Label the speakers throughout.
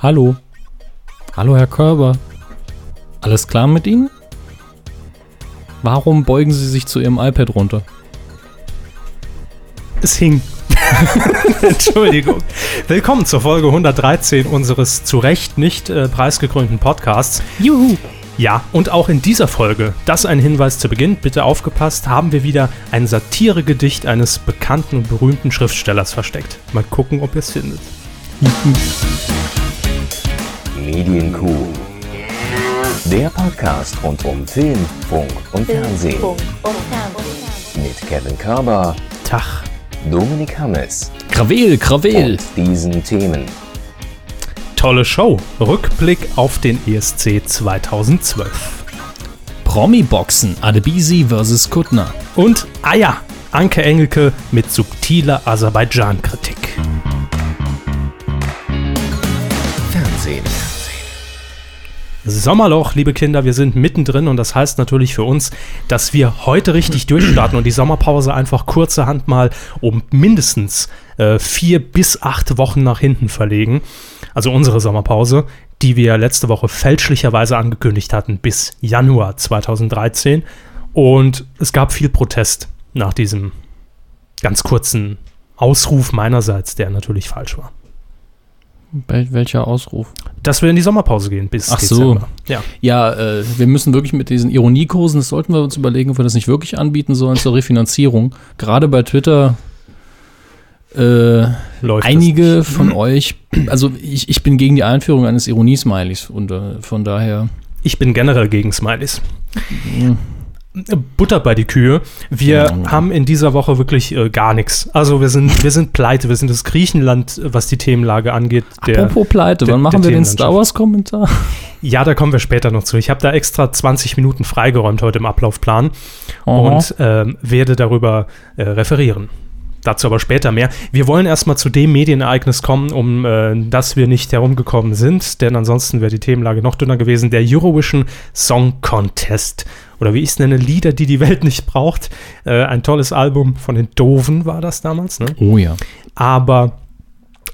Speaker 1: Hallo. Hallo, Herr Körber. Alles klar mit Ihnen? Warum beugen Sie sich zu Ihrem iPad runter?
Speaker 2: Es hing. Entschuldigung. Willkommen zur Folge 113 unseres zu Recht nicht äh, preisgekrönten Podcasts.
Speaker 1: Juhu.
Speaker 2: Ja, und auch in dieser Folge, das ein Hinweis zu Beginn, bitte aufgepasst, haben wir wieder ein Satiregedicht eines bekannten und berühmten Schriftstellers versteckt. Mal gucken, ob ihr es findet.
Speaker 3: Medienkuh. Der Podcast rund um Film, Funk und Fernsehen. Mit Kevin Körber,
Speaker 2: Tach.
Speaker 3: Dominik Hammes
Speaker 1: Krawel, Krawel.
Speaker 3: und diesen Themen.
Speaker 2: Tolle Show. Rückblick auf den E ESC 2012.
Speaker 1: Promi-Boxen. Adebisi vs. Kuttner.
Speaker 2: Und ah ja, Anke Engelke mit subtiler Aserbaidschan-Kritik.
Speaker 3: Fernsehen.
Speaker 2: Sommerloch, liebe Kinder, wir sind mittendrin und das heißt natürlich für uns, dass wir heute richtig durchstarten und die Sommerpause einfach kurzerhand mal um mindestens äh, vier bis acht Wochen nach hinten verlegen. Also unsere Sommerpause, die wir letzte Woche fälschlicherweise angekündigt hatten bis Januar 2013. Und es gab viel Protest nach diesem ganz kurzen Ausruf meinerseits, der natürlich falsch war.
Speaker 1: Welcher Ausruf?
Speaker 2: Dass wir in die Sommerpause gehen bis
Speaker 1: Ach so.
Speaker 2: Ja.
Speaker 1: Ja, äh, wir müssen wirklich mit diesen Ironiekursen, das sollten wir uns überlegen, ob wir das nicht wirklich anbieten sollen zur Refinanzierung. Gerade bei Twitter. Äh,
Speaker 2: Läuft das
Speaker 1: Einige von euch, also ich, ich bin gegen die Einführung eines Ironie-Smileys und äh, von daher. hm.
Speaker 2: Ich bin generell gegen Smileys. Butter bei die Kühe. Wir
Speaker 1: Mhm.
Speaker 2: haben in dieser Woche wirklich äh, gar nichts. Also wir sind, wir sind pleite, wir sind das Griechenland, äh, was die Themenlage angeht. Der,
Speaker 1: Apropos Pleite,
Speaker 2: der-
Speaker 1: wann machen
Speaker 2: der
Speaker 1: wir den
Speaker 2: Themenlandschaft.
Speaker 1: Star Wars-Kommentar?
Speaker 2: ja, da kommen wir später noch zu. Ich habe da extra 20 Minuten freigeräumt heute im Ablaufplan
Speaker 1: Mhm.
Speaker 2: und ähm, werde darüber äh, referieren. Dazu aber später mehr. Wir wollen erstmal zu dem Medienereignis kommen, um äh, das wir nicht herumgekommen sind, denn ansonsten wäre die Themenlage noch dünner gewesen. Der Eurovision Song Contest. Oder wie ich es nenne, Lieder, die die Welt nicht braucht. Äh, ein tolles Album von den Doven war das damals, ne?
Speaker 1: oh ja.
Speaker 2: Aber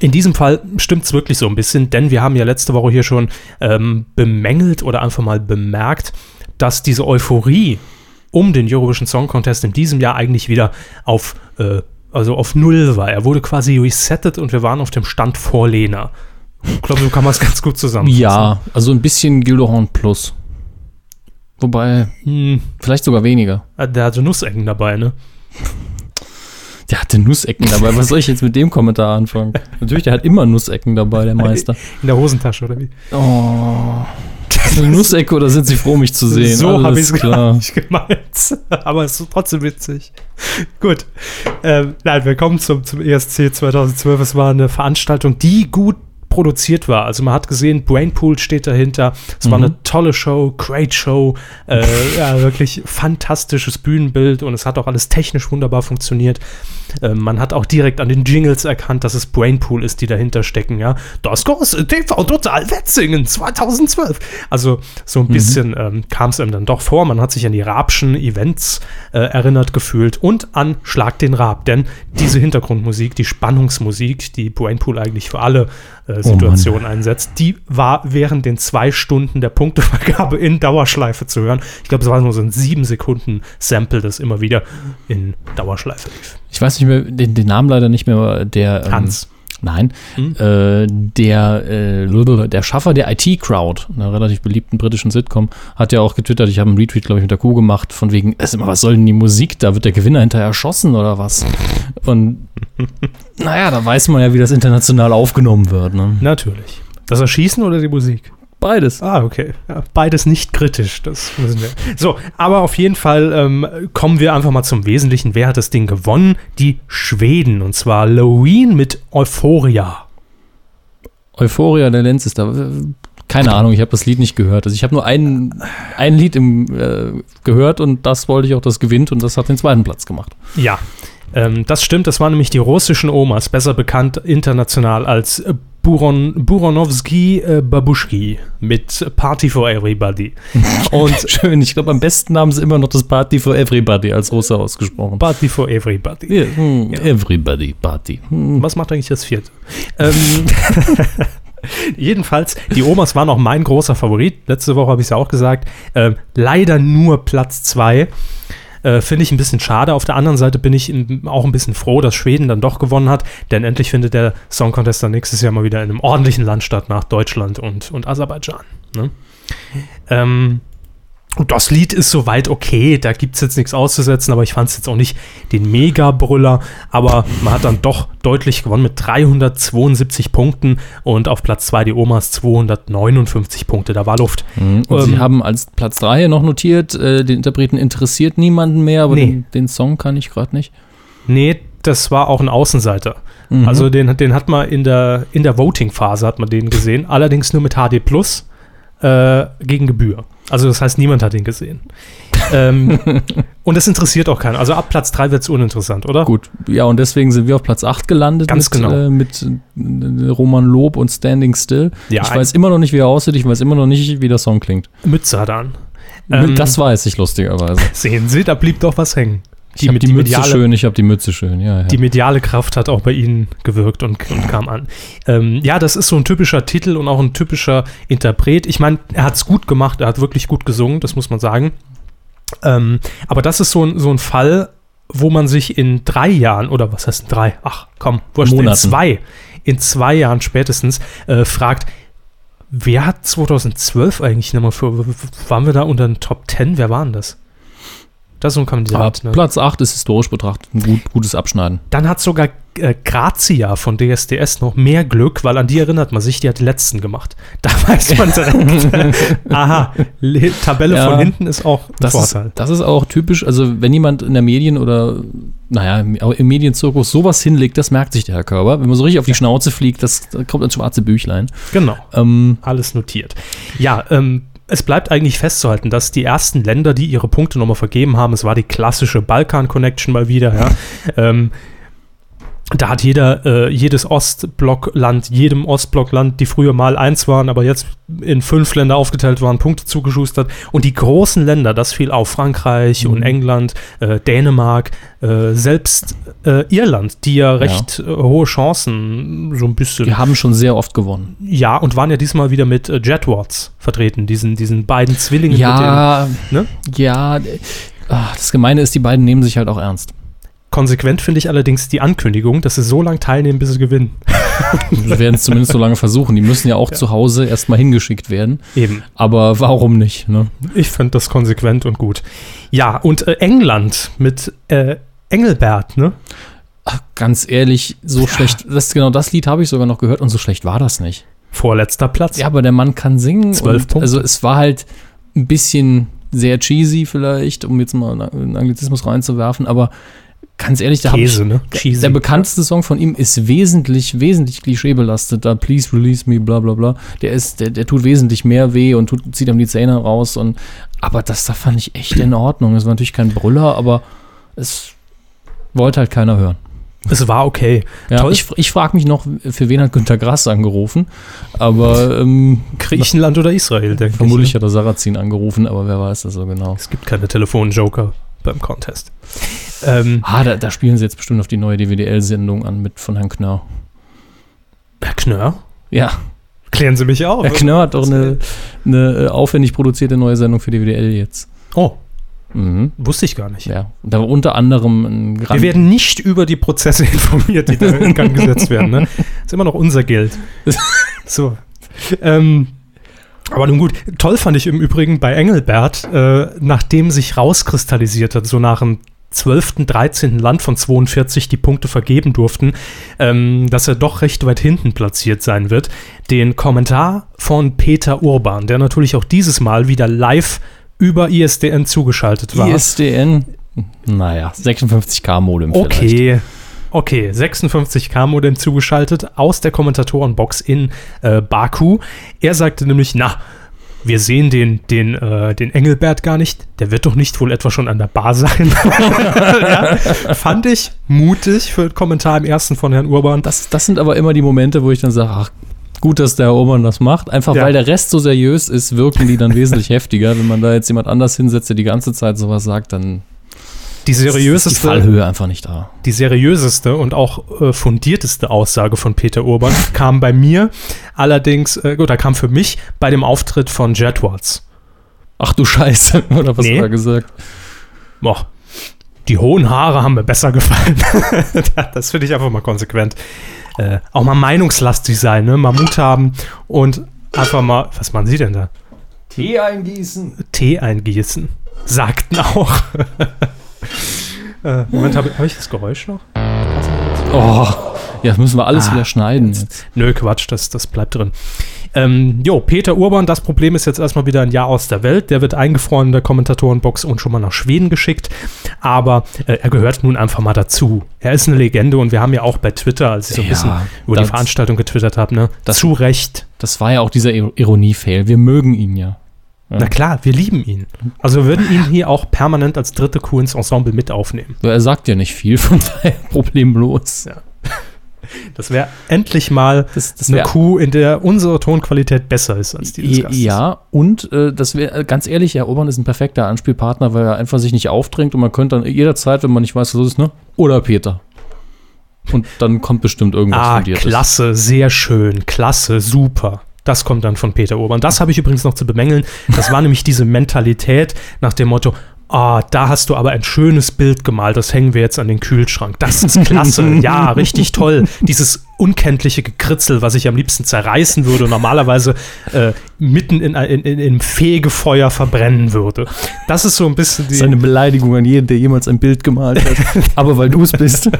Speaker 2: in diesem Fall stimmt es wirklich so ein bisschen, denn wir haben ja letzte Woche hier schon ähm, bemängelt oder einfach mal bemerkt, dass diese Euphorie um den Eurovision Song Contest in diesem Jahr eigentlich wieder auf, äh, also auf Null war. Er wurde quasi resettet und wir waren auf dem Stand vor Lena. Ich glaube, so kann man es ganz gut zusammenfassen.
Speaker 1: Ja, also ein bisschen Gildohorn Plus. Wobei,
Speaker 2: Hm,
Speaker 1: vielleicht sogar weniger.
Speaker 2: der hatte Nussecken dabei, ne?
Speaker 1: Der hatte Nussecken dabei. Was soll ich jetzt mit dem Kommentar anfangen? Natürlich, der hat immer Nussecken dabei,
Speaker 2: Äh,
Speaker 1: der Meister.
Speaker 2: In der Hosentasche, oder wie?
Speaker 1: Oh. Ist eine Nussecke oder sind sie froh, mich zu sehen?
Speaker 2: So habe ich
Speaker 1: Alles
Speaker 2: es gar nicht gemeint. Aber es ist trotzdem witzig. Gut. Ähm, nein, willkommen zum, zum E ESC 2012. Es war eine Veranstaltung, die gut produziert war. Also man hat gesehen, Brainpool steht dahinter. Es war
Speaker 1: Mhm.
Speaker 2: eine tolle Show, great Show, äh, ja, wirklich fantastisches Bühnenbild und es hat auch alles technisch wunderbar funktioniert. Äh, man hat auch direkt an den Jingles erkannt, dass es Brainpool ist, die dahinter stecken, ja. Das große TV Total Wetzingen 2012. Also so ein bisschen ähm, kam es einem dann doch vor. Man hat sich an die Rabschen Events äh, erinnert gefühlt und an Schlag den Rab, denn diese Hintergrundmusik, die Spannungsmusik, die Brainpool eigentlich für alle äh,
Speaker 1: Mann.
Speaker 2: Situationen einsetzt, die war während den zwei Stunden der Punktevergabe in Dauerschleife zu hören. Ich glaube, es war nur so ein sieben Sekunden Sample, das immer wieder in Dauerschleife lief.
Speaker 1: Ich weiß nicht mehr, den, den Namen leider nicht mehr, aber der. ähm,
Speaker 2: Hans.
Speaker 1: Nein,
Speaker 2: Hm?
Speaker 1: äh, der, äh, lululul, der Schaffer der IT-Crowd, einer relativ beliebten britischen Sitcom, hat ja auch getwittert, ich habe einen Retweet, glaube ich, mit der Kuh gemacht, von wegen, "Äh, sag mal, was soll denn die Musik, da wird der Gewinner hinterher erschossen oder was? Und naja, da weiß man ja, wie das international aufgenommen wird. Ne?
Speaker 2: Natürlich. Das Erschießen oder die Musik?
Speaker 1: Beides.
Speaker 2: Ah, okay. Ja, beides nicht kritisch, das wissen wir. So, aber auf jeden Fall ähm, kommen wir einfach mal zum Wesentlichen. Wer hat das Ding gewonnen? Die Schweden. Und zwar Loween mit Euphoria.
Speaker 1: Euphoria der Lenz ist da. Keine Ahnung, ich habe das Lied nicht gehört. Also ich habe nur ein, ein Lied im, äh, gehört und das wollte ich auch, das gewinnt und das hat den zweiten Platz gemacht.
Speaker 2: Ja, ähm, das stimmt. Das waren nämlich die russischen Omas, besser bekannt international als äh, Buron, Buronowski äh, Babuschki mit Party for Everybody. Und
Speaker 1: Schön, ich glaube, am besten haben sie immer noch das Party for Everybody als Russe ausgesprochen.
Speaker 2: Party for Everybody.
Speaker 1: Ja, hm, Everybody Party. Hm.
Speaker 2: Was macht eigentlich das vierte? Ähm, Jedenfalls, die Omas waren auch mein großer Favorit. Letzte Woche habe ich es ja auch gesagt. Ähm, leider nur Platz 2. Äh, finde ich ein bisschen schade. Auf der anderen Seite bin ich im- auch ein bisschen froh, dass Schweden dann doch gewonnen hat, denn endlich findet der Song Contest dann nächstes Jahr mal wieder in einem ordentlichen Land statt nach Deutschland und, und Aserbaidschan. Ne? Ähm, und das Lied ist soweit okay, da gibt es jetzt nichts auszusetzen, aber ich fand es jetzt auch nicht den Mega-Brüller. Aber man hat dann doch deutlich gewonnen mit 372 Punkten und auf Platz 2 die Omas 259 Punkte. Da war Luft.
Speaker 1: Und Sie
Speaker 2: Ähm,
Speaker 1: haben als Platz 3 noch notiert, äh, den Interpreten interessiert niemanden mehr, aber
Speaker 2: Nee.
Speaker 1: den, den Song kann ich gerade nicht.
Speaker 2: Nee, das war auch ein Außenseiter. Also den, den hat man in der, in der Voting-Phase hat man den gesehen, allerdings nur mit HD Plus äh, gegen Gebühr. Also das heißt, niemand hat ihn gesehen. ähm, und das interessiert auch keinen. Also ab Platz 3 wird es uninteressant, oder?
Speaker 1: Gut, ja, und deswegen sind wir auf Platz 8 gelandet
Speaker 2: Ganz
Speaker 1: mit,
Speaker 2: genau.
Speaker 1: äh, mit äh, Roman Lob und Standing Still.
Speaker 2: Ja,
Speaker 1: ich
Speaker 2: ein-
Speaker 1: weiß immer noch nicht, wie er aussieht, ich weiß immer noch nicht, wie der Song klingt.
Speaker 2: Mütze hat er an. Ähm,
Speaker 1: das weiß ich lustigerweise.
Speaker 2: Sehen Sie, da blieb doch was hängen.
Speaker 1: Ich habe
Speaker 2: mit-
Speaker 1: die, Mütze
Speaker 2: mediale-
Speaker 1: schön, ich habe die Mütze schön, ja. ja.
Speaker 2: Die mediale Kraft hat auch bei ihnen gewirkt und, und kam an. Ähm, ja, das ist so ein typischer Titel und auch ein typischer Interpret. Ich meine, er hat es gut gemacht, er hat wirklich gut gesungen, das muss man sagen. Ähm, aber das ist so ein, so ein Fall, wo man sich in drei Jahren, oder was heißt in drei? Ach, komm, wurscht, in
Speaker 1: Monaten.
Speaker 2: zwei, in zwei Jahren spätestens äh, fragt, wer hat 2012 eigentlich nochmal für, waren wir da unter den Top Ten? Wer war denn das? Das ist so ein
Speaker 1: Aber
Speaker 2: Kandidat. ne?
Speaker 1: Platz 8 ist historisch betrachtet ein gut, gutes Abschneiden.
Speaker 2: Dann hat sogar äh, Grazia von DSDS noch mehr Glück, weil an die erinnert man sich, die hat die letzten gemacht. Da weiß man direkt. Aha, Le- Tabelle
Speaker 1: Ja,
Speaker 2: von hinten ist auch ein
Speaker 1: Das ist,
Speaker 2: Vorteil.
Speaker 1: das ist auch typisch, also wenn jemand in der Medien oder, naja, im- im Medienzirkus sowas hinlegt, das merkt sich der Herr Körber. Wenn man so richtig auf die Schnauze fliegt, das, das kommt ins schwarze Büchlein.
Speaker 2: genau,
Speaker 1: Ähm,
Speaker 2: alles notiert. Ja, ähm, es bleibt eigentlich festzuhalten, dass die ersten Länder, die ihre Punkte nochmal vergeben haben, es war die klassische Balkan-Connection mal wieder, ja. ähm, da hat jeder, äh, jedes Ostblockland, jedem Ostblockland, die früher mal eins waren, aber jetzt in fünf Länder aufgeteilt waren, Punkte zugeschustert. Und die großen Länder, das fiel auf Frankreich und England, äh, Dänemark, äh, selbst äh, Irland, die ja recht äh, hohe Chancen so ein bisschen
Speaker 1: wir haben schon sehr oft gewonnen.
Speaker 2: ja, und waren ja diesmal wieder mit äh, Jetwards vertreten, diesen, diesen beiden Zwillingen. Mit
Speaker 1: Ja,
Speaker 2: Ne?
Speaker 1: ja. äh, ah, das Gemeine ist, die beiden nehmen sich halt auch ernst.
Speaker 2: denen. Konsequent finde ich allerdings die Ankündigung, dass sie so lange teilnehmen, bis sie gewinnen.
Speaker 1: Wir werden es zumindest so lange versuchen. Die müssen ja auch zu Hause erstmal hingeschickt werden.
Speaker 2: Eben.
Speaker 1: Aber warum nicht? Ne?
Speaker 2: Ich fand das konsequent und gut. Ja, und äh, England mit äh, Engelbert, ne?
Speaker 1: Ganz ehrlich, so schlecht, das, genau das Lied habe ich sogar noch gehört und so schlecht war das nicht.
Speaker 2: Vorletzter Platz.
Speaker 1: Ja, aber der Mann kann singen.
Speaker 2: Zwölf
Speaker 1: und,
Speaker 2: Punkte.
Speaker 1: Also es war halt ein bisschen sehr cheesy vielleicht, um jetzt mal einen Anglizismus reinzuwerfen, aber ganz ehrlich, da habe ich
Speaker 2: Käse, ne? Cheesy.
Speaker 1: Der bekannteste Song von ihm ist wesentlich, wesentlich klischeebelasteter. Please release me, bla bla bla. Der ist, der, der tut wesentlich mehr weh und tut, zieht ihm die Zähne raus. Und, aber das da fand ich echt in Ordnung. Es war natürlich kein Brüller, aber es wollte halt keiner hören.
Speaker 2: es war okay.
Speaker 1: Ja,
Speaker 2: Toll.
Speaker 1: ich ich frage mich noch, für wen hat Günter Grass angerufen? Aber ähm,
Speaker 2: Griechenland oder Israel, denke
Speaker 1: vermutlich
Speaker 2: ich. ne?
Speaker 1: hat er Sarrazin angerufen, aber wer weiß das so genau.
Speaker 2: Es gibt keine Telefonjoker beim Contest. Ähm,
Speaker 1: Ah, da, da spielen sie jetzt bestimmt auf die neue DWDL-Sendung an mit von Herrn Knörr.
Speaker 2: Herr Knörr,
Speaker 1: Ja,
Speaker 2: klären Sie mich auf.
Speaker 1: Herr Knörr hat doch eine, eine äh, aufwendig produzierte neue Sendung für DWDL jetzt.
Speaker 2: Oh,
Speaker 1: Mhm.
Speaker 2: wusste ich gar nicht.
Speaker 1: Ja, und da war unter anderem ein Grand
Speaker 2: Wir werden nicht über die Prozesse informiert, die da in Gang gesetzt werden. Ne? Ist immer noch unser Geld. So. Ähm, aber nun gut, toll fand ich im Übrigen bei Engelbert, äh, nachdem sich rauskristallisiert hat, so nach dem 12., 13. Land von 42 die Punkte vergeben durften, ähm, dass er doch recht weit hinten platziert sein wird. Den Kommentar von Peter Urban, der natürlich auch dieses Mal wieder live über ISDN zugeschaltet war.
Speaker 1: ISDN. Naja, 56K-Modem vielleicht.
Speaker 2: Okay. Okay, 56k Modem zugeschaltet aus der Kommentatorenbox in äh, Baku. Er sagte nämlich, na, wir sehen den, den, äh, den Engelbert gar nicht. Der wird doch nicht wohl etwa schon an der Bar sein. ja, fand ich mutig für den Kommentar im ersten von Herrn Urban.
Speaker 1: Das, das sind aber immer die Momente, wo ich dann sage, ach, gut, dass der Herr Oman das macht. Einfach
Speaker 2: Ja.
Speaker 1: weil der Rest so seriös ist, wirken die dann wesentlich heftiger. Wenn man da jetzt jemand anders hinsetzt, der die ganze Zeit sowas sagt, dann
Speaker 2: Die seriöseste,
Speaker 1: die Fallhöhe einfach nicht da.
Speaker 2: die seriöseste und auch äh, fundierteste Aussage von Peter Urban kam bei mir, allerdings, äh, oder kam für mich bei dem Auftritt von Jet Watts.
Speaker 1: Ach du Scheiße, oder was
Speaker 2: Nee.
Speaker 1: hat er gesagt?
Speaker 2: Boah, die hohen Haare haben mir besser gefallen. das finde ich einfach mal konsequent. Äh, auch mal meinungslastig sein, ne? mal Mut haben und einfach mal, was machen Sie denn da?
Speaker 1: Tee eingießen.
Speaker 2: Tee eingießen. Sagten auch. äh, Moment, habe hab ich das Geräusch noch?
Speaker 1: Oh, ja, das müssen wir alles
Speaker 2: Ah,
Speaker 1: wieder schneiden. Jetzt.
Speaker 2: Nö, Quatsch, das, das bleibt drin. Ähm, jo, Peter Urban, das Problem ist jetzt erstmal wieder ein Jahr aus der Welt. Der wird eingefroren in der Kommentatorenbox und schon mal nach Schweden geschickt. Aber äh, er gehört nun einfach mal dazu. Er ist eine Legende und wir haben ja auch bei Twitter, als ich so ein
Speaker 1: Ja,
Speaker 2: bisschen über die
Speaker 1: das-
Speaker 2: Veranstaltung getwittert habe, ne?
Speaker 1: Das-
Speaker 2: zu Recht.
Speaker 1: Das war ja auch dieser Ir- Ironie-Fail. Wir mögen ihn ja.
Speaker 2: Na klar, wir lieben ihn. Also wir würden ihn hier auch permanent als dritte Kuh ins Ensemble mit aufnehmen.
Speaker 1: Er sagt ja nicht viel, von daher problemlos.
Speaker 2: Das wäre endlich mal
Speaker 1: Das, das
Speaker 2: eine
Speaker 1: wär-
Speaker 2: Kuh, in der unsere Tonqualität besser ist als die des Gastes.
Speaker 1: Ja, und äh, das wäre ganz ehrlich, Herr Urban ist ein perfekter Anspielpartner, weil er einfach sich nicht aufdrängt und man könnte dann jederzeit, wenn man nicht weiß, was los ist, ne? Oder Peter. Und dann kommt bestimmt irgendwas
Speaker 2: Ah,
Speaker 1: fundiertes.
Speaker 2: klasse, sehr schön, klasse, super. Das kommt dann von Peter Urban. Das habe ich übrigens noch zu bemängeln. Das war nämlich diese Mentalität nach dem Motto, ah, da hast du aber ein schönes Bild gemalt, das hängen wir jetzt an den Kühlschrank. Das ist klasse, ja, richtig toll. Dieses unkenntliche Gekritzel, was ich am liebsten zerreißen würde und normalerweise äh, mitten in, ein- in, in, im Fegefeuer verbrennen würde. Das ist so ein bisschen die...
Speaker 1: Das ist eine Beleidigung an jeden, der jemals ein Bild gemalt hat. Aber weil du es bist.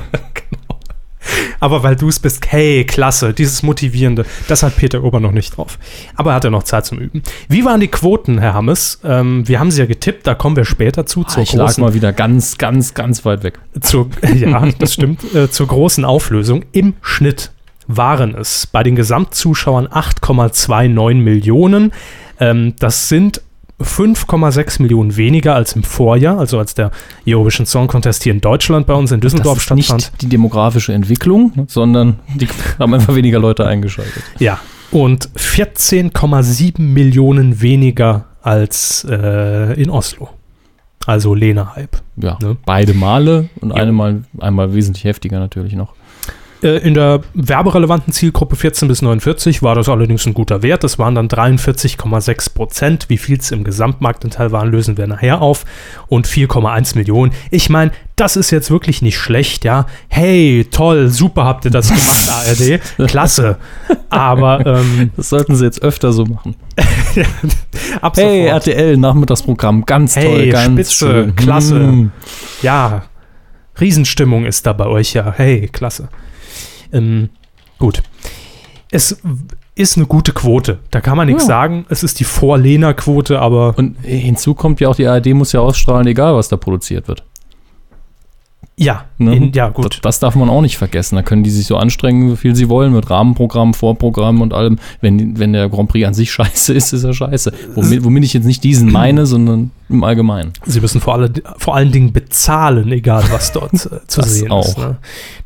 Speaker 2: Aber weil du es bist, hey, klasse, dieses Motivierende, das hat Peter Ober noch nicht drauf. Aber er hat ja noch Zeit zum Üben. Wie waren die Quoten, Herr Hammes? Ähm, wir haben sie ja getippt, da kommen wir später zu, zur,
Speaker 1: Ah, ich lag
Speaker 2: großen,
Speaker 1: mal wieder ganz, ganz, ganz weit weg.
Speaker 2: zur, ja, das stimmt, äh, zur großen Auflösung. Im Schnitt waren es bei den Gesamtzuschauern 8,29 Millionen. Ähm, das sind 5,6 Millionen weniger als im Vorjahr, also als der Eurovision Song Contest hier in Deutschland bei uns in Düsseldorf
Speaker 1: Das ist
Speaker 2: stattfand.
Speaker 1: nicht die demografische Entwicklung, ne, sondern die haben einfach weniger Leute eingeschaltet.
Speaker 2: Ja, und 14,7 Millionen weniger als äh, in Oslo. Also Lena Hype.
Speaker 1: Ja,
Speaker 2: Ne?
Speaker 1: beide Male und
Speaker 2: Jo.
Speaker 1: einmal, einmal wesentlich heftiger natürlich noch.
Speaker 2: Äh, in der werberelevanten Zielgruppe 14 bis 49 war das allerdings ein guter Wert. Das waren dann 43,6 Prozent. Wie viel es im Gesamtmarktanteil waren, lösen wir nachher auf. Und 4,1 Millionen. Ich meine, das ist jetzt wirklich nicht schlecht, ja. Hey, toll, super habt ihr das gemacht, ARD. Klasse. Aber ähm,
Speaker 1: Das sollten sie jetzt öfter so machen.
Speaker 2: ab
Speaker 1: Hey,
Speaker 2: sofort.
Speaker 1: RTL, Nachmittagsprogramm, ganz
Speaker 2: Hey,
Speaker 1: toll, ganz
Speaker 2: Spitze,
Speaker 1: schön.
Speaker 2: klasse.
Speaker 1: Hm.
Speaker 2: Ja, Riesenstimmung ist da bei euch ja. Hey, klasse. Ähm, gut. Es w- ist eine gute Quote. Da kann man nichts
Speaker 1: Ja.
Speaker 2: sagen. Es ist die Vorlehner-Quote, aber
Speaker 1: Und hinzu kommt ja auch, die ARD muss ja ausstrahlen, egal was da produziert wird.
Speaker 2: ja,
Speaker 1: Ne?
Speaker 2: in, ja, gut.
Speaker 1: Das, das darf man auch nicht vergessen. Da können die sich so anstrengen, wie viel sie wollen, mit Rahmenprogrammen, Vorprogrammen und allem. Wenn, wenn der Grand Prix an sich scheiße ist, ist er scheiße. Womit, womit ich jetzt nicht diesen meine, sondern im Allgemeinen.
Speaker 2: Sie müssen vor, alle, vor allen Dingen bezahlen, egal was dort äh, zu
Speaker 1: Das
Speaker 2: sehen ist.
Speaker 1: auch.
Speaker 2: Ne?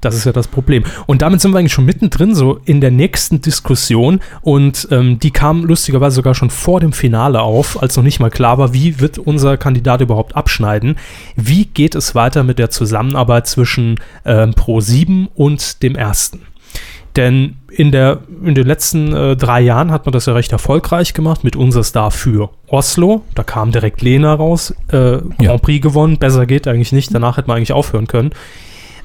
Speaker 2: Das ist ja das Problem. Und damit sind wir eigentlich schon mittendrin so in der nächsten Diskussion und ähm, die kam lustigerweise sogar schon vor dem Finale auf, als noch nicht mal klar war, wie wird unser Kandidat überhaupt abschneiden. Wie geht es weiter mit der Zusammenarbeit zwischen ähm, Pro7 und dem Ersten? Denn in, der, in den letzten äh, drei Jahren hat man das ja recht erfolgreich gemacht mit unser Star für Oslo. Da kam direkt Lena raus, äh, Grand
Speaker 1: Ja.
Speaker 2: Prix gewonnen, besser geht eigentlich nicht. Danach hätte man eigentlich aufhören können.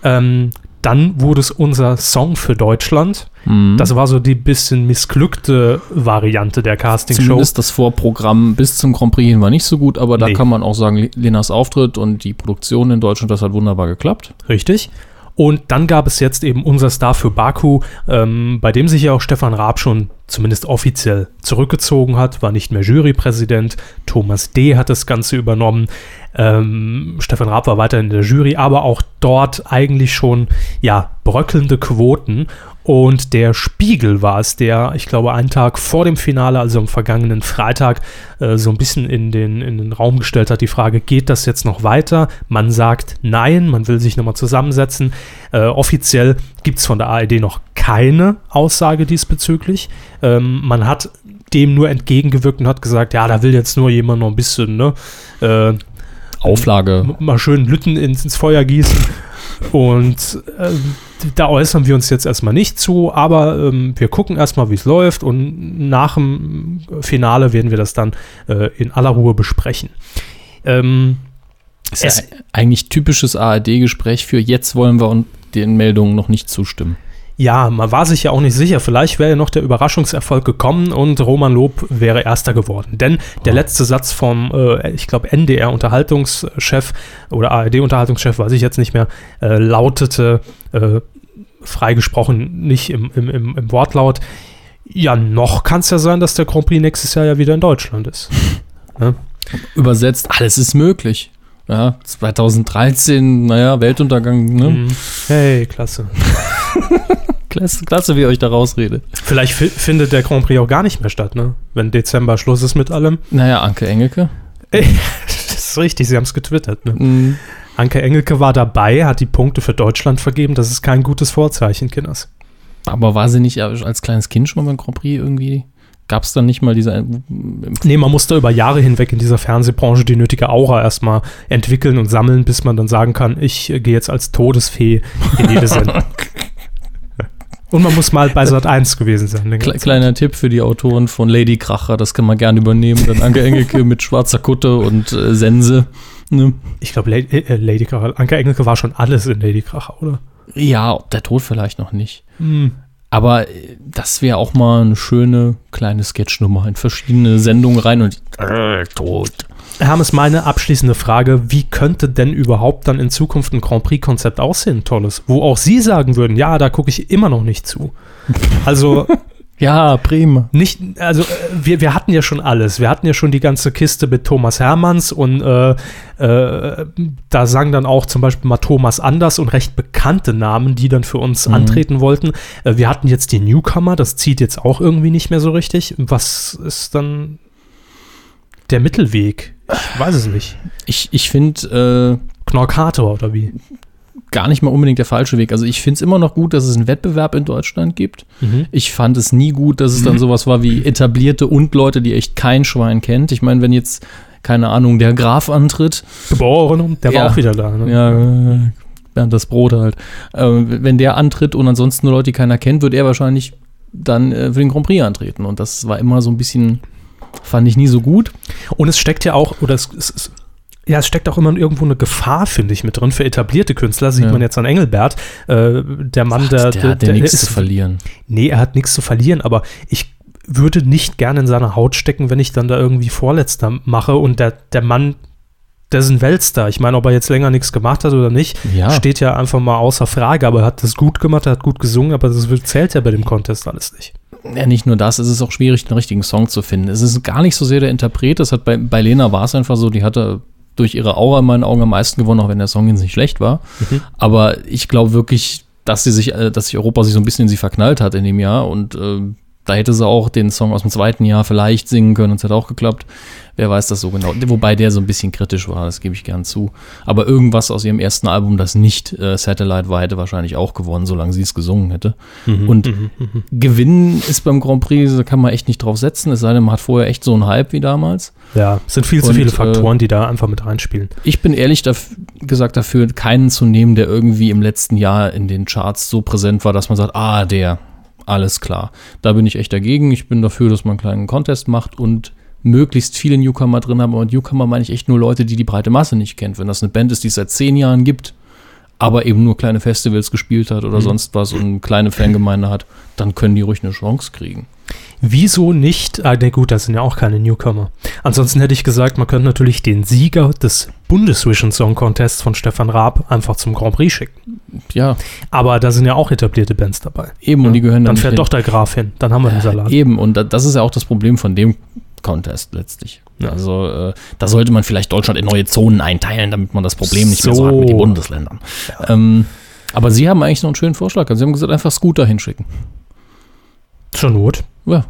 Speaker 2: Ähm, dann wurde es unser Song für Deutschland.
Speaker 1: Mhm.
Speaker 2: Das war so die bisschen missglückte Variante der Castingshow.
Speaker 1: Zumindest das Vorprogramm bis zum Grand Prix hin war nicht so gut, aber da
Speaker 2: Nee.
Speaker 1: kann man auch sagen, Le- Lenas Auftritt und die Produktion in Deutschland, das hat wunderbar geklappt.
Speaker 2: Richtig. Und dann gab es jetzt eben unser Star für Baku, ähm, bei dem sich ja auch Stefan Raab schon zumindest offiziell zurückgezogen hat, war nicht mehr Jurypräsident. Thomas D. hat das Ganze übernommen. Ähm, Stefan Raab war weiter in der Jury, aber auch dort eigentlich schon, ja, bröckelnde Quoten. Und der Spiegel war es, der, ich glaube, einen Tag vor dem Finale, also am vergangenen Freitag, äh, so ein bisschen in den, in den Raum gestellt hat, die Frage, geht das jetzt noch weiter? Man sagt nein, man will sich nochmal zusammensetzen. Äh, offiziell gibt es von der ARD noch keine Aussage diesbezüglich. Ähm, man hat dem nur entgegengewirkt und hat gesagt, ja, da will jetzt nur jemand noch ein bisschen, ne? Äh,
Speaker 1: Auflage.
Speaker 2: mal schön Lütten ins, ins Feuer gießen. Und äh, da äußern wir uns jetzt erstmal nicht zu, aber ähm, wir gucken erstmal, wie es läuft und nach dem Finale werden wir das dann äh, in aller Ruhe besprechen. Ähm,
Speaker 1: Ist ja eigentlich typisches ARD-Gespräch für jetzt wollen wir und den Meldungen noch nicht zustimmen.
Speaker 2: ja, man war sich ja auch nicht sicher. Vielleicht wäre ja noch der Überraschungserfolg gekommen und Roman Lob wäre Erster geworden. Denn der letzte Satz vom, äh, ich glaube, NDR-Unterhaltungschef oder ARD-Unterhaltungschef, weiß ich jetzt nicht mehr, äh, lautete, äh, freigesprochen, nicht im, im, im, im Wortlaut, ja, noch kann es ja sein, dass der Grand Prix nächstes Jahr ja wieder in Deutschland ist.
Speaker 1: Übersetzt, alles ist möglich. Ja, 2013, naja, Weltuntergang, ne?
Speaker 2: Mhm. Hey, klasse.
Speaker 1: Klasse, klasse, wie ihr euch da rausredet.
Speaker 2: Vielleicht fi findet der Grand Prix auch gar nicht mehr statt, ne? Wenn Dezember Schluss ist mit allem.
Speaker 1: Naja, Anke Engelke.
Speaker 2: das ist richtig, sie haben es getwittert. Ne?
Speaker 1: Mhm.
Speaker 2: Anke Engelke war dabei, hat die Punkte für Deutschland vergeben. Das ist kein gutes Vorzeichen, Kinders.
Speaker 1: Aber war sie nicht als kleines Kind schon mal beim Grand Prix irgendwie? Gab es dann nicht mal diese. ähm,
Speaker 2: Nee, man muss da über Jahre hinweg in dieser Fernsehbranche die nötige Aura erstmal entwickeln und sammeln, bis man dann sagen kann, ich äh, gehe jetzt als Todesfee in jede Sendung. und man muss mal bei Sat 1 gewesen sein. denke
Speaker 1: Kle
Speaker 2: ich.
Speaker 1: kleiner Tipp für die Autoren von Lady Kracher, das kann man gerne übernehmen. Dann Anke Engelke mit schwarzer Kutte und äh, Sense. Ne?
Speaker 2: Ich glaube, Lady, äh, Lady Kracher, Anke Engelke war schon alles in Lady Kracher, oder?
Speaker 1: Ja, ob der Tod vielleicht noch nicht. Aber äh, das wäre auch mal eine schöne kleine Sketchnummer in verschiedene Sendungen rein und äh, tot.
Speaker 2: Hermes, meine abschließende Frage, wie könnte denn überhaupt dann in Zukunft ein Grand Prix-Konzept aussehen, tolles? Wo auch Sie sagen würden, ja, da gucke ich immer noch nicht zu. Also
Speaker 1: Ja, Bremen.
Speaker 2: nicht, also äh, wir, wir hatten ja schon alles. Wir hatten ja schon die ganze Kiste mit Thomas Hermanns und äh, äh, da sang dann auch zum Beispiel mal Thomas Anders und recht bekannte Namen, die dann für uns antreten wollten. Äh, wir hatten jetzt die Newcomer, das zieht jetzt auch irgendwie nicht mehr so richtig. Was ist dann der Mittelweg? Ich weiß es nicht.
Speaker 1: Ich, ich finde äh,
Speaker 2: Knorkator oder wie?
Speaker 1: gar nicht mal unbedingt der falsche Weg. Also ich finde es immer noch gut, dass es einen Wettbewerb in Deutschland gibt. Ich fand es nie gut, dass es dann sowas war wie etablierte und Leute, die echt kein Schwein kennt. Ich meine, wenn jetzt, keine Ahnung, der Graf antritt,
Speaker 2: Geboren und der
Speaker 1: Ja.
Speaker 2: war auch wieder da. Ne?
Speaker 1: ja, äh, Bernd das Brot halt. Ähm, wenn der antritt und ansonsten nur Leute, die keiner kennt, wird er wahrscheinlich dann äh, für den Grand Prix antreten. Und das war immer so ein bisschen, fand ich nie so gut.
Speaker 2: Und es steckt ja auch, oder es, es, es ja, es steckt auch immer irgendwo eine Gefahr, finde ich, mit drin. Für etablierte Künstler sieht
Speaker 1: Ja.
Speaker 2: man jetzt an Engelbert, äh, der Mann,
Speaker 1: Ach,
Speaker 2: der,
Speaker 1: der, hat ja nichts zu verlieren.
Speaker 2: Nee, er hat nichts zu verlieren, aber ich würde nicht gerne in seine Haut stecken, wenn ich dann da irgendwie Vorletzter mache und der, der Mann, dessen Weltstar, ich meine, ob er jetzt länger nichts gemacht hat oder nicht,
Speaker 1: Ja.
Speaker 2: steht ja einfach mal außer Frage, aber er hat das gut gemacht, er hat gut gesungen, aber das zählt ja bei dem Contest alles nicht.
Speaker 1: Ja, nicht nur das, es ist auch schwierig, den richtigen Song zu finden. Es ist gar nicht so sehr der Interpret, das hat bei, bei Lena war es einfach so, die hatte durch ihre Aura in meinen Augen am meisten gewonnen, auch wenn der Song jetzt nicht schlecht war. Aber ich glaube wirklich, dass sie sich, äh, dass sich Europa sich so ein bisschen in sie verknallt hat in dem Jahr und äh, da hätte sie auch den Song aus dem zweiten Jahr vielleicht singen können und es hat auch geklappt. Wer weiß das so genau. Wobei der so ein bisschen kritisch war, das gebe ich gern zu. Aber irgendwas aus ihrem ersten Album, das nicht äh, Satellite war, hätte wahrscheinlich auch gewonnen, solange sie es gesungen hätte. und gewinnen ist beim Grand Prix, da kann man echt nicht drauf setzen, es sei denn, man hat vorher echt so einen Hype wie damals.
Speaker 2: Ja, es sind viel zu
Speaker 1: Und, äh,
Speaker 2: viele Faktoren, die da einfach mit reinspielen.
Speaker 1: Ich bin ehrlich daf gesagt dafür, keinen zu nehmen, der irgendwie im letzten Jahr in den Charts so präsent war, dass man sagt, ah, der, alles klar. Da bin ich echt dagegen. Ich bin dafür, dass man einen kleinen Contest macht und möglichst viele Newcomer drin haben. Und Newcomer meine ich echt nur Leute, die die breite Masse nicht kennt. Wenn das eine Band ist, die es seit zehn Jahren gibt, aber eben nur kleine Festivals gespielt hat oder sonst was und eine kleine Fangemeinde hat, dann können die ruhig eine Chance kriegen.
Speaker 2: Wieso nicht? Ah, ne, gut, das sind ja auch keine Newcomer. Ansonsten hätte ich gesagt, man könnte natürlich den Sieger des Bundesvision Song Contests von Stefan Raab einfach zum Grand Prix schicken.
Speaker 1: Ja,
Speaker 2: Aber da sind ja auch etablierte Bands dabei.
Speaker 1: eben. Und die gehören
Speaker 2: Dann
Speaker 1: nicht
Speaker 2: fährt
Speaker 1: hin. eh.
Speaker 2: doch der Graf hin. Dann haben wir den Salat.
Speaker 1: Eben, und da, das ist ja auch das Problem von dem Contest letztlich.
Speaker 2: Ja.
Speaker 1: Also äh, da sollte man vielleicht Deutschland in neue Zonen einteilen, damit man das Problem nicht mehr so
Speaker 2: So.
Speaker 1: hat mit den Bundesländern. Ähm, aber Sie haben eigentlich noch einen schönen Vorschlag. Also Sie haben gesagt, einfach Scooter hinschicken.
Speaker 2: Zur Not.
Speaker 1: Ja.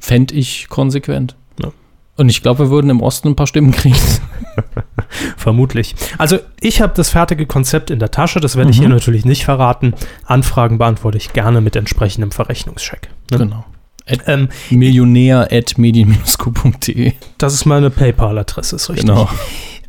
Speaker 1: Fände ich konsequent.
Speaker 2: Ja.
Speaker 1: Und ich glaube, wir würden im Osten ein paar Stimmen kriegen.
Speaker 2: Vermutlich. Also, ich habe das fertige Konzept in der Tasche. Das werde ich
Speaker 1: Mhm.
Speaker 2: hier natürlich nicht verraten. Anfragen beantworte ich gerne mit entsprechendem Verrechnungscheck. Ne?
Speaker 1: genau.
Speaker 2: Ähm,
Speaker 1: Millionär at medien-q.de. Genau.
Speaker 2: das ist meine PayPal-Adresse, ist richtig.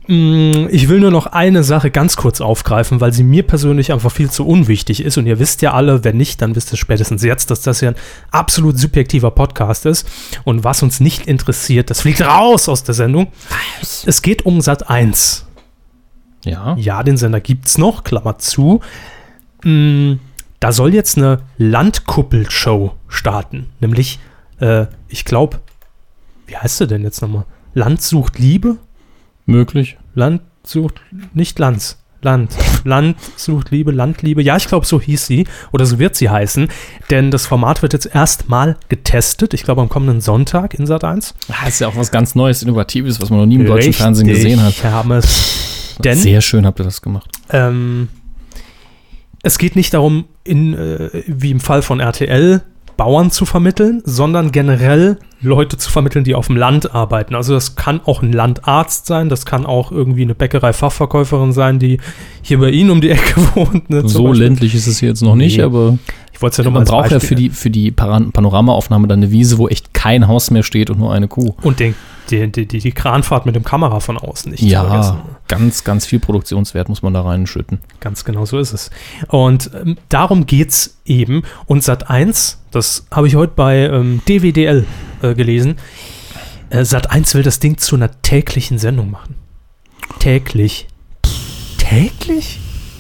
Speaker 2: Mm, Ich will nur noch eine Sache ganz kurz aufgreifen, weil sie mir persönlich einfach viel zu unwichtig ist. Und ihr wisst ja alle, wenn nicht, dann wisst ihr spätestens jetzt, dass das hier ein absolut subjektiver Podcast ist. Und was uns nicht interessiert, das fliegt raus aus der Sendung. Es geht um Sat 1.
Speaker 1: Ja.
Speaker 2: Ja, den Sender gibt's noch, Klammer zu. Mm, Da soll jetzt eine Landkuppelshow starten. Nämlich, äh, ich glaube, wie heißt sie denn jetzt nochmal? Land sucht Liebe?
Speaker 1: Möglich.
Speaker 2: Land sucht, nicht Lanz. Land. Land sucht Liebe, Landliebe. Ja, ich glaube, so hieß sie oder so wird sie heißen. Denn das Format wird jetzt erstmal getestet. Ich glaube, am kommenden Sonntag in Sat 1.
Speaker 1: Das Ah, ist ja auch was ganz Neues, Innovatives, was man noch nie im deutschen Fernsehen gesehen hat.
Speaker 2: Hermes. Denn
Speaker 1: Sehr schön habt ihr das gemacht.
Speaker 2: ähm, es geht nicht darum, in, äh, wie im Fall von RTL, Bauern zu vermitteln, sondern generell Leute zu vermitteln, die auf dem Land arbeiten. Also das kann auch ein Landarzt sein, das kann auch irgendwie eine Bäckerei-Fachverkäuferin sein, die hier bei Ihnen um die Ecke wohnt. Ne, zum
Speaker 1: So
Speaker 2: Beispiel.
Speaker 1: ländlich ist es hier jetzt noch nicht,
Speaker 2: Nee.
Speaker 1: aber
Speaker 2: Ich wollte es ja nur mal
Speaker 1: man
Speaker 2: als
Speaker 1: braucht ja
Speaker 2: Beispiel-
Speaker 1: für die, für die Paran- Panoramaaufnahme dann eine Wiese, wo echt kein Haus mehr steht und nur eine Kuh.
Speaker 2: Und den, die, die, die, die Kranfahrt mit dem Kamera von außen nicht zu vergessen.
Speaker 1: Ja, ganz, ganz viel Produktionswert muss man da reinschütten.
Speaker 2: Ganz genau so ist es. Und ähm, darum geht's eben. Und Sat 1, das habe ich heute bei ähm, DWDL äh, gelesen, äh, Sat 1 will das Ding zu einer täglichen Sendung machen. Täglich. Täglich?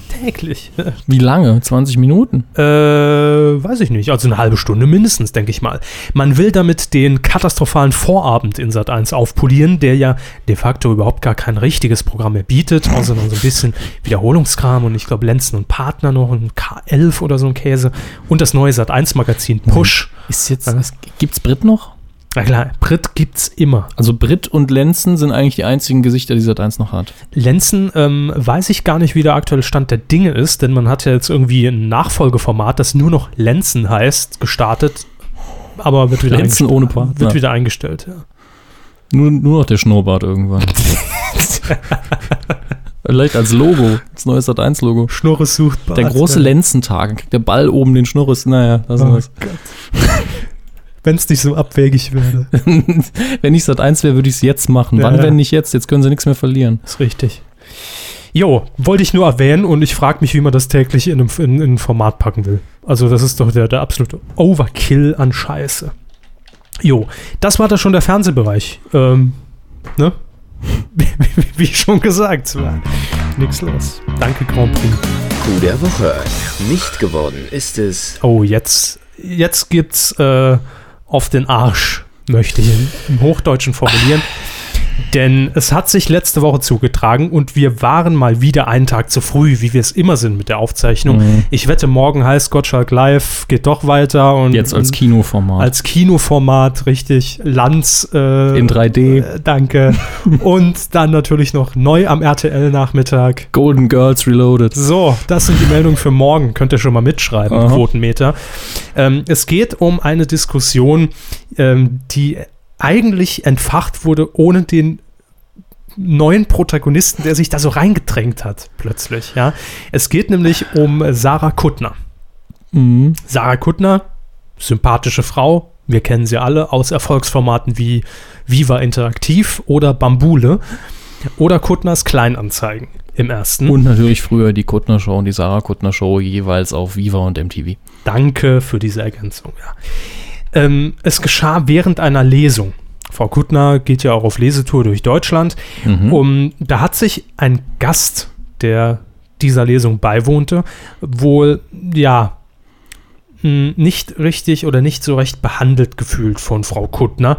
Speaker 2: Täglich.
Speaker 1: Wie lange? 20 Minuten?
Speaker 2: Äh, weiß ich nicht. Also eine halbe Stunde mindestens, denke ich mal. Man will damit den katastrophalen Vorabend in Sat 1 aufpolieren, der ja de facto überhaupt gar kein richtiges Programm mehr bietet, außer noch so ein bisschen Wiederholungskram und ich glaube Lenzen und Partner noch und K11 oder so ein Käse und das neue Sat 1 Magazin Push.
Speaker 1: Ist jetzt. Gibt's Brit noch?
Speaker 2: Na klar, Brit gibt's immer.
Speaker 1: Also Brit und Lenzen sind eigentlich die einzigen Gesichter, die Sat1 noch hat.
Speaker 2: Lenzen ähm, weiß ich gar nicht, wie der aktuelle Stand der Dinge ist, denn man hat ja jetzt irgendwie ein Nachfolgeformat, das nur noch Lenzen heißt, gestartet, aber wird wieder
Speaker 1: Lenzen
Speaker 2: eingestellt.
Speaker 1: ohne Partner.
Speaker 2: Wird wieder eingestellt, ja.
Speaker 1: Nur, nur noch der Schnurrbart irgendwann. Vielleicht als Logo, das neue Sat1-Logo.
Speaker 2: Schnurres sucht
Speaker 1: Der große oh Lenzentag, dann kriegt der Ball oben den Schnurres. Naja, lassen wir's.
Speaker 2: Wenn es Oh nicht so abwegig wäre.
Speaker 1: wenn ich Sat1 wäre, würde ich es jetzt machen.
Speaker 2: Ja,
Speaker 1: Wann,
Speaker 2: ja.
Speaker 1: wenn nicht jetzt? Jetzt können sie nichts mehr verlieren.
Speaker 2: ist richtig. Jo, wollte ich nur erwähnen und ich frage mich, wie man das täglich in, einem, in, in ein Format packen will. Also das ist doch der, der absolute Overkill an Scheiße. Jo, das war da schon der Fernsehbereich. Ähm, ne? Wie, wie, wie schon gesagt, es war nix los. Danke Grand Prix.
Speaker 3: Coup der Woche. Nicht geworden ist es
Speaker 2: Oh, jetzt, jetzt gibt's äh, auf den Arsch, möchte ich im- im Hochdeutschen formulieren.
Speaker 1: Ah.
Speaker 2: Denn es hat sich letzte Woche zugetragen und wir waren mal wieder einen Tag zu früh, wie wir es immer sind mit der Aufzeichnung.
Speaker 1: Mhm.
Speaker 2: Ich wette, morgen heißt Gottschalk Live, geht doch weiter und
Speaker 1: Jetzt Mhm. als Kinoformat.
Speaker 2: als Kinoformat, richtig, Lanz äh,
Speaker 1: in 3D.
Speaker 2: äh, danke. und dann natürlich noch neu am RTL-Nachmittag.
Speaker 1: Golden Girls Reloaded.
Speaker 2: So, das sind die Meldungen für morgen. Könnt ihr schon mal mitschreiben,
Speaker 1: Aha.
Speaker 2: Quotenmeter. Ähm, es geht um eine Diskussion, ähm, die eigentlich entfacht wurde ohne den neuen Protagonisten, der sich da so reingedrängt hat, plötzlich. Ja? Es geht nämlich um äh, Sarah Kuttner.
Speaker 1: Mhm.
Speaker 2: Sarah Kuttner, sympathische Frau, wir kennen sie alle aus Erfolgsformaten wie Viva Interaktiv oder Bambule oder Kuttners Kleinanzeigen im ersten.
Speaker 1: Und natürlich früher die Kuttner Show und die Sarah Kuttner Show jeweils auf Viva und MTV.
Speaker 2: Danke für diese Ergänzung. Ja. Ähm, es geschah während einer Lesung. Frau Kuttner geht ja auch auf Lesetour durch Deutschland.
Speaker 1: Mhm. Oh.
Speaker 2: Um, da hat sich ein Gast, der dieser Lesung beiwohnte, wohl ja mh, nicht richtig oder nicht so recht behandelt gefühlt von Frau Kuttner.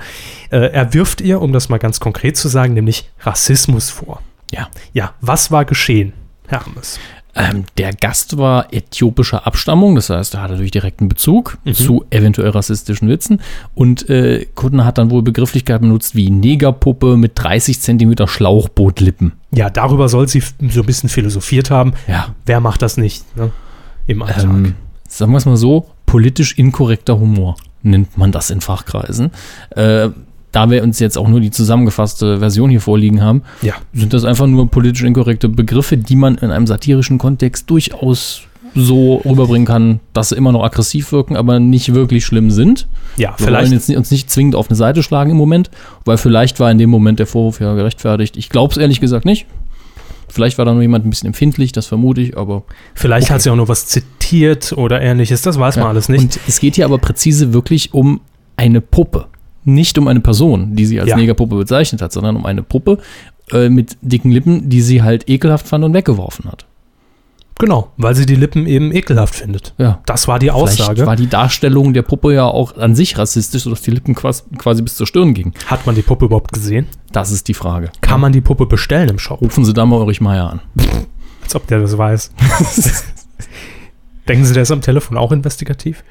Speaker 2: Äh, er wirft ihr, um das mal ganz konkret zu sagen, nämlich Rassismus vor.
Speaker 1: Ja.
Speaker 2: Ja, was war geschehen, Hermes?
Speaker 1: Ähm, der Gast war äthiopischer Abstammung, das heißt, er hatte natürlich direkten Bezug zu eventuell rassistischen Witzen. Und äh, Kuttner hat dann wohl Begrifflichkeiten benutzt wie Negerpuppe mit 30 Zentimeter Schlauchbootlippen.
Speaker 2: Ja, darüber soll sie f- so ein bisschen philosophiert haben.
Speaker 1: Ja.
Speaker 2: Wer macht das nicht ne? im Alltag?
Speaker 1: ähm, sagen wir es mal so, politisch inkorrekter Humor nennt man das in Fachkreisen. Äh, da wir uns jetzt auch nur die zusammengefasste Version hier vorliegen haben,
Speaker 2: ja.
Speaker 1: sind das einfach nur politisch inkorrekte Begriffe, die man in einem satirischen Kontext durchaus so rüberbringen kann, dass sie immer noch aggressiv wirken, aber nicht wirklich schlimm sind.
Speaker 2: ja,
Speaker 1: Wir wollen
Speaker 2: vielleicht.
Speaker 1: jetzt nicht, uns nicht zwingend auf eine Seite schlagen im Moment, weil vielleicht war in dem Moment der Vorwurf ja gerechtfertigt. Ich glaube es ehrlich gesagt nicht. Vielleicht war da nur jemand ein bisschen empfindlich, das vermute ich, aber
Speaker 2: Vielleicht hat sie auch nur was zitiert oder ähnliches, das weiß man
Speaker 1: Ja.
Speaker 2: alles nicht.
Speaker 1: Und es geht hier aber präzise wirklich um eine Puppe. Nicht um eine Person, die sie als
Speaker 2: Ja.
Speaker 1: Negerpuppe bezeichnet hat, sondern um eine Puppe äh, mit dicken Lippen, die sie halt ekelhaft fand und weggeworfen hat.
Speaker 2: genau, weil sie die Lippen eben ekelhaft findet.
Speaker 1: Ja.
Speaker 2: Das war die
Speaker 1: Vielleicht
Speaker 2: Aussage.
Speaker 1: war die Darstellung der Puppe ja auch an sich rassistisch, sodass die Lippen quasi, quasi bis zur Stirn gingen.
Speaker 2: Hat man die Puppe überhaupt gesehen?
Speaker 1: Das ist die Frage.
Speaker 2: Kann man die Puppe bestellen im Shop?
Speaker 1: Rufen Sie da mal Ulrich Meier an.
Speaker 2: Als ob der das weiß. Denken Sie, der ist am Telefon auch investigativ?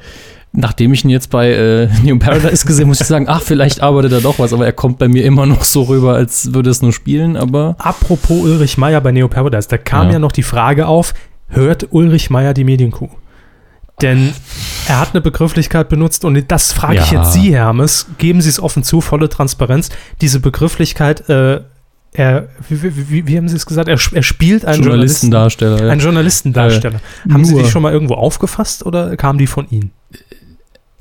Speaker 1: Nachdem ich ihn jetzt bei äh, New Paradise gesehen muss ich sagen, ach, vielleicht arbeitet er doch was, aber er kommt bei mir immer noch so rüber, als würde es nur spielen, aber
Speaker 2: Apropos Ulrich Meier bei Neo Paradise, da kam ja.
Speaker 1: Ja.
Speaker 2: noch die Frage auf, hört Ulrich Meier die Medienkuh? Denn er hat eine Begrifflichkeit benutzt und das frage ich
Speaker 1: Ja.
Speaker 2: jetzt Sie, Hermes, geben Sie es offen zu, volle Transparenz, diese Begrifflichkeit, äh, er, wie, wie, wie, wie haben Sie es gesagt, er, sp- er spielt einen Journalisten,
Speaker 1: Journalistendarsteller. ja.
Speaker 2: einen Journalistendarsteller.
Speaker 1: Äh,
Speaker 2: haben Sie die
Speaker 1: nur.
Speaker 2: schon mal irgendwo aufgefasst oder kam die von Ihnen?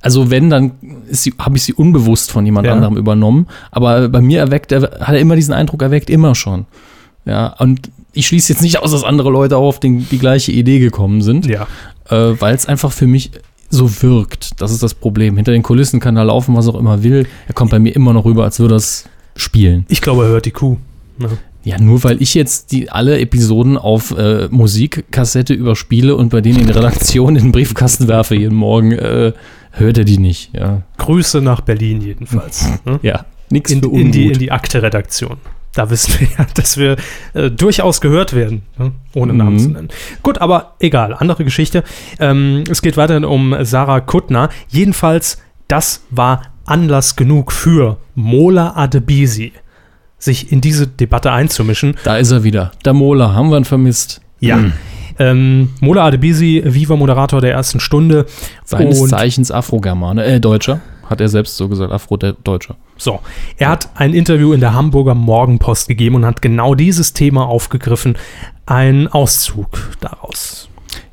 Speaker 1: Also wenn, dann ist sie, habe ich sie unbewusst von jemand
Speaker 2: Ja.
Speaker 1: anderem übernommen. Aber bei mir erweckt, er, hat er immer diesen Eindruck erweckt, immer schon. Ja, und ich schließe jetzt nicht aus, dass andere Leute auch auf den, die gleiche Idee gekommen sind,
Speaker 2: Ja.
Speaker 1: äh, weil es einfach für mich so wirkt. Das ist das Problem. Hinter den Kulissen kann er laufen, was auch immer will. Er kommt bei mir immer noch rüber, als würde er es spielen.
Speaker 2: Ich glaube, er hört die Kuh.
Speaker 1: Ja, nur weil ich jetzt die alle Episoden auf äh, Musikkassette überspiele und bei denen in der Redaktion in den Briefkasten werfe jeden Morgen, äh, hört er die nicht. Ja,
Speaker 2: Grüße nach Berlin jedenfalls. ne?
Speaker 1: ja. Nix
Speaker 2: in,
Speaker 1: für
Speaker 2: in die,
Speaker 1: Unmut.
Speaker 2: in die Akte-Redaktion. Da wissen wir ja, dass wir äh, durchaus gehört werden, ne? ohne Namen
Speaker 1: Mhm.
Speaker 2: zu nennen. Gut, aber egal, andere Geschichte. Ähm, es geht weiterhin um Sarah Kuttner. Jedenfalls, das war Anlass genug für Mola Adebisi, sich in diese Debatte einzumischen.
Speaker 1: Da ist er wieder. Der Mola, haben wir ihn vermisst.
Speaker 2: Ja.
Speaker 1: Mhm.
Speaker 2: Ähm, Mola Adebisi, Viva-Moderator der ersten Stunde.
Speaker 1: Seines
Speaker 2: Und-
Speaker 1: Zeichens Afro-Germane, äh, Deutscher. Hat er selbst so gesagt, Afro-Deutscher.
Speaker 2: So, er hat ein Interview in der Hamburger Morgenpost gegeben und hat genau dieses Thema aufgegriffen. Ein Auszug daraus.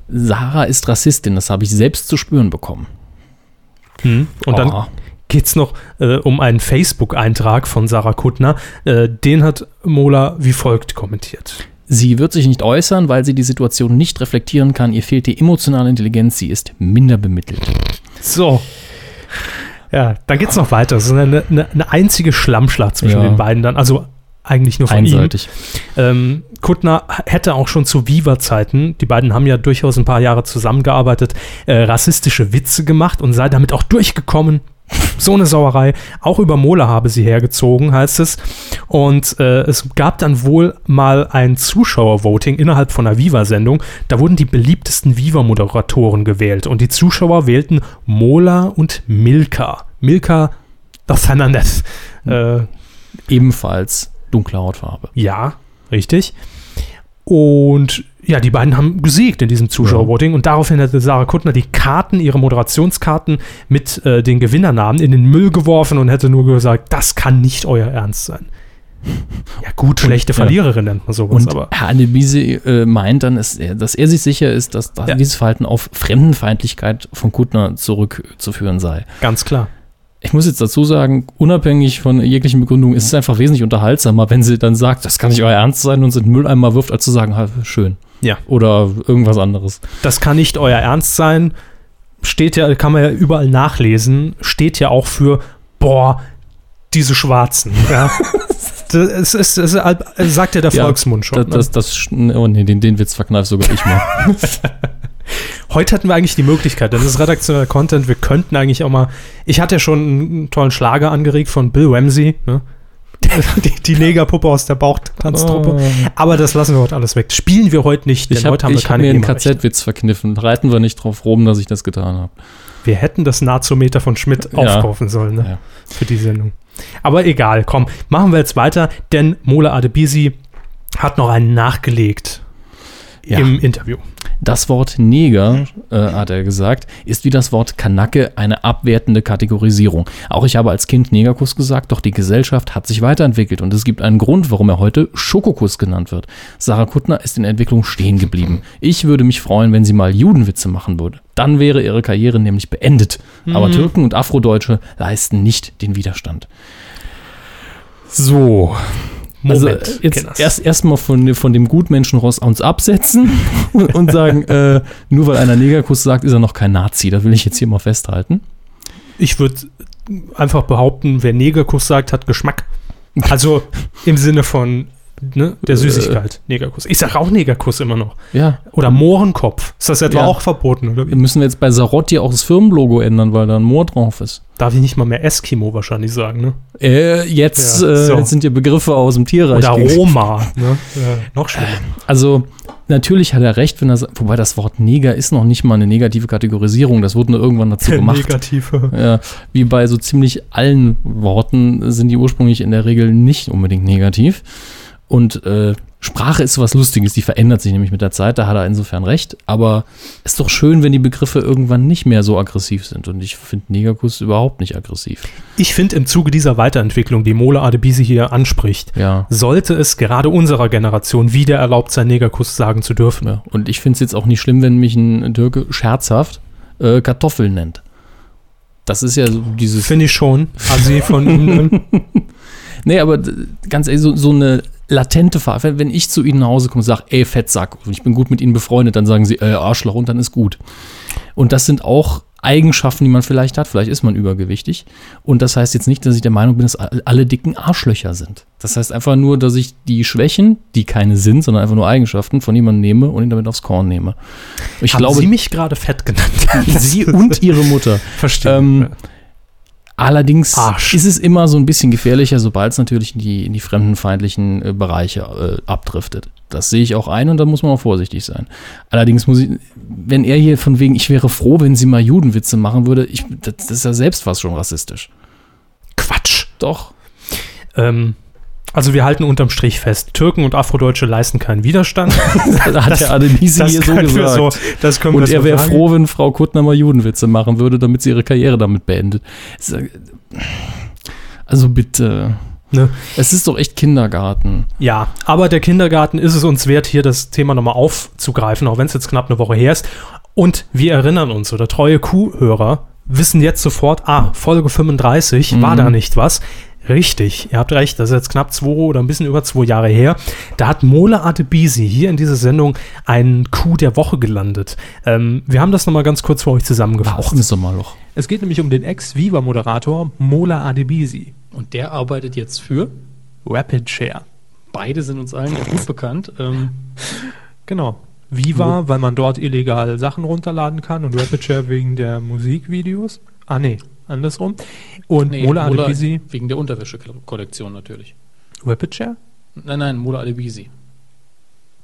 Speaker 1: Sarah ist Rassistin, das habe ich selbst zu spüren bekommen.
Speaker 2: Hm. Und dann
Speaker 1: Ah,
Speaker 2: geht es noch äh, um einen Facebook-Eintrag von Sarah Kuttner. Äh, den hat Mola wie folgt kommentiert.
Speaker 1: Sie wird sich nicht äußern, weil sie die Situation nicht reflektieren kann. Ihr fehlt die emotionale Intelligenz, sie ist minder bemittelt.
Speaker 2: So. Ja, dann geht's noch weiter. Es ist eine, eine, eine einzige Schlammschlacht zwischen
Speaker 1: Ja.
Speaker 2: den beiden dann. Also eigentlich nur von ihm.
Speaker 1: Einseitig.
Speaker 2: Ähm, Kuttner hätte auch schon zu Viva-Zeiten, die beiden haben ja durchaus ein paar Jahre zusammengearbeitet, äh, rassistische Witze gemacht und sei damit auch durchgekommen. So eine Sauerei. Auch über Mola habe sie hergezogen, heißt es. Und äh, es gab dann wohl mal ein Zuschauervoting innerhalb von einer Viva-Sendung. Da wurden die beliebtesten Viva-Moderatoren gewählt. Und die Zuschauer wählten Mola und Milka. Milka dos Hernandez. Äh,
Speaker 1: Ebenfalls dunkle Hautfarbe.
Speaker 2: ja, richtig. Und ja, die beiden haben gesiegt in diesem Zuschauervoting und daraufhin hatte Sarah Kuttner die Karten, ihre Moderationskarten mit äh, den Gewinnernamen in den Müll geworfen und hätte nur gesagt, das kann nicht euer Ernst sein. Ja gut, schlechte
Speaker 1: ja.
Speaker 2: Verliererin nennt man sowas,
Speaker 1: Und
Speaker 2: aber
Speaker 1: Herr Anneliese äh, meint dann, dass er, dass er sich sicher ist, dass das,
Speaker 2: Ja.
Speaker 1: dieses Verhalten auf Fremdenfeindlichkeit von Kuttner zurückzuführen sei.
Speaker 2: ganz klar.
Speaker 1: ich muss jetzt dazu sagen, unabhängig von jeglichen Begründungen, ist es einfach wesentlich unterhaltsamer, wenn sie dann sagt, das kann nicht euer Ernst sein und sind Mülleimer wirft, als zu sagen, "Ha, schön.
Speaker 2: Ja.
Speaker 1: Oder irgendwas anderes.
Speaker 2: Das kann nicht euer Ernst sein. Steht ja, kann man ja überall nachlesen, steht ja auch für, boah, diese Schwarzen. Ja. das ist, es ist, es sagt ja der
Speaker 1: Ja,
Speaker 2: Volksmund schon.
Speaker 1: Das,
Speaker 2: ne?
Speaker 1: das, das, oh nee, den, den Witz verkneift sogar ich mal.
Speaker 2: Heute hatten wir eigentlich die Möglichkeit, das ist redaktioneller Content, wir könnten eigentlich auch mal. Ich hatte ja schon einen tollen Schlager angeregt von Bill Ramsey, ne? die, die Negerpuppe aus der Bauchtanztruppe. Aber das lassen wir heute alles weg. Spielen wir heute nicht, denn
Speaker 1: Oh. ich habe
Speaker 2: heute haben wir
Speaker 1: hab
Speaker 2: keine
Speaker 1: mir einen
Speaker 2: Gamerrechte.
Speaker 1: KZ-Witz verkniffen. Reiten wir nicht drauf rum, dass ich das getan habe.
Speaker 2: Wir hätten das Nazometer von Schmidt aufkaufen sollen ne?
Speaker 1: Ja.
Speaker 2: für die Sendung. Aber egal, komm, machen wir jetzt weiter, denn Mola Adebisi hat noch einen nachgelegt
Speaker 1: Ja.
Speaker 2: im Interview.
Speaker 1: Das Wort Neger, äh, hat er gesagt, ist wie das Wort Kanacke eine abwertende Kategorisierung. Auch ich habe als Kind Negerkuss gesagt, doch die Gesellschaft hat sich weiterentwickelt und es gibt einen Grund, warum er heute Schokokuss genannt wird. Sarah Kuttner ist in der Entwicklung stehen geblieben. Ich würde mich freuen, wenn sie mal Judenwitze machen würde. Dann wäre ihre Karriere nämlich beendet. Aber Türken und Afrodeutsche leisten nicht den Widerstand. So. Also
Speaker 2: Moment,
Speaker 1: äh, jetzt
Speaker 2: Kenners.
Speaker 1: erst erstmal von, von dem Gutmenschen Ross uns absetzen und, und sagen, äh, nur weil einer Negerkuss sagt, ist er noch kein Nazi. Das will ich jetzt hier mal festhalten.
Speaker 2: ich würde einfach behaupten, wer Negerkuss sagt, hat Geschmack. Also im Sinne von ne, der Süßigkeit, Negerkuss. Ich sage auch Negerkuss immer noch.
Speaker 1: Ja,
Speaker 2: Oder Mohrenkopf. Ist das etwa
Speaker 1: Ja.
Speaker 2: auch verboten? Oder wie?
Speaker 1: müssen wir jetzt bei Sarotti auch das Firmenlogo ändern, weil da ein Moor drauf ist.
Speaker 2: Darf ich nicht mal mehr Eskimo wahrscheinlich sagen, ne?
Speaker 1: Äh, jetzt,
Speaker 2: Ja,
Speaker 1: äh,
Speaker 2: so.
Speaker 1: jetzt sind hier Begriffe aus dem Tierreich.
Speaker 2: Oder
Speaker 1: gegen-
Speaker 2: Roma. ne? Äh, noch schlimmer.
Speaker 1: Also natürlich hat er recht, wenn er sagt, wobei das Wort Neger ist noch nicht mal eine negative Kategorisierung, das wurde nur irgendwann dazu gemacht.
Speaker 2: Negative.
Speaker 1: Ja, Äh, wie bei so ziemlich allen Worten sind die ursprünglich in der Regel nicht unbedingt negativ. Und äh, Sprache ist was Lustiges, die verändert sich nämlich mit der Zeit, da hat er insofern recht. Aber ist doch schön, wenn die Begriffe irgendwann nicht mehr so aggressiv sind. Und ich finde Negerkuss überhaupt nicht aggressiv.
Speaker 2: Ich finde im Zuge dieser Weiterentwicklung, die Mole Adebisi hier anspricht,
Speaker 1: Ja.
Speaker 2: sollte es gerade unserer Generation wieder erlaubt sein, Negerkuss sagen zu dürfen.
Speaker 1: ja. Und ich finde es jetzt auch nicht schlimm, wenn mich ein Türke scherzhaft äh, Kartoffel nennt. Das ist ja so dieses
Speaker 2: Finde ich schon. Also von ihm.
Speaker 1: Nee, aber d- ganz ehrlich, so, so eine latente Farbe. Wenn- Wenn ich zu ihnen nach Hause komme und sage, ey, Fettsack, und ich bin gut mit ihnen befreundet, dann sagen sie, äh, Arschloch, und dann ist gut. Und das sind auch Eigenschaften, die man vielleicht hat. Vielleicht ist man übergewichtig. Und das heißt jetzt nicht, dass ich der Meinung bin, dass all- alle dicken Arschlöcher sind. Das heißt einfach nur, dass ich die Schwächen, die keine sind, sondern einfach nur Eigenschaften, von jemandem nehme und ihn damit aufs Korn nehme. Ich
Speaker 2: Haben
Speaker 1: glaube,
Speaker 2: Sie mich gerade fett genannt?
Speaker 1: sie und ihre Mutter.
Speaker 2: Verstehe.
Speaker 1: Ähm, allerdings
Speaker 2: Arsch.
Speaker 1: ist es immer so ein bisschen gefährlicher, sobald es natürlich in die, in die fremdenfeindlichen äh, Bereiche äh, abdriftet. Das sehe ich auch ein und da muss man auch vorsichtig sein. Allerdings muss ich, wenn er hier von wegen, ich wäre froh, wenn sie mal Judenwitze machen würde, ich, das, das ist ja selbst fast schon rassistisch.
Speaker 2: Quatsch.
Speaker 1: Doch.
Speaker 2: Ähm, also wir halten unterm Strich fest, Türken und Afrodeutsche leisten keinen Widerstand.
Speaker 1: Da hat
Speaker 2: Das-
Speaker 1: der Adenisi hier so
Speaker 2: können wir
Speaker 1: gesagt.
Speaker 2: so- das können
Speaker 1: und
Speaker 2: wir
Speaker 1: er
Speaker 2: so
Speaker 1: wäre
Speaker 2: sagen.
Speaker 1: froh, wenn Frau Kuttner mal Judenwitze machen würde, damit sie ihre Karriere damit beendet. Es ist- Also bitte.
Speaker 2: Ne?
Speaker 1: Es ist doch echt Kindergarten.
Speaker 2: Ja, aber der Kindergarten ist es uns wert, hier das Thema nochmal aufzugreifen, auch wenn es jetzt knapp eine Woche her ist. Und wir erinnern uns, oder treue Kuhhörer wissen jetzt sofort, ah, Folge 35, war da nicht was. Richtig, ihr habt recht, das ist jetzt knapp zwei oder ein bisschen über zwei Jahre her. Da hat Mole Adebisi hier in dieser Sendung einen Coup der Woche gelandet. Ähm, wir haben das nochmal ganz kurz für euch
Speaker 1: War auch
Speaker 2: zusammengefasst.
Speaker 1: ein Sommerloch.
Speaker 2: Es geht nämlich um den Ex-Viva-Moderator Mola Adebisi.
Speaker 4: Und der arbeitet jetzt für.
Speaker 2: Rapid Share.
Speaker 4: Beide sind uns allen gut bekannt. Ähm,
Speaker 2: Genau. Viva, weil man dort illegal Sachen runterladen kann und Rapidshare wegen der Musikvideos. Ah nee, andersrum. Und
Speaker 4: nee,
Speaker 2: Mola Adebisi,
Speaker 4: wegen der Unterwäsche-Kollektion natürlich.
Speaker 2: Rapidshare?
Speaker 4: Nein, nein, Mola Adebisi.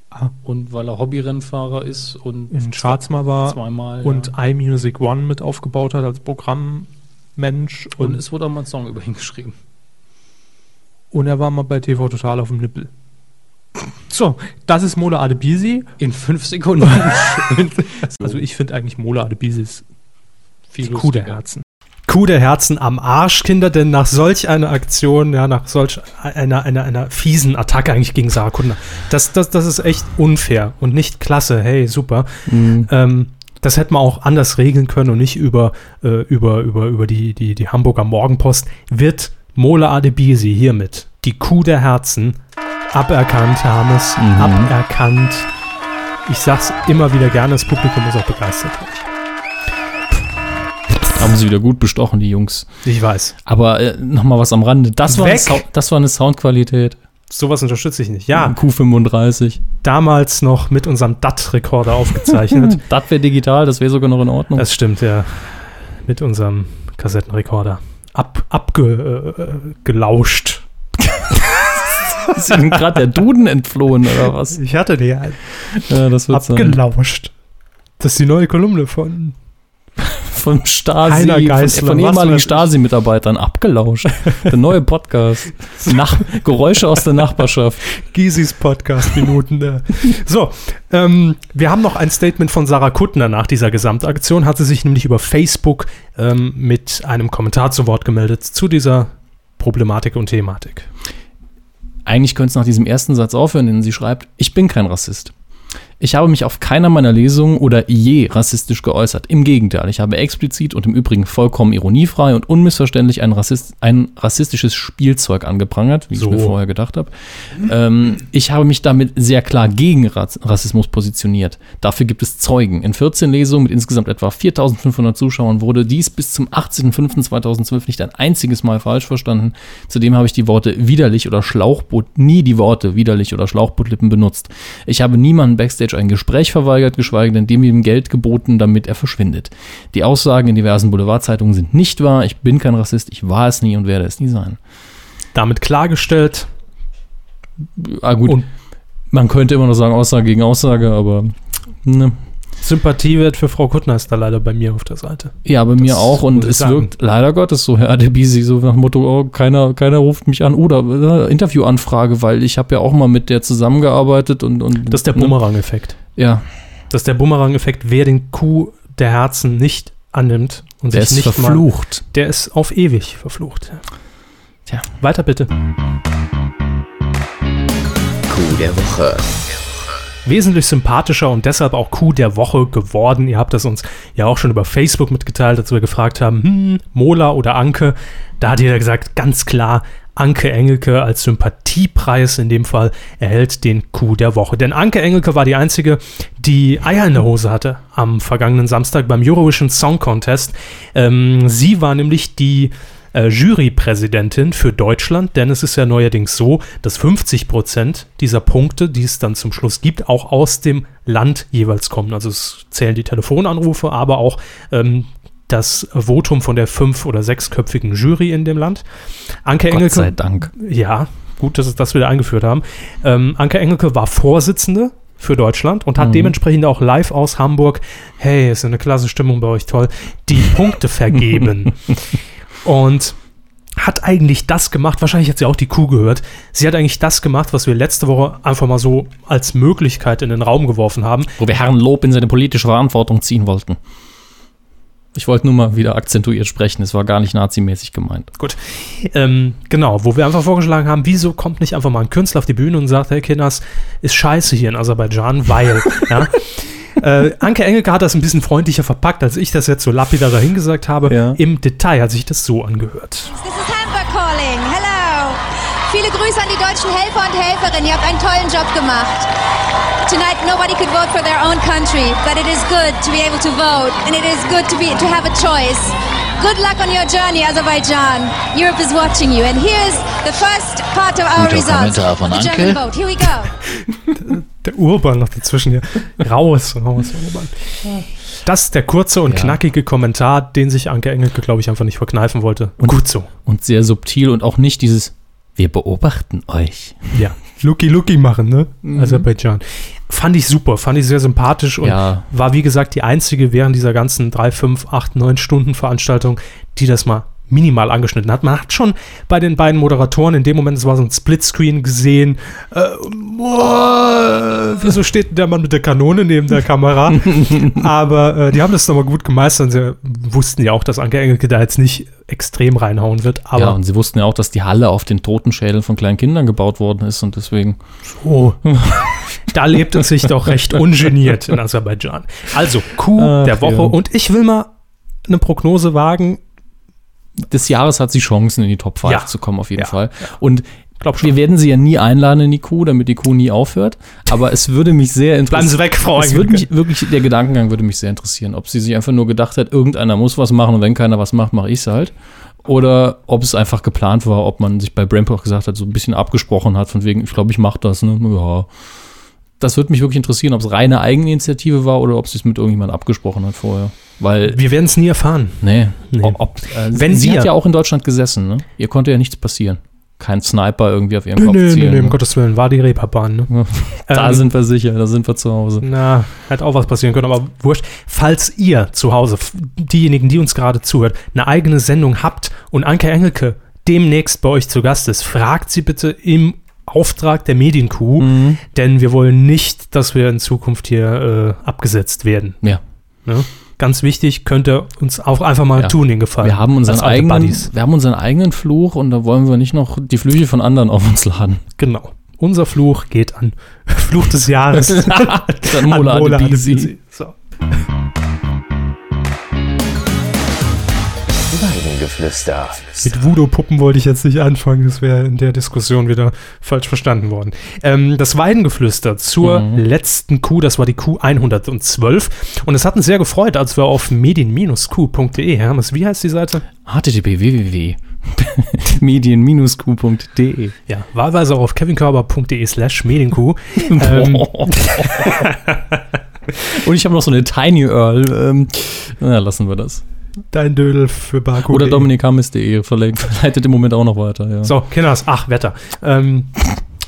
Speaker 2: Ah.
Speaker 4: Und weil er Hobbyrennfahrer ist und
Speaker 2: In Charts mal war
Speaker 4: zweimal.
Speaker 2: und
Speaker 4: ja.
Speaker 2: iMusic One mit aufgebaut hat als Programmmensch
Speaker 4: und
Speaker 2: und,
Speaker 4: es wurde auch mal ein Song über ihn geschrieben.
Speaker 2: und er war mal bei TV Total auf dem Nippel. So, das ist Mola Adebisi.
Speaker 4: In fünf Sekunden.
Speaker 2: Also ich finde eigentlich Mola Adebisi ist
Speaker 4: Viel
Speaker 2: die Kuh der
Speaker 4: lustiger.
Speaker 2: Herzen. Kuh der Herzen am Arsch, Kinder, denn nach solch einer Aktion, ja, nach solch einer, einer, einer fiesen Attacke eigentlich gegen Sarah Kuttner, das, das, das ist echt unfair und nicht klasse. Hey, super.
Speaker 1: Mm.
Speaker 2: Ähm, das hätte man auch anders regeln können und nicht über, äh, über, über, über die, die, die Hamburger Morgenpost. Wird Mola Adebisi hiermit die Kuh der Herzen aberkannt, Hermes, aberkannt. Ich sag's immer wieder gerne, das Publikum ist auch begeistert.
Speaker 1: Haben sie wieder gut bestochen, die Jungs.
Speaker 2: Ich weiß.
Speaker 1: Aber äh, nochmal was am Rande. Das war, eine
Speaker 2: Weg!
Speaker 1: Sau- das war eine Soundqualität.
Speaker 2: Sowas unterstütze ich nicht. Ja,
Speaker 1: Q35.
Speaker 2: damals noch mit unserem DAT-Rekorder aufgezeichnet.
Speaker 1: Das wäre digital, das wäre sogar noch in Ordnung.
Speaker 2: das stimmt, ja. Mit unserem Kassettenrekorder. Ab, äh, abgelauscht.
Speaker 1: ist ihnen gerade der Duden entflohen oder was?
Speaker 2: ich hatte die
Speaker 1: Ja, das wird sein.
Speaker 2: abgelauscht. Das ist die neue Kolumne von.
Speaker 1: Von Stasi,
Speaker 2: Heiner
Speaker 1: von,
Speaker 2: Geißler,
Speaker 1: von
Speaker 2: was
Speaker 1: ehemaligen
Speaker 2: weiß ich.
Speaker 1: Stasi-Mitarbeitern abgelauscht. Der neue Podcast. Nach, Geräusche aus der Nachbarschaft.
Speaker 2: Gisis Podcast-Minuten. da. So, ähm, wir haben noch ein Statement von Sarah Kuttner nach dieser Gesamtaktion. Hat sie sich nämlich über Facebook ähm, mit einem Kommentar zu Wort gemeldet zu dieser Problematik und Thematik.
Speaker 1: Eigentlich könnte es nach diesem ersten Satz aufhören, denn sie schreibt, ich bin kein Rassist. Ich habe mich auf keiner meiner Lesungen oder je rassistisch geäußert. Im Gegenteil, ich habe explizit und im Übrigen vollkommen ironiefrei und unmissverständlich ein, Rassist, ein rassistisches Spielzeug angeprangert, wie
Speaker 2: So.
Speaker 1: ich mir vorher gedacht habe. Ähm, ich habe mich damit sehr klar gegen Raz- Rassismus positioniert. Dafür gibt es Zeugen. In 14 Lesungen mit insgesamt etwa 4.500 Zuschauern wurde dies bis zum 18.05.2012 nicht ein einziges Mal falsch verstanden. Zudem habe ich die Worte widerlich oder Schlauchboot nie die Worte widerlich oder Schlauchbootlippen benutzt. Ich habe niemandem Backstage ein Gespräch verweigert, geschweige denn dem ihm Geld geboten, damit er verschwindet. Die Aussagen in diversen Boulevardzeitungen sind nicht wahr. Ich bin kein Rassist. Ich war es nie und werde es nie sein.
Speaker 2: Damit klargestellt.
Speaker 1: Ah, gut.
Speaker 2: Und-
Speaker 1: man könnte immer noch sagen, Aussage gegen Aussage, aber. Ne.
Speaker 2: Sympathiewert für Frau Kuttner ist da leider bei mir auf der Seite.
Speaker 1: Ja, bei mir auch. Und
Speaker 2: muss ich
Speaker 1: es
Speaker 2: sagen.
Speaker 1: wirkt leider Gottes so, Herr Adebisi, so nach dem Motto, oh, keiner, keiner ruft mich an. Oder äh, Interviewanfrage, weil ich habe ja auch mal mit der zusammengearbeitet und. und
Speaker 2: Das ist der
Speaker 1: ne?
Speaker 2: Bumerang-Effekt.
Speaker 1: Ja,
Speaker 2: Das ist der Bumerang-Effekt. Wer den Kuh der Herzen nicht annimmt und
Speaker 1: der
Speaker 2: sich
Speaker 1: ist
Speaker 2: nicht Mal,
Speaker 1: verflucht.
Speaker 2: der ist auf ewig verflucht.
Speaker 1: Tja.
Speaker 2: Weiter bitte.
Speaker 3: Kuh der Woche.
Speaker 2: wesentlich sympathischer und deshalb auch Coup der Woche geworden. Ihr habt das uns ja auch schon über Facebook mitgeteilt, als wir gefragt haben, hm, Mola oder Anke. Da hat jeder gesagt, ganz klar, Anke Engelke als Sympathiepreis in dem Fall erhält den Coup der Woche. Denn Anke Engelke war die einzige, die Eier in der Hose hatte am vergangenen Samstag beim Eurovision Song Contest. Ähm, sie war nämlich die äh, Jurypräsidentin für Deutschland, denn es ist ja neuerdings so, dass 50 Prozent dieser Punkte, die es dann zum Schluss gibt, auch aus dem Land jeweils kommen. Also es zählen die Telefonanrufe, aber auch ähm, das Votum von der fünf- oder sechsköpfigen Jury in dem Land. Anke
Speaker 1: Gott
Speaker 2: Engelke
Speaker 1: sei Dank.
Speaker 2: ja, gut, dass es das wieder eingeführt haben. Ähm, Anke Engelke war Vorsitzende für Deutschland und hat
Speaker 1: Mhm.
Speaker 2: dementsprechend auch live aus Hamburg, hey, ist eine klasse Stimmung bei euch, toll, die Punkte vergeben. und hat eigentlich das gemacht, wahrscheinlich hat sie auch die Kuh gehört, sie hat eigentlich das gemacht, was wir letzte Woche einfach mal so als Möglichkeit in den Raum geworfen haben.
Speaker 1: Wo wir Herrn Lob in seine politische Verantwortung ziehen wollten. Ich wollte nur mal wieder akzentuiert sprechen. Es war gar nicht nazimäßig gemeint.
Speaker 2: Gut. Ähm, genau, wo wir einfach vorgeschlagen haben, wieso kommt nicht einfach mal ein Künstler auf die Bühne und sagt, hey Kinders, ist scheiße hier in Aserbaidschan, weil. ja. Äh, Anke Engelke hat das ein bisschen freundlicher verpackt, als ich das jetzt so lapidar dahingesagt habe.
Speaker 1: Ja.
Speaker 2: Im Detail hat sich das so angehört.
Speaker 5: This is Hamburg calling. Hello. Viele Grüße an die deutschen Helfer und Helferinnen. Ihr habt einen tollen Job gemacht. Tonight nobody could vote for their own country, but it is good to be able to vote and it is good to be to have a choice. Good luck on your journey, Azerbaijan. Europe is watching you. And here's the first part of our
Speaker 6: Guter
Speaker 5: results.
Speaker 6: Kommentar von
Speaker 5: of the
Speaker 6: Anke.
Speaker 5: German vote. Here we go.
Speaker 2: Der Urban noch dazwischen hier. Raues, raues Urban. Das ist der kurze und
Speaker 1: Ja.
Speaker 2: knackige Kommentar, den sich Anke Engelke, glaube ich, einfach nicht verkneifen wollte. Und Gut so.
Speaker 1: Und sehr subtil und auch nicht dieses, wir beobachten euch.
Speaker 2: Ja. Looky Looky machen, ne?
Speaker 1: Mhm.
Speaker 2: Aserbaidschan. Fand ich super, fand ich sehr sympathisch und
Speaker 1: Ja.
Speaker 2: war, wie gesagt, die einzige während dieser ganzen 3, 5, 8, 9 Stunden Veranstaltung, die das mal minimal angeschnitten hat. Man hat schon bei den beiden Moderatoren in dem Moment, es war so ein Splitscreen gesehen, äh, boah, wieso steht denn der Mann mit der Kanone neben der Kamera? Aber äh, die haben das nochmal gut gemeistert. Sie wussten ja auch, dass Anke Engelke da jetzt nicht extrem reinhauen wird, aber
Speaker 1: ja, und sie wussten ja auch, dass die Halle auf den Totenschädeln von kleinen Kindern gebaut worden ist und deswegen.
Speaker 2: Oh. Da lebt es sich doch recht ungeniert in Aserbaidschan. Also, Kuh
Speaker 1: Ach,
Speaker 2: der Woche.
Speaker 1: ja.
Speaker 2: Und ich will mal eine Prognose wagen.
Speaker 1: Des Jahres hat sie Chancen, in die Top 5
Speaker 2: Ja.
Speaker 1: zu kommen, auf jeden
Speaker 2: Ja.
Speaker 1: Fall. Und
Speaker 2: Glaub schon.
Speaker 1: wir werden sie ja nie einladen in die Kuh, damit die Kuh nie aufhört. Aber es würde mich sehr
Speaker 2: Bleiben
Speaker 1: interessieren.
Speaker 2: Sie weg, Frau
Speaker 1: Es würde mich wirklich, der Gedankengang würde mich sehr interessieren, ob sie sich einfach nur gedacht hat, irgendeiner muss was machen und wenn keiner was macht, mache ich es halt. Oder ob es einfach geplant war, ob man sich bei Brampo auch gesagt hat, so ein bisschen abgesprochen hat, von wegen, ich glaube, ich mache das, ne? Ja. Das würde mich wirklich interessieren, ob es reine Eigeninitiative war oder ob sie es mit irgendjemandem abgesprochen hat vorher. Weil,
Speaker 2: Wir werden es nie erfahren.
Speaker 1: nee,
Speaker 2: Nee.
Speaker 1: Ob, ob, äh,
Speaker 2: Wenn
Speaker 1: sie
Speaker 2: wir-
Speaker 1: hat ja auch in Deutschland gesessen, ne? Ihr konnte ja nichts passieren. Kein Sniper irgendwie auf ihren Kopf zielen.
Speaker 2: um
Speaker 1: ne?
Speaker 2: Gottes Willen, war die Reeperbahn. Ne?
Speaker 1: Da
Speaker 2: Ähm,
Speaker 1: sind wir sicher, da sind wir zu Hause.
Speaker 2: Na, hätte auch was passieren können, aber wurscht. Falls ihr zu Hause, f- diejenigen, die uns gerade zuhört, eine eigene Sendung habt und Anke Engelke demnächst bei euch zu Gast ist, fragt sie bitte im Auftrag der Medienkuh,
Speaker 1: Mhm.
Speaker 2: denn wir wollen nicht, dass wir in Zukunft hier äh, abgesetzt werden.
Speaker 1: Ja.
Speaker 2: Ne? Ganz wichtig, könnt ihr uns auch einfach mal
Speaker 1: Ja.
Speaker 2: tun, den Gefallen.
Speaker 1: Wir haben, unseren
Speaker 2: Als alte
Speaker 1: eigenen,
Speaker 2: Buddies.
Speaker 1: wir haben unseren eigenen Fluch und da wollen wir nicht noch die Flüche von anderen auf uns laden.
Speaker 2: Genau. Unser Fluch geht an Fluch des Jahres.
Speaker 1: Dann Mola
Speaker 2: an Mola
Speaker 1: Adebisi.
Speaker 2: Adebisi. So.
Speaker 3: Weidengeflüster.
Speaker 2: Mit Voodoo-Puppen wollte ich jetzt nicht anfangen, das wäre in der Diskussion wieder falsch verstanden worden. Ähm, das Weidengeflüster zur
Speaker 1: Mhm.
Speaker 2: letzten Kuh, das war die Q112. Und es hat uns sehr gefreut, als wir auf medien-q.de, Hermes, wie heißt die Seite?
Speaker 1: http medien-q.de
Speaker 2: Ja, wahlweise auch auf kevinkörber.de slash medienkuh. ähm,
Speaker 1: Und ich habe noch so eine Tiny Earl. Ähm, na, lassen wir das.
Speaker 2: dein Dödel für Baku.
Speaker 1: Oder dominikhammes.de verlegt- verleitet im Moment auch noch weiter. Ja.
Speaker 2: So, Kinders, ach, Wetter. Ähm,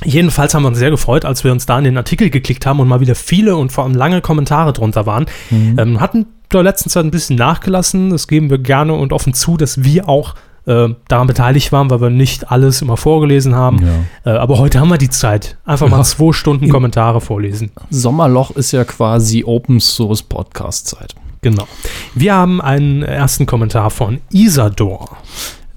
Speaker 2: jedenfalls haben wir uns sehr gefreut, als wir uns da in den Artikel geklickt haben und mal wieder viele und vor allem lange Kommentare drunter waren. Ähm, hatten da letzten Zeit ein bisschen nachgelassen. Das geben wir gerne und offen zu, dass wir auch äh, daran beteiligt waren, weil wir nicht alles immer vorgelesen haben. Äh, aber heute haben wir die Zeit. Einfach mal zwei Stunden Kommentare vorlesen.
Speaker 1: Sommerloch ist ja quasi Open Source Podcast Zeit.
Speaker 2: Genau. Wir haben einen ersten Kommentar von Isador.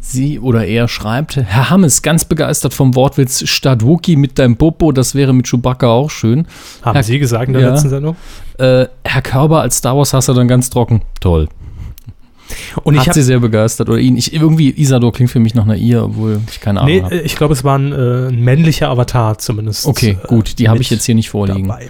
Speaker 1: Sie oder er schreibt, Herr Hammes, ganz begeistert vom Wortwitz Stadwuki mit deinem Popo, das wäre mit Chewbacca auch schön.
Speaker 2: Haben
Speaker 1: Herr-
Speaker 2: Sie gesagt in der
Speaker 1: Ja.
Speaker 2: letzten Sendung?
Speaker 1: Äh, Herr Körber als Star Wars Hasser dann ganz trocken. Toll.
Speaker 2: Und
Speaker 1: Hat
Speaker 2: hab-
Speaker 1: sie sehr begeistert. Oder ihn. Ich, irgendwie Isador klingt für mich nach einer ihr, obwohl ich keine Ahnung
Speaker 2: Nee,
Speaker 1: habe.
Speaker 2: äh, ich glaube, es war ein, äh, ein männlicher Avatar zumindest.
Speaker 1: Okay,
Speaker 2: äh,
Speaker 1: gut, die habe ich
Speaker 2: mit
Speaker 1: jetzt hier nicht vorliegen.
Speaker 2: dabei.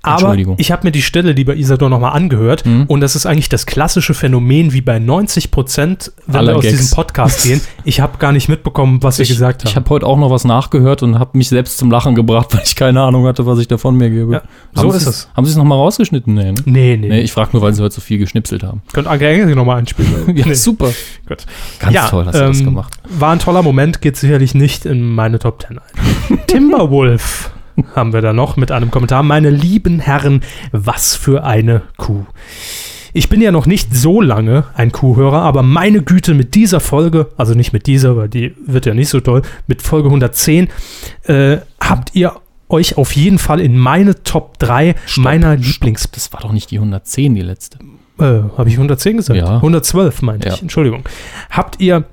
Speaker 2: Aber
Speaker 1: Entschuldigung. Mhm.
Speaker 2: ich habe mir die Stelle, die bei Isador nochmal angehört, und das ist eigentlich das klassische Phänomen, wie bei 90 Prozent, wenn
Speaker 1: Aller
Speaker 2: wir aus
Speaker 1: Gags.
Speaker 2: diesem Podcast gehen. Ich habe gar nicht mitbekommen, was
Speaker 1: Ich,
Speaker 2: ihr gesagt habt.
Speaker 1: ich habe heute auch noch was nachgehört und habe mich selbst zum Lachen gebracht, weil ich keine Ahnung hatte, was ich davon mir gebe.
Speaker 2: Ja, so
Speaker 1: haben
Speaker 2: ist
Speaker 1: Sie's-
Speaker 2: es.
Speaker 1: Haben Sie es nochmal rausgeschnitten? Nee, ne?
Speaker 2: nee, nee,
Speaker 1: Nee,
Speaker 2: nee.
Speaker 1: ich frage nur, weil Sie heute so viel geschnipselt haben.
Speaker 2: Könnt Anke Engelke nochmal einspielen.
Speaker 1: Ja,
Speaker 2: Nee.
Speaker 1: super.
Speaker 2: Gut.
Speaker 1: Ganz toll hast du das
Speaker 2: ähm,
Speaker 1: gemacht.
Speaker 2: War ein toller Moment, geht sicherlich nicht in meine Top 10 ein. Timberwolf haben wir da noch mit einem Kommentar. Meine lieben Herren, was für eine Kuh. Ich bin ja noch nicht so lange ein Kuhhörer, aber meine Güte, mit dieser Folge, also nicht mit dieser, weil die wird ja nicht so toll, mit Folge 110, äh, habt ihr euch auf jeden Fall in meine Top 3 meiner Lieblings...
Speaker 1: Das war doch nicht die 110, die letzte.
Speaker 2: Äh, habe ich 110 gesagt?
Speaker 1: Ja.
Speaker 2: 112 meinte ich,
Speaker 1: Ja.
Speaker 2: Entschuldigung. Habt ihr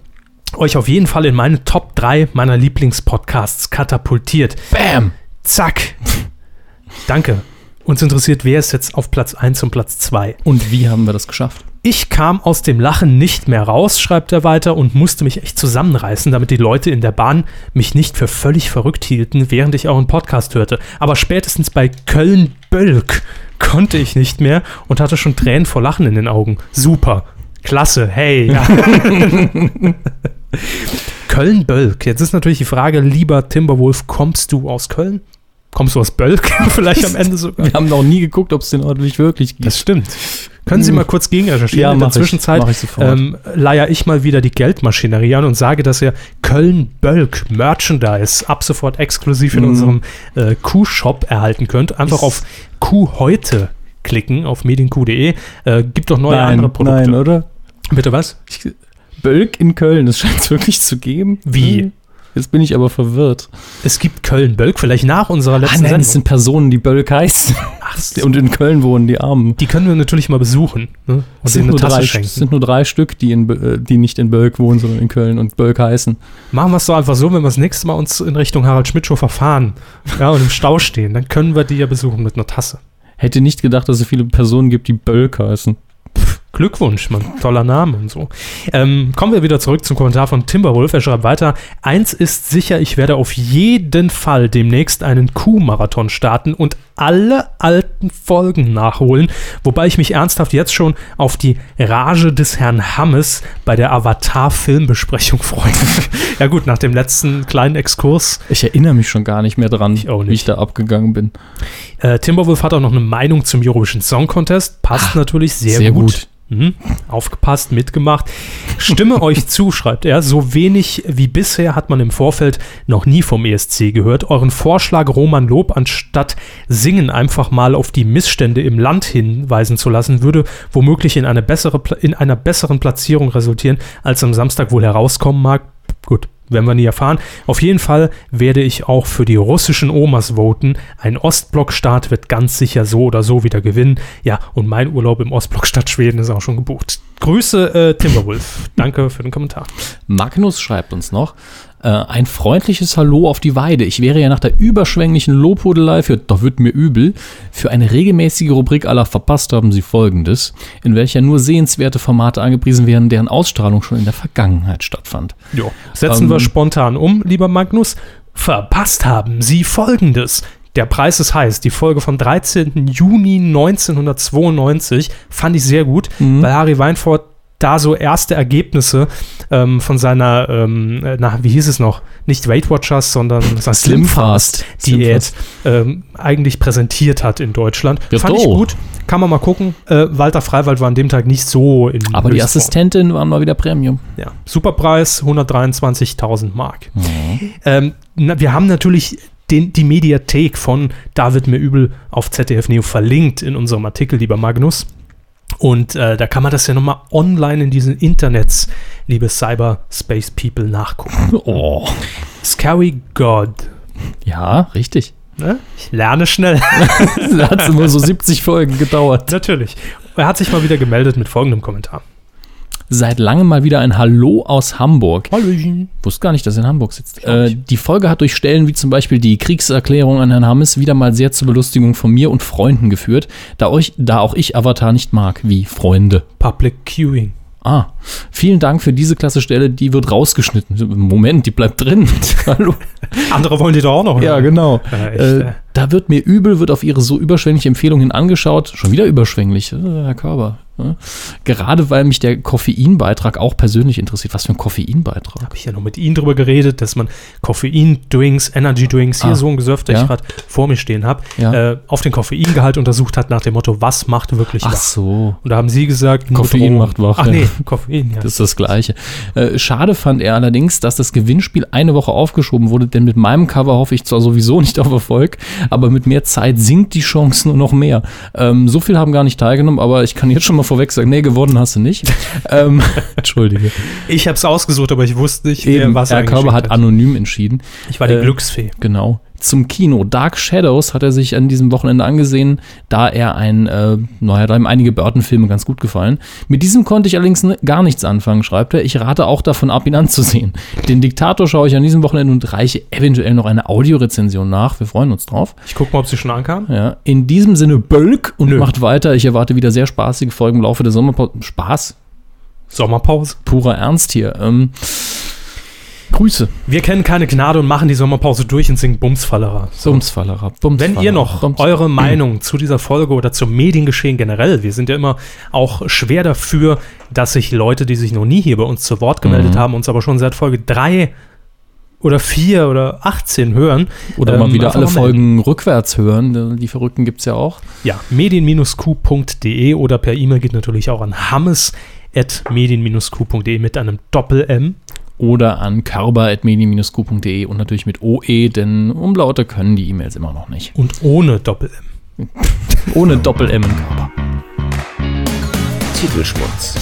Speaker 2: euch auf jeden Fall in meine Top 3 meiner Lieblingspodcasts katapultiert?
Speaker 1: Bam!
Speaker 2: Zack! Danke. Uns interessiert, wer ist jetzt auf Platz 1 und Platz 2.
Speaker 1: Und wie haben wir das geschafft?
Speaker 2: Ich kam aus dem Lachen nicht mehr raus, schreibt er weiter, und musste mich echt zusammenreißen, damit die Leute in der Bahn mich nicht für völlig verrückt hielten, während ich euren Podcast hörte. Aber spätestens bei Köln-Bölk konnte ich nicht mehr und hatte schon Tränen vor Lachen in den Augen. Super. Klasse. Hey. Ja. Köln-Bölk. Jetzt ist natürlich die Frage, lieber Timberwolf, kommst du aus Köln? Kommst du aus Bölk? Vielleicht am Ende sogar.
Speaker 1: Wir haben noch nie geguckt, ob es den Ort nicht wirklich gibt.
Speaker 2: Das stimmt. Können Sie mal kurz gegen recherchieren?
Speaker 1: Hm. Ja,
Speaker 2: in
Speaker 1: mach
Speaker 2: der
Speaker 1: ich.
Speaker 2: Zwischenzeit
Speaker 1: Mach ich sofort.
Speaker 2: ähm, leier ich mal wieder die Geldmaschinerie an und sage, dass er Köln-Bölk Merchandise ab sofort exklusiv
Speaker 1: Mhm.
Speaker 2: in unserem äh, Q-Shop erhalten könnt. Einfach auf Q heute klicken, auf medienq.de. Äh, gibt doch neue andere Produkte.
Speaker 1: nein, oder?
Speaker 2: Bitte was?
Speaker 1: Bölk in Köln, das scheint es wirklich zu geben.
Speaker 2: Wie?
Speaker 1: Hm. Jetzt bin ich aber verwirrt.
Speaker 2: Es gibt Köln-Bölk, vielleicht nach unserer
Speaker 1: Ah,
Speaker 2: letzten
Speaker 1: nein, es
Speaker 2: Sendung.
Speaker 1: sind Personen, die Bölk heißen
Speaker 2: Ach,
Speaker 1: und in Köln wohnen, die Armen.
Speaker 2: die können wir natürlich mal besuchen ne?
Speaker 1: Es sind,
Speaker 2: und denen eine
Speaker 1: nur drei,
Speaker 2: Tasse
Speaker 1: es
Speaker 2: schenken.
Speaker 1: sind nur drei Stück, die, in, Bö- äh, die nicht in Bölk wohnen, sondern in Köln und Bölk heißen.
Speaker 2: Machen wir es doch einfach so, wenn wir das nächste Mal uns in Richtung Harald Schmidt Show verfahren ja, und im Stau stehen, dann können wir die ja besuchen mit einer Tasse.
Speaker 1: Hätte nicht gedacht, dass es so viele Personen gibt, die Bölk heißen.
Speaker 2: Glückwunsch, Mann. Toller Name und so. Ähm, kommen wir wieder zurück zum Kommentar von Timberwolf. Er schreibt weiter: Eins ist sicher, ich werde auf jeden Fall demnächst einen Kuhmarathon starten und alle alten Folgen nachholen. Wobei ich mich ernsthaft jetzt schon auf die Rage des Herrn Hammes bei der Avatar-Filmbesprechung freue. ja, gut, nach dem letzten kleinen Exkurs
Speaker 1: Ich erinnere mich schon gar nicht mehr dran,
Speaker 2: auch
Speaker 1: wie
Speaker 2: nicht.
Speaker 1: ich da abgegangen bin.
Speaker 2: Äh, Timberwolf hat auch noch eine Meinung zum Eurovision Song Contest. Passt natürlich Ah, sehr,
Speaker 1: sehr
Speaker 2: gut. Mhm. Aufgepasst, mitgemacht. Stimme euch zu, schreibt er. So wenig wie bisher hat man im Vorfeld noch nie vom ESC gehört. Euren Vorschlag, Roman Lob anstatt singen einfach mal auf die Missstände im Land hinweisen zu lassen, würde womöglich in, eine bessere, Pla- in einer besseren Platzierung resultieren, als am Samstag wohl herauskommen mag. Gut, werden wir nie erfahren. Auf jeden Fall werde ich auch für die russischen Omas voten. Ein Ostblockstaat wird ganz sicher so oder so wieder gewinnen. Ja, und mein Urlaub im Ostblockstaat Schweden ist auch schon gebucht. Grüße äh, Timberwolf. Danke für den Kommentar.
Speaker 1: Magnus schreibt uns noch, äh, ein freundliches Hallo auf die Weide. Ich wäre ja nach der überschwänglichen Lobhudelei für, doch wird mir übel, für eine regelmäßige Rubrik aller verpasst haben sie folgendes, in welcher nur sehenswerte Formate angepriesen werden, deren Ausstrahlung schon in der Vergangenheit stattfand.
Speaker 2: Jo. Setzen
Speaker 1: Ähm.
Speaker 2: wir spontan um, lieber Magnus. Verpasst haben Sie Folgendes. Der Preis ist heiß. Die Folge vom 13. Juni 1992 fand ich sehr gut,
Speaker 1: Mhm.
Speaker 2: weil Harry Weinfurt da so erste Ergebnisse ähm, von seiner, ähm, äh, na, wie hieß es noch? Nicht Weight Watchers, sondern Diät ähm, eigentlich präsentiert hat in Deutschland.
Speaker 1: Ja,
Speaker 2: Fand ich
Speaker 1: doch.
Speaker 2: gut. Kann man mal gucken. Äh, Walter Freiwald war an dem Tag nicht so in
Speaker 1: Aber die
Speaker 2: Höchstform.
Speaker 1: Assistentin waren mal wieder Premium.
Speaker 2: Ja. Superpreis 123.000 Mark.
Speaker 1: Mhm.
Speaker 2: Ähm, na, wir haben natürlich den, die Mediathek von David mir übel auf ZDF Neo verlinkt in unserem Artikel, lieber Magnus. Und äh, da kann man das ja nochmal online in diesen Internets, liebe Cyberspace People, nachgucken.
Speaker 1: Oh.
Speaker 2: Scary God.
Speaker 1: Ja, richtig.
Speaker 2: Ne? Ich lerne schnell.
Speaker 1: Da hat es immer so 70 Folgen gedauert.
Speaker 2: natürlich. Er hat sich mal wieder gemeldet mit folgendem Kommentar.
Speaker 1: Seit langem mal wieder ein Hallo aus Hamburg.
Speaker 2: Hallöchen.
Speaker 1: Wusste gar nicht, dass er in Hamburg sitzt. Äh, die Folge hat durch Stellen wie zum Beispiel die Kriegserklärung an Herrn Hammes wieder mal sehr zur Belustigung von mir und Freunden geführt, da, euch, da auch ich Avatar nicht mag, wie Freunde.
Speaker 2: Public Queuing.
Speaker 1: Ah, vielen Dank für diese klasse Stelle, die wird rausgeschnitten. Moment, die bleibt drin. Hallo.
Speaker 2: Andere wollen die doch auch noch. hören.
Speaker 1: genau.
Speaker 2: Ja, echt,
Speaker 1: äh,
Speaker 2: äh.
Speaker 1: da wird mir übel, wird auf ihre so überschwängliche Empfehlung hin angeschaut. Schon wieder überschwänglich, äh, Herr Körber. Ja. Gerade weil mich der Koffeinbeitrag auch persönlich interessiert. Was für ein Koffeinbeitrag?
Speaker 2: habe ich ja noch mit Ihnen drüber geredet, dass man Koffein-Drinks, Energy-Drinks, hier
Speaker 1: Ah,
Speaker 2: so ein Gesöff, der
Speaker 1: ja.
Speaker 2: ich gerade vor mir stehen habe,
Speaker 1: Ja.
Speaker 2: äh, auf den Koffeingehalt untersucht hat nach dem Motto, was macht wirklich
Speaker 1: Ach
Speaker 2: wach?
Speaker 1: so.
Speaker 2: Und da haben Sie gesagt, nur
Speaker 1: Koffein
Speaker 2: Drogen.
Speaker 1: macht wach,
Speaker 2: Ach
Speaker 1: ja.
Speaker 2: nee, Koffein, ja.
Speaker 1: Das ist das Gleiche. Äh, schade fand er allerdings, dass das Gewinnspiel eine Woche aufgeschoben wurde, denn mit meinem Cover hoffe ich zwar sowieso nicht auf Erfolg, aber mit mehr Zeit sinkt die Chance nur noch mehr. Ähm, so viel haben gar nicht teilgenommen, aber ich kann jetzt schon mal vorweg sagen, nee, gewonnen hast du nicht. ähm, Entschuldige.
Speaker 2: ich habe es ausgesucht, aber ich wusste nicht,
Speaker 1: Eben,
Speaker 2: was
Speaker 1: Herr Körber hat
Speaker 2: eingeschickt
Speaker 1: anonym entschieden.
Speaker 2: Ich war die
Speaker 1: äh,
Speaker 2: Glücksfee.
Speaker 1: Genau. Zum Kino. Dark Shadows hat er sich an diesem Wochenende angesehen, da er ein, äh, naja, da ihm einige Burton-Filme ganz gut gefallen. Mit diesem konnte ich allerdings n- gar nichts anfangen, schreibt er. Ich rate auch davon ab, ihn anzusehen. Den Diktator schaue ich an diesem Wochenende und reiche eventuell noch eine Audiorezension nach. Wir freuen uns drauf.
Speaker 2: Ich guck mal, ob sie schon ankam.
Speaker 1: Ja. In diesem Sinne, Bölk und macht weiter. Ich erwarte wieder sehr spaßige Folgen im Laufe der Sommerpause. Spaß?
Speaker 2: Sommerpause.
Speaker 1: Purer Ernst hier. Ähm, Grüße.
Speaker 2: Wir kennen keine Gnade und machen die Sommerpause durch und singen Bumsfallerer.
Speaker 1: Bumsfallerer.
Speaker 2: Wenn ihr noch
Speaker 1: Bums.
Speaker 2: eure Meinung zu dieser Folge oder zum Mediengeschehen generell, wir sind ja immer auch schwer dafür, dass sich Leute, die sich noch nie hier bei uns zu Wort gemeldet
Speaker 1: Mhm.
Speaker 2: haben, uns aber schon seit Folge 3 oder 4 oder 18 hören.
Speaker 1: Oder mal
Speaker 2: ähm,
Speaker 1: wieder
Speaker 2: einfach
Speaker 1: alle
Speaker 2: mal melden.
Speaker 1: Folgen rückwärts hören. äh, Die Verrückten gibt's ja auch.
Speaker 2: Ja, medien-q.de oder per E-Mail geht natürlich auch an hammes.medien-q.de mit einem Doppel-M.
Speaker 1: Oder an körber.medien-q.de und natürlich mit OE, denn Umlaute können die E-Mails immer noch nicht.
Speaker 2: Und ohne Doppel-M.
Speaker 1: Ohne Doppel-M in Körber.
Speaker 3: Titelschmutz.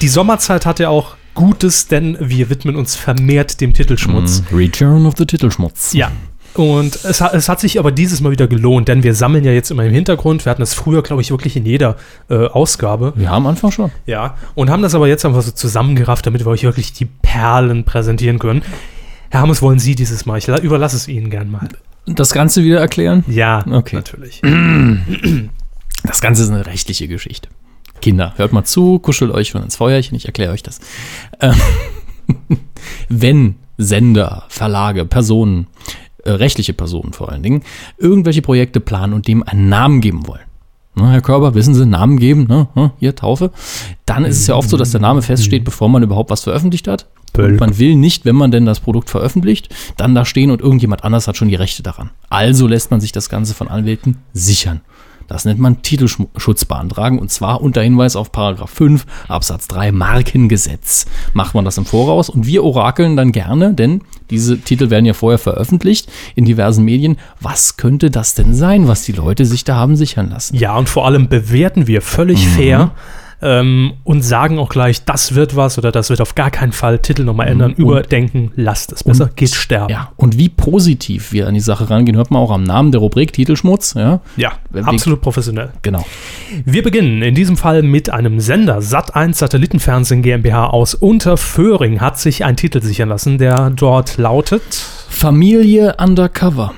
Speaker 2: Die Sommerzeit hat ja auch Gutes, denn wir widmen uns vermehrt dem
Speaker 1: Mhm.
Speaker 2: Titelschmutz.
Speaker 1: Return of the Titelschmutz.
Speaker 2: Ja. Und es, ha- es hat sich aber dieses Mal wieder gelohnt, denn wir sammeln ja jetzt immer im Hintergrund. Wir hatten das früher, glaube ich, wirklich in jeder äh, Ausgabe.
Speaker 1: Ja, am Anfang schon.
Speaker 2: Ja. Und haben das aber jetzt einfach so zusammengerafft, damit wir euch wirklich die Perlen präsentieren können. Herr Hammes, wollen Sie dieses Mal? Ich la- überlasse es Ihnen gern mal.
Speaker 1: Das Ganze wieder erklären?
Speaker 2: Ja,
Speaker 1: Okay.
Speaker 2: natürlich.
Speaker 1: Das Ganze ist eine rechtliche Geschichte. Kinder, hört mal zu, kuschelt euch schon ins Feuerchen, ich erkläre euch das. Ähm, Wenn Sender, Verlage, Personen, äh, rechtliche Personen vor allen Dingen, irgendwelche Projekte planen und dem einen Namen geben wollen, ne, Herr Körber, wissen Sie, Namen geben, ne, ne, hier Taufe, dann ist es ja oft so, dass der Name feststeht, bevor man überhaupt was veröffentlicht hat. Und man will nicht, wenn man denn das Produkt veröffentlicht, dann da stehen und irgendjemand anders hat schon die Rechte daran. Also lässt man sich das Ganze von Anwälten sichern. Das nennt man Titelschutz beantragen und zwar unter Hinweis auf Paragraph 5 Absatz 3 Markengesetz. Macht man das im Voraus und wir orakeln dann gerne, denn diese Titel werden ja vorher veröffentlicht in diversen Medien. Was könnte das denn sein, was die Leute sich da haben sichern lassen? Mhm.
Speaker 2: Ja, und vor allem bewerten wir völlig fair ähm, und sagen auch gleich, das wird was oder das wird auf gar keinen Fall Titel nochmal ändern, überdenken, lasst es besser, geht sterben.
Speaker 1: Ja, und wie positiv wir an die Sache rangehen, hört man auch am Namen der Rubrik Titelschmutz. Ja,
Speaker 2: Ja,
Speaker 1: Wenn wir-
Speaker 2: absolut professionell.
Speaker 1: genau.
Speaker 2: Wir beginnen in diesem Fall mit einem Sender. Sat1 Satellitenfernsehen GmbH aus Unterföhring hat sich einen Titel sichern lassen, der dort lautet.
Speaker 1: Familie Undercover.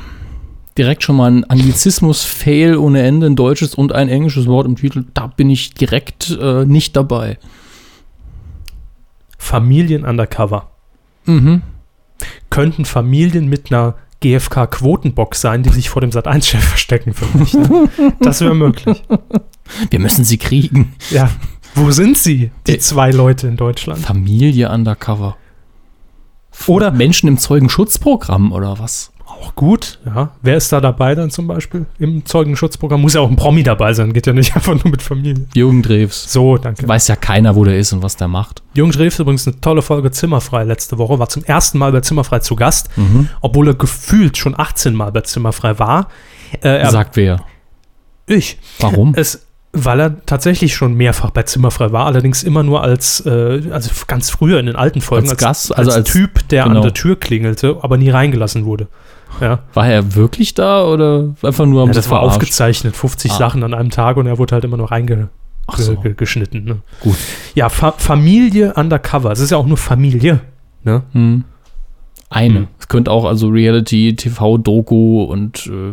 Speaker 1: Direkt schon mal ein Anglizismus-Fail ohne Ende, ein deutsches und ein englisches Wort im Titel. Da bin ich direkt äh, nicht dabei.
Speaker 2: Familien Undercover.
Speaker 1: Mhm.
Speaker 2: Könnten Familien mit einer GfK-Quotenbox sein, die sich vor dem Sat1-Chef verstecken vielleicht. Ne? Das wäre möglich.
Speaker 1: Wir müssen sie kriegen.
Speaker 2: Ja. Wo sind sie, die
Speaker 1: Äh.
Speaker 2: zwei Leute in Deutschland?
Speaker 1: Familie Undercover.
Speaker 2: Oder-
Speaker 1: Menschen im Zeugenschutzprogramm oder was?
Speaker 2: Auch gut, ja. Wer ist da dabei dann zum Beispiel im Zeugenschutzprogramm? Muss ja auch ein Promi dabei sein, geht ja nicht einfach nur mit Familie.
Speaker 1: Jürgen Drews.
Speaker 2: So, danke.
Speaker 1: Weiß ja keiner, wo der ist und was der macht.
Speaker 2: Jürgen Drews übrigens eine tolle Folge Zimmerfrei letzte Woche, war zum ersten Mal bei Zimmerfrei zu Gast, obwohl er gefühlt schon 18 Mal bei Zimmerfrei war. Äh, er,
Speaker 1: Sagt wer.
Speaker 2: ich.
Speaker 1: Warum?
Speaker 2: Es, weil er tatsächlich schon mehrfach bei Zimmerfrei war, allerdings immer nur als, äh, also ganz früher in den alten Folgen,
Speaker 1: Als Gast, also als-
Speaker 2: Typ, der
Speaker 1: genau.
Speaker 2: an der Tür klingelte, aber nie reingelassen wurde. Ja,
Speaker 1: War er wirklich da oder einfach nur am
Speaker 2: ja das war
Speaker 1: Verarscht?
Speaker 2: aufgezeichnet, 50
Speaker 1: Ah.
Speaker 2: Sachen an einem Tag und er wurde halt immer noch reingeschnitten.
Speaker 1: Ach so.
Speaker 2: geschnitten, ne?
Speaker 1: Gut.
Speaker 2: Ja, Fa Familie undercover. Es ist ja auch nur Familie. Ne?
Speaker 1: Hm.
Speaker 2: Hm.
Speaker 1: Eine. Es könnte auch also Reality, TV, Doku und äh,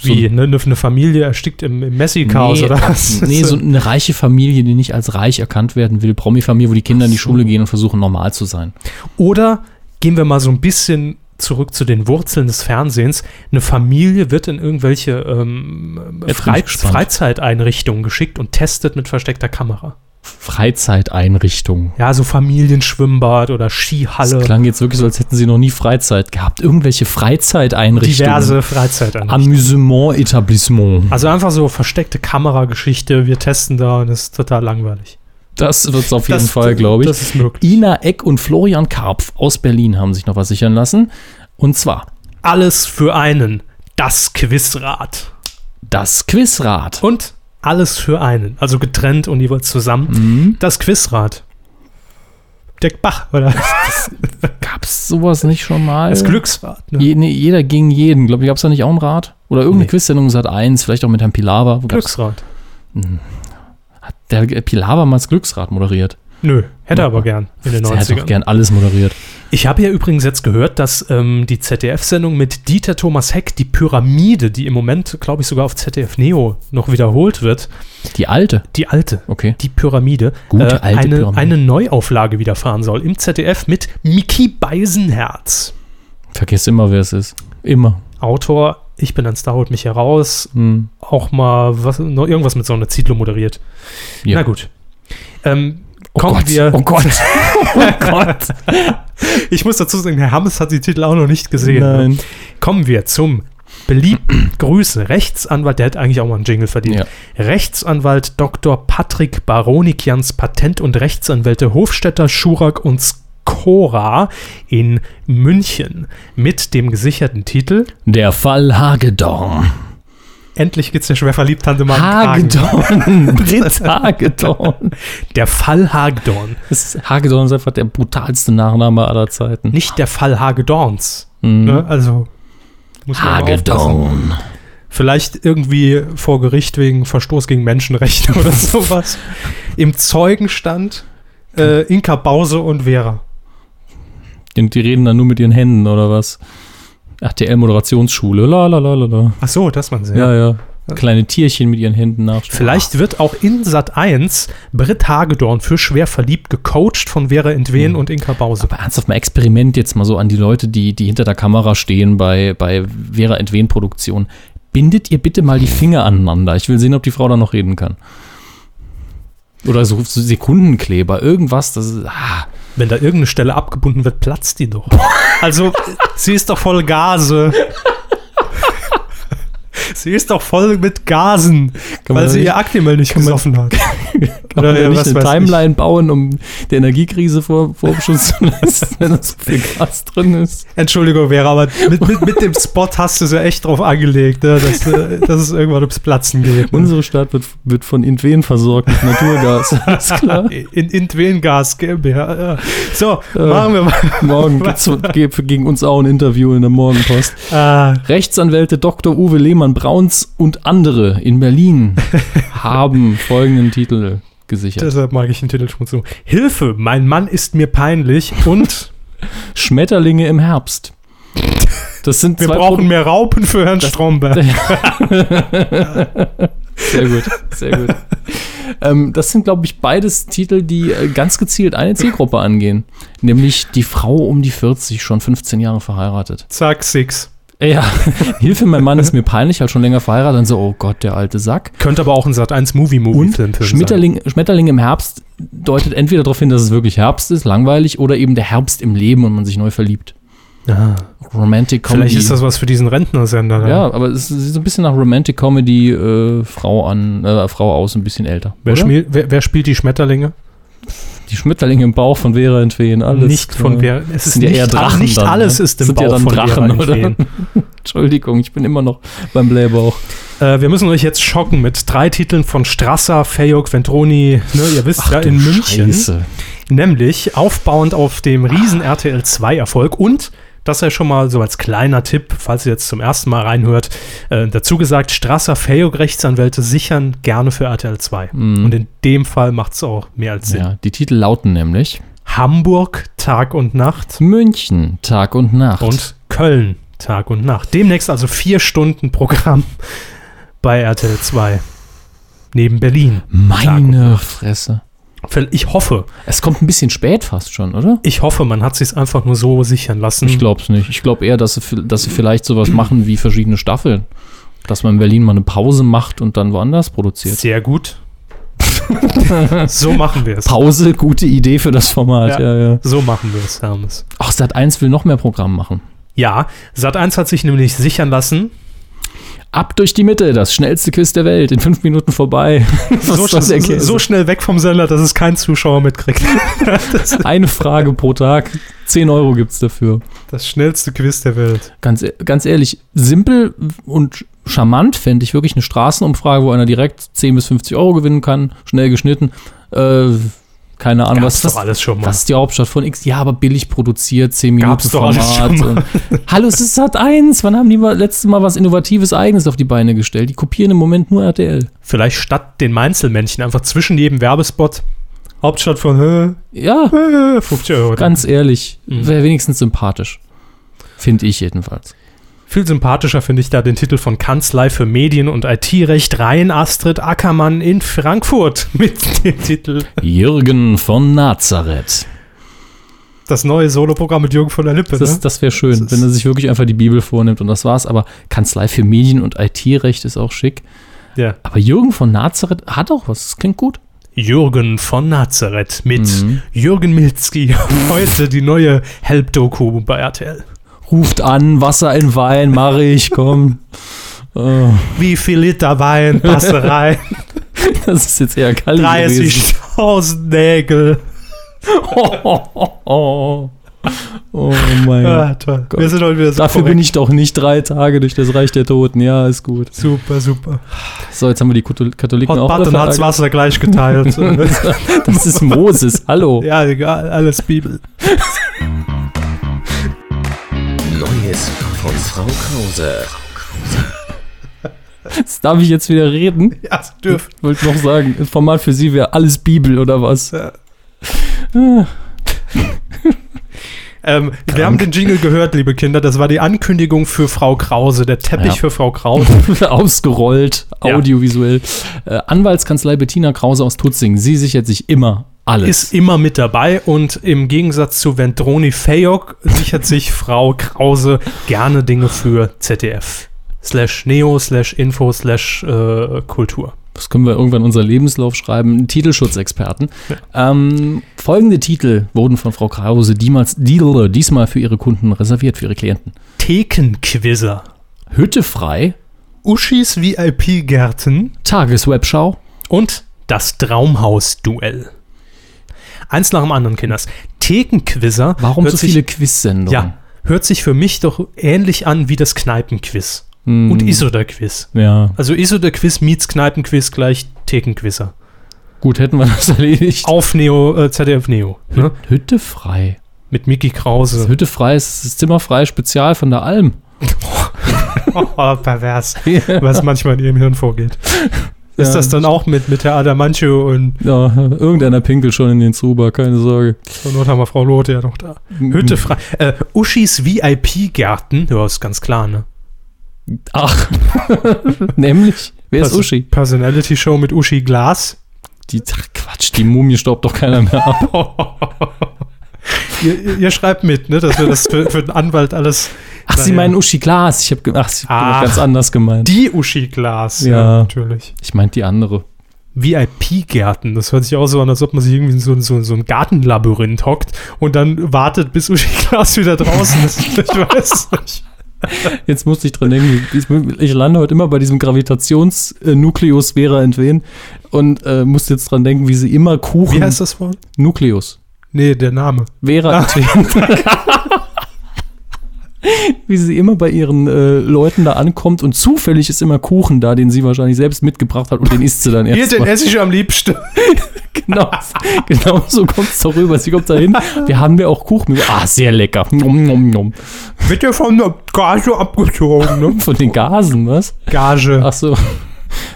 Speaker 1: so
Speaker 2: Wie, äh, ne, ne- eine Familie erstickt im, im Messi-Chaos
Speaker 1: nee,
Speaker 2: oder was?
Speaker 1: Nee, so eine reiche Familie, die nicht als reich erkannt werden will. Promi-Familie, wo die Kinder in die Schule gehen und versuchen, normal zu sein.
Speaker 2: oder gehen wir mal so ein bisschen zurück zu den Wurzeln des Fernsehens. Eine Familie wird in irgendwelche ähm,
Speaker 1: Jetzt bin
Speaker 2: Frei
Speaker 1: ich gespannt.
Speaker 2: Freizeiteinrichtungen geschickt und testet mit versteckter Kamera.
Speaker 1: Freizeiteinrichtung.
Speaker 2: Ja, so Familienschwimmbad oder
Speaker 1: Das
Speaker 2: Skihalle,
Speaker 1: klang jetzt wirklich so, als hätten sie noch nie Freizeit gehabt. Irgendwelche Freizeiteinrichtungen.
Speaker 2: diverse Freizeiteinrichtungen.
Speaker 1: Amüsement-Etablissement.
Speaker 2: Also einfach so versteckte Kamerageschichte, wir testen da und es ist total langweilig.
Speaker 1: Das wird's auf jeden Fall, glaube ich.
Speaker 2: Das ist möglich.
Speaker 1: Ina Eck und Florian Karpf aus Berlin haben sich noch was sichern lassen. Und zwar
Speaker 2: Alles für einen, das Quizrad.
Speaker 1: das Quizrad.
Speaker 2: Und alles für einen, also getrennt und jeweils zusammen.
Speaker 1: Mhm.
Speaker 2: Das Quizrad. Deck Bach, oder?
Speaker 1: Gab's sowas nicht schon mal?
Speaker 2: Das Glücksrad. Ne?
Speaker 1: Je, nee, jeder gegen jeden. Glaube ich, gab's da nicht auch ein Rad? Oder irgendeine
Speaker 2: Nee.
Speaker 1: Quizsendung Sat 1, vielleicht auch mit Herrn Pilawa. Wo gab's-
Speaker 2: Glücksrad.
Speaker 1: Hat der Pilawa mal das Glücksrad moderiert?
Speaker 2: Nö, hätte er aber
Speaker 1: Ja.
Speaker 2: gern in den
Speaker 1: Der hätte doch
Speaker 2: 90ern.
Speaker 1: gern alles moderiert.
Speaker 2: Ich habe ja übrigens jetzt gehört, dass ähm, die ZDF-Sendung mit Dieter Thomas Heck, die Pyramide, die im Moment, glaube ich, sogar auf ZDF Neo noch wiederholt wird,
Speaker 1: Die alte.
Speaker 2: die alte,
Speaker 1: Okay.
Speaker 2: die Pyramide, äh,
Speaker 1: Gute alte
Speaker 2: eine,
Speaker 1: Pyramide.
Speaker 2: eine Neuauflage widerfahren soll im ZDF mit Mickey Beisenherz.
Speaker 1: Vergiss immer, wer es ist. Immer.
Speaker 2: Autor, ich bin ein Star, holt mich heraus,
Speaker 1: Hm.
Speaker 2: auch mal was, noch irgendwas mit so einer Zitlo moderiert.
Speaker 1: Ja.
Speaker 2: Na gut. Ähm,
Speaker 1: Oh
Speaker 2: kommen
Speaker 1: Gott.
Speaker 2: wir.
Speaker 1: Oh Gott. oh Gott.
Speaker 2: Ich muss dazu sagen, Herr Hammes hat die Titel auch noch nicht gesehen.
Speaker 1: Nein.
Speaker 2: Kommen wir zum beliebten Grüße. Rechtsanwalt, der hätte eigentlich auch mal einen Jingle verdient.
Speaker 1: Ja.
Speaker 2: Rechtsanwalt Dr. Patrick Baronikians Patent- und Rechtsanwälte Hofstetter, Schurak und Skora in München mit dem gesicherten Titel
Speaker 1: Der Fall Hagedorn.
Speaker 2: Endlich geht's der schwerverliebten Tante mal einen Kragen.
Speaker 1: Hagedorn. Britt Hagedorn.
Speaker 2: Der Fall Hagedorn.
Speaker 1: Das ist- Hagedorn ist einfach der brutalste Nachname aller Zeiten.
Speaker 2: nicht der Fall Hagedorns.
Speaker 1: Mhm.
Speaker 2: Ne? Also muss man aufpassen.
Speaker 1: Hagedorn.
Speaker 2: Vielleicht irgendwie vor Gericht wegen Verstoß gegen Menschenrechte oder sowas. Im Zeugenstand äh, Inka Bause und Vera.
Speaker 1: Und die reden dann nur mit ihren Händen oder was? RTL-Moderationsschule. La la la la la.
Speaker 2: Ach so, das man sehr.
Speaker 1: Ja, ja. Kleine Tierchen mit ihren Händen nachstellen.
Speaker 2: Vielleicht wird auch in Sat 1 Britt Hagedorn für schwer verliebt gecoacht von Vera
Speaker 1: Mhm.
Speaker 2: Entwen und Inka Bause.
Speaker 1: Aber ernsthaft mal Experiment jetzt mal so an die Leute, die, die hinter der Kamera stehen bei, bei Vera Entwen Produktion. Bindet ihr bitte mal die Finger aneinander. Ich will sehen, ob die Frau da noch reden kann. Oder so, so Sekundenkleber, irgendwas, das ist, ah,
Speaker 2: Wenn da irgendeine Stelle abgebunden wird, platzt die doch. Also, sie ist doch voll Gase. sie ist doch voll mit Gasen,
Speaker 1: Kann man
Speaker 2: weil
Speaker 1: da
Speaker 2: sie
Speaker 1: nicht-
Speaker 2: ihr Aktimel nicht gesoffen hat.
Speaker 1: Kann
Speaker 2: Oder
Speaker 1: man ja
Speaker 2: ja,
Speaker 1: nicht
Speaker 2: was
Speaker 1: eine
Speaker 2: weiß ich.
Speaker 1: Timeline bauen, um der Energiekrise vor, Vorschuss zu leisten, wenn da so viel Gas drin ist.
Speaker 2: Entschuldigung, Vera, aber mit, mit, mit dem Spot hast du es ja echt drauf angelegt, ne, dass, äh, dass es irgendwann ums Platzen geht. ne?
Speaker 1: Unsere Stadt wird, wird von Intwen versorgt mit Naturgas. Alles klar.
Speaker 2: In, in Dwengas GmbH. Ja. So,
Speaker 1: Äh.
Speaker 2: machen wir mal.
Speaker 1: Morgen gibt's ge- gegen uns auch ein Interview in der Morgenpost.
Speaker 2: Ah,
Speaker 1: Rechtsanwälte Dr. Uwe Lehmann Brauns und andere in Berlin haben folgenden Titel gesichert.
Speaker 2: deshalb mag ich den Titel schon so. Hilfe, mein Mann ist mir peinlich und
Speaker 1: Schmetterlinge im Herbst. Das sind
Speaker 2: wir
Speaker 1: zwei
Speaker 2: brauchen
Speaker 1: Pro-
Speaker 2: mehr Raupen für Herrn Stromberg.
Speaker 1: Sehr gut, sehr gut. ähm, das sind, glaube ich, beides Titel, die äh, ganz gezielt eine Zielgruppe angehen. Nämlich die Frau um die 40, schon 15 Jahre verheiratet.
Speaker 2: Zack, Six.
Speaker 1: Ja, Hilfe, mein Mann ist mir peinlich, halt schon länger verheiratet. Und so, oh Gott, der alte Sack.
Speaker 2: Könnte aber auch ein Sat 1 Movie Movie
Speaker 1: Und
Speaker 2: Film Film
Speaker 1: Schmetterling, Schmetterling im Herbst deutet entweder darauf hin, dass es wirklich Herbst ist, langweilig, oder eben der Herbst im Leben und man sich neu verliebt.
Speaker 2: sein. Ah,
Speaker 1: Romantic Comedy.
Speaker 2: vielleicht ist das was für diesen Rentnersender. dann.
Speaker 1: ja, aber es sieht so ein bisschen nach Romantic Comedy äh, Frau an, äh, Frau aus, ein bisschen älter.
Speaker 2: Wer,
Speaker 1: oder?
Speaker 2: schmiel, wer, wer spielt die Schmetterlinge?
Speaker 1: Die Schmetterlinge im Bauch von Vera entwehen, alles.
Speaker 2: nicht von
Speaker 1: Vera.
Speaker 2: wer. Es
Speaker 1: sind ja eher Drachen
Speaker 2: Nicht
Speaker 1: dann, ne?
Speaker 2: alles ist im
Speaker 1: Sind
Speaker 2: Bauch
Speaker 1: ja dann
Speaker 2: von
Speaker 1: Drachen,
Speaker 2: Vera
Speaker 1: oder?
Speaker 2: entwehen.
Speaker 1: Entschuldigung, ich bin immer noch beim Blähbauch.
Speaker 2: Äh, wir müssen euch jetzt schocken mit drei Titeln von Strasser, Fayok, Ventroni, ne, ihr wisst ja, in München.
Speaker 1: Scheiße.
Speaker 2: Nämlich aufbauend auf dem riesen RTL 2 Erfolg und das ja schon mal so als kleiner Tipp, falls ihr jetzt zum ersten Mal reinhört, äh, dazu gesagt, Strasser, Fayok, Rechtsanwälte sichern gerne für RTL 2. Und in dem Fall macht es auch mehr als Sinn.
Speaker 1: Ja, die Titel lauten nämlich
Speaker 2: Hamburg, Tag und Nacht
Speaker 1: München, Tag und Nacht.
Speaker 2: und Köln, Tag und Nacht. Demnächst also vier Stunden Programm bei RTL 2. Neben Berlin.
Speaker 1: Mhm. meine Fresse.
Speaker 2: Ich hoffe,
Speaker 1: Es kommt ein bisschen spät fast schon, oder?
Speaker 2: ich hoffe, man hat sich einfach nur so sichern lassen.
Speaker 1: Ich glaub's nicht. Ich glaube eher, dass sie, vi- dass sie vielleicht sowas machen wie verschiedene Staffeln. Dass man in Berlin mal eine Pause macht und dann woanders produziert.
Speaker 2: Sehr gut. so machen wir es.
Speaker 1: Pause, gute Idee für das Format.
Speaker 2: Ja.
Speaker 1: Ja, ja.
Speaker 2: So machen wir es, Hermes.
Speaker 1: Ach, Sat1 will noch mehr Programm machen.
Speaker 2: Ja, Sat1 hat sich nämlich sichern lassen.
Speaker 1: Ab durch die Mitte, das schnellste Quiz der Welt, in fünf Minuten vorbei. Was
Speaker 2: So,
Speaker 1: ist das der
Speaker 2: so,
Speaker 1: Käse?
Speaker 2: so schnell weg vom Sender, dass es kein Zuschauer mitkriegt.
Speaker 1: Eine Frage pro Tag, 10 Euro gibt's dafür.
Speaker 2: Das schnellste Quiz der Welt.
Speaker 1: Ganz, e- ganz ehrlich, simpel und charmant fände ich wirklich eine Straßenumfrage, wo einer direkt 10 bis 50 Euro gewinnen kann, schnell geschnitten. Äh, keine Ahnung,
Speaker 2: Gab's
Speaker 1: was, was,
Speaker 2: doch alles schon mal.
Speaker 1: was ist die Hauptstadt von X? Ja, aber billig produziert, 10 Minuten
Speaker 2: Gab's doch alles schon mal.
Speaker 1: und- Hallo, es ist Sat 1. Wann haben die mal, letztes Mal was Innovatives Eigenes auf die Beine gestellt? Die kopieren im Moment nur RTL.
Speaker 2: Vielleicht statt den Mainzelmännchen einfach zwischen jedem Werbespot Hauptstadt von
Speaker 1: Ja,
Speaker 2: äh, Mhm. äh, 50 Euro.
Speaker 1: ganz ehrlich, wäre wenigstens sympathisch. Finde ich jedenfalls.
Speaker 2: Viel sympathischer finde ich da den Titel von Kanzlei für Medien und IT-Recht Rein Astrid Ackermann in Frankfurt mit dem Titel
Speaker 1: Jürgen von Nazareth.
Speaker 2: Das neue Soloprogramm mit Jürgen von der Lippe.
Speaker 1: Das,
Speaker 2: Ne?
Speaker 1: das wäre schön, wenn er sich wirklich einfach die Bibel vornimmt und das war's. Aber Kanzlei für Medien und IT-Recht ist auch schick.
Speaker 2: Ja.
Speaker 1: Aber Jürgen von Nazareth hat auch was. Das klingt gut.
Speaker 2: Jürgen von Nazareth mit
Speaker 1: Mhm.
Speaker 2: Jürgen Milzki. Heute die neue Help-Doku bei RTL.
Speaker 1: Ruft an, Wasser in Wein, mach ich, komm. Äh,
Speaker 2: Wie viel Liter Wein passe rein?
Speaker 1: das ist jetzt eher kalt.
Speaker 2: 30.000 Nägel.
Speaker 1: Oh, oh, oh. oh mein
Speaker 2: Ah,
Speaker 1: Gott.
Speaker 2: toll.
Speaker 1: Gott.
Speaker 2: Wir sind heute wieder so
Speaker 1: Dafür bin ich doch nicht drei Tage durch das Reich der Toten. Ja, ist gut.
Speaker 2: Super, super.
Speaker 1: So, jetzt haben wir die Kathol- Katholiken
Speaker 2: Hot
Speaker 1: auch.
Speaker 2: Button
Speaker 1: wieder
Speaker 2: hat's
Speaker 1: verärgert.
Speaker 2: Wasser gleich geteilt.
Speaker 1: das ist Moses, hallo.
Speaker 2: ja, egal, alles Bibel.
Speaker 3: Neues von Frau Krause.
Speaker 1: Jetzt darf ich jetzt wieder reden.
Speaker 2: Ja, es dürft.
Speaker 1: Ich wollte noch sagen, das Format für sie wäre alles Bibel oder was?
Speaker 2: Ja. Ähm, wir haben den Jingle gehört, liebe Kinder. Das war die Ankündigung für Frau Krause, der Teppich
Speaker 1: Ja.
Speaker 2: für Frau Krause.
Speaker 1: Ausgerollt,
Speaker 2: Ja.
Speaker 1: audiovisuell. Äh, Anwaltskanzlei Bettina Krause aus Tutzing. Sie sichert sich immer alles.
Speaker 2: ist immer mit dabei und im Gegensatz zu Ventroni Fayok sichert sich Frau Krause gerne Dinge für ZDF. Slash Neo, slash Info, slash äh, Kultur.
Speaker 1: das können wir irgendwann in unseren Lebenslauf schreiben, einen Titelschutzexperten. Ähm, folgende Titel wurden von Frau Krause diemals, die- diesmal für ihre Kunden reserviert, für ihre Klienten.
Speaker 2: Thekenquizzer.
Speaker 1: Hütte frei,
Speaker 2: Uschis VIP-Gärten
Speaker 1: Tageswebschau,
Speaker 2: und Das Traumhaus-Duell. Eins nach dem anderen, Kinders. Thekenquizzer.
Speaker 1: Warum
Speaker 2: hört
Speaker 1: so
Speaker 2: sich-
Speaker 1: viele Quiz-Sendungen?
Speaker 2: Ja, hört sich für mich doch ähnlich an wie das Kneipenquiz.
Speaker 1: Hm,
Speaker 2: Und Isoder-Quiz.
Speaker 1: ja.
Speaker 2: Also Isoder-Quiz meets Kneipenquiz gleich Thekenquizzer.
Speaker 1: Gut, hätten wir das erledigt.
Speaker 2: Auf Neo, äh, ZDF Neo. Ne?
Speaker 1: Hütte frei.
Speaker 2: Mit Mickey
Speaker 1: Das
Speaker 2: Krause.
Speaker 1: Hütte frei ist das Zimmer frei, Spezial von der Alm.
Speaker 2: Oh, pervers. Was manchmal in ihrem Hirn vorgeht. Ist
Speaker 1: Ja.
Speaker 2: das dann auch mit, mit der Adamancio und
Speaker 1: Ja, irgendeiner pinkelt schon in den Zuber, keine Sorge.
Speaker 2: zur Not haben wir Frau Loth ja noch da? Hütte frei. Äh, Uschis VIP-Garten. Ja, ist ganz klar, ne?
Speaker 1: Ach, nämlich, wer ist
Speaker 2: Person-
Speaker 1: Uschi?
Speaker 2: Personality-Show mit Uschi Glas.
Speaker 1: Die, ach Quatsch, die Mumie staubt doch keiner mehr ab.
Speaker 2: Ihr, ihr, ihr schreibt mit, ne? Dass wir das für, für den Anwalt alles.
Speaker 1: Ach, Sie
Speaker 2: Naja.
Speaker 1: meinen Uschi Glas. Ich habe ach, ich hab
Speaker 2: Ach.
Speaker 1: ganz anders gemeint.
Speaker 2: Die Uschi Glas.
Speaker 1: Ja.
Speaker 2: natürlich.
Speaker 1: Ich meinte die andere.
Speaker 2: VIP-Gärten. Das hört sich auch so an, als ob man sich irgendwie in so, ein- so, ein- so ein Gartenlabyrinth hockt und dann wartet, bis Uschi Glas wieder draußen ist. Ich weiß nicht.
Speaker 1: Jetzt musste ich dran denken, ich, ich lande heute immer bei diesem Gravitationsnukleus wäre entwehen und äh, musste jetzt dran denken, wie sie immer Kuchen.
Speaker 2: Wie heißt Ah. das Wort?
Speaker 1: Nukleus.
Speaker 2: Nee, der Name.
Speaker 1: Vera entwehen. wie sie immer bei ihren äh, Leuten da ankommt und zufällig ist immer Kuchen da, den sie wahrscheinlich selbst mitgebracht hat und den isst sie dann
Speaker 2: Hier,
Speaker 1: erst.
Speaker 2: den
Speaker 1: mal.
Speaker 2: esse ich am liebsten.
Speaker 1: Genau, genau so kommt es doch rüber. Sie kommt da hin. Wir haben ja auch Kuchen. Ah, sehr lecker. Nom, nom, nom.
Speaker 2: Wird ja von der Gage abgezogen, ne?
Speaker 1: Von den Gasen, was?
Speaker 2: Gage.
Speaker 1: Ach so.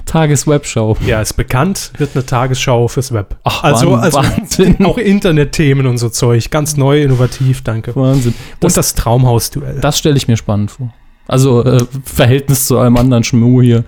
Speaker 1: Tageswebschau.
Speaker 2: Ja, ist bekannt, wird eine Tagesschau fürs Web.
Speaker 1: Ach,
Speaker 2: also,
Speaker 1: Wahn-
Speaker 2: also
Speaker 1: Wahnsinn.
Speaker 2: auch Internetthemen und so Zeug. Ganz neu, innovativ, danke.
Speaker 1: Wahnsinn. Das,
Speaker 2: und das Traumhausduell.
Speaker 1: das stelle ich mir spannend vor. Also äh, Verhältnis zu allem anderen Schmu hier.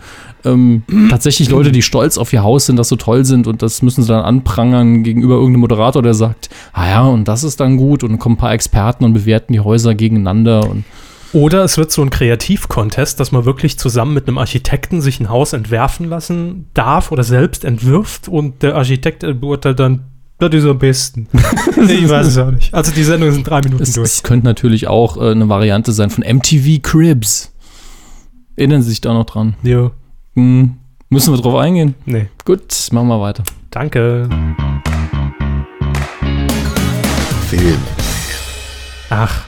Speaker 1: Ähm, tatsächlich Leute, die stolz auf ihr Haus sind, das so toll sind und das müssen sie dann anprangern gegenüber irgendeinem Moderator, der sagt, ah ja, und das ist dann gut und dann kommen ein paar Experten und bewerten die Häuser gegeneinander und
Speaker 2: Oder es wird so ein Kreativcontest, dass man wirklich zusammen mit einem Architekten sich ein Haus entwerfen lassen darf oder selbst entwirft und der Architekt beurteilt dann, das ist am besten. ich weiß es auch nicht. Also die Sendung sind drei Minuten
Speaker 1: Es,
Speaker 2: durch.
Speaker 1: es könnte natürlich auch äh, eine Variante sein von MTV Cribs. Erinnern Sie sich da noch dran?
Speaker 2: Jo.
Speaker 1: Hm. Müssen wir drauf eingehen?
Speaker 2: Nee.
Speaker 1: Gut, machen wir weiter.
Speaker 2: Danke.
Speaker 3: Film.
Speaker 2: Ach,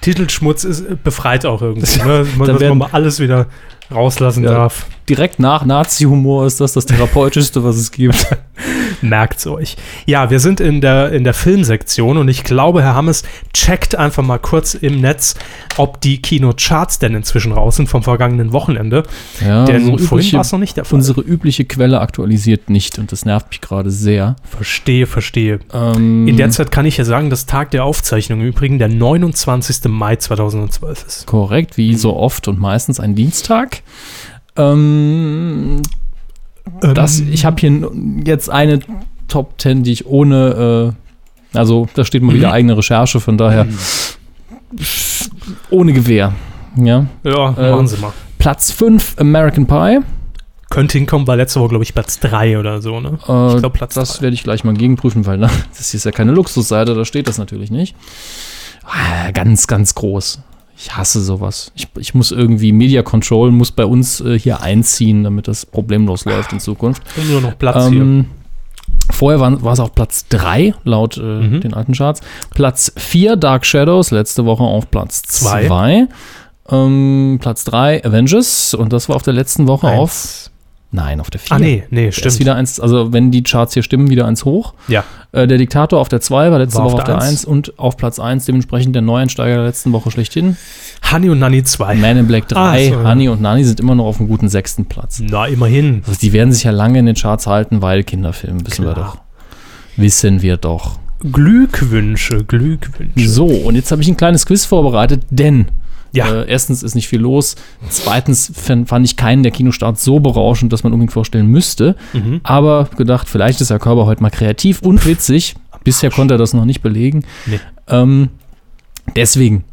Speaker 2: Titelschmutz ist, befreit auch irgendwie, ne? Man,
Speaker 1: Da
Speaker 2: dass
Speaker 1: werden-
Speaker 2: man mal alles wieder rauslassen
Speaker 1: Ja.
Speaker 2: darf.
Speaker 1: Direkt nach Nazi-Humor ist das das Therapeutischste, was es gibt.
Speaker 2: Merkt's euch. Ja, wir sind in der, in der Filmsektion und ich glaube, Herr Hammes, checkt einfach mal kurz im Netz, ob die Kinocharts denn inzwischen raus sind vom vergangenen Wochenende.
Speaker 1: Ja,
Speaker 2: denn
Speaker 1: unsere
Speaker 2: vorhin war
Speaker 1: übliche,
Speaker 2: es noch nicht der Fall.
Speaker 1: unsere übliche Quelle aktualisiert nicht und das nervt mich gerade sehr.
Speaker 2: verstehe, verstehe.
Speaker 1: Ähm,
Speaker 2: In der Zeit kann ich ja sagen, dass Tag der Aufzeichnung im Übrigen der 29. Mai 2012 ist.
Speaker 1: korrekt, wie so oft und meistens ein Dienstag. Ähm, Das, ich habe hier n- jetzt eine Top 10, die ich ohne, äh, also da steht mal
Speaker 2: Mhm.
Speaker 1: wieder eigene Recherche, von daher ohne Gewehr. Ja.
Speaker 2: Ja,
Speaker 1: äh,
Speaker 2: machen Sie mal.
Speaker 1: Platz 5, American Pie. Äh,
Speaker 2: Könnte hinkommen, war letzte Woche, glaube ich, Platz 3 oder so, ne?
Speaker 1: Äh,
Speaker 2: Ich glaub, Platz
Speaker 1: das
Speaker 2: drei.
Speaker 1: werde ich gleich mal gegenprüfen, weil na, das hier ist ja keine Luxusseite, da steht das natürlich nicht. Ah, ganz, ganz groß. Ich hasse sowas. Ich, ich muss irgendwie, Media Control muss bei uns äh, hier einziehen, damit das problemlos läuft in Zukunft.
Speaker 2: Nur noch Platz hier.
Speaker 1: Ähm, vorher waren- war es auf Platz 3 laut äh,
Speaker 2: Mhm.
Speaker 1: den alten Charts. Platz 4 Dark Shadows, letzte Woche auf Platz
Speaker 2: Zwei.
Speaker 1: 2. Ähm, Platz 3 Avengers und das war auf der letzten Woche auf.
Speaker 2: Eins.
Speaker 1: Nein, auf der 4.
Speaker 2: Ah, nee, nee,
Speaker 1: Stimmt. Ist
Speaker 2: stimmt.
Speaker 1: wieder eins, also wenn die Charts hier stimmen, wieder eins hoch.
Speaker 2: Ja.
Speaker 1: Äh, der Diktator auf der 2 war letzte
Speaker 2: War auf
Speaker 1: Woche auf
Speaker 2: der
Speaker 1: der
Speaker 2: Eins.
Speaker 1: 1 und auf Platz 1 dementsprechend der Neuensteiger der letzten Woche schlechthin.
Speaker 2: Honey und Nanny 2.
Speaker 1: Man in Black 3,
Speaker 2: Ah, so, ja.
Speaker 1: Honey und Nani sind immer noch auf einem guten sechsten Platz.
Speaker 2: Na, immerhin.
Speaker 1: Also die werden sich ja lange in den Charts halten, weil Kinderfilme, wissen wir
Speaker 2: Klar.
Speaker 1: doch. Wissen wir doch.
Speaker 2: Glückwünsche, Glückwünsche.
Speaker 1: So, und jetzt habe ich ein kleines Quiz vorbereitet, denn
Speaker 2: Ja.
Speaker 1: äh, erstens ist nicht viel los, zweitens fand, fand ich keinen der Kinostarts so berauschend, dass man unbedingt vorstellen müsste,
Speaker 2: Mhm.
Speaker 1: aber gedacht, vielleicht ist Herr Körber heute mal kreativ und witzig. Bisher konnte er das noch nicht belegen.
Speaker 2: Nee.
Speaker 1: Ähm, deswegen,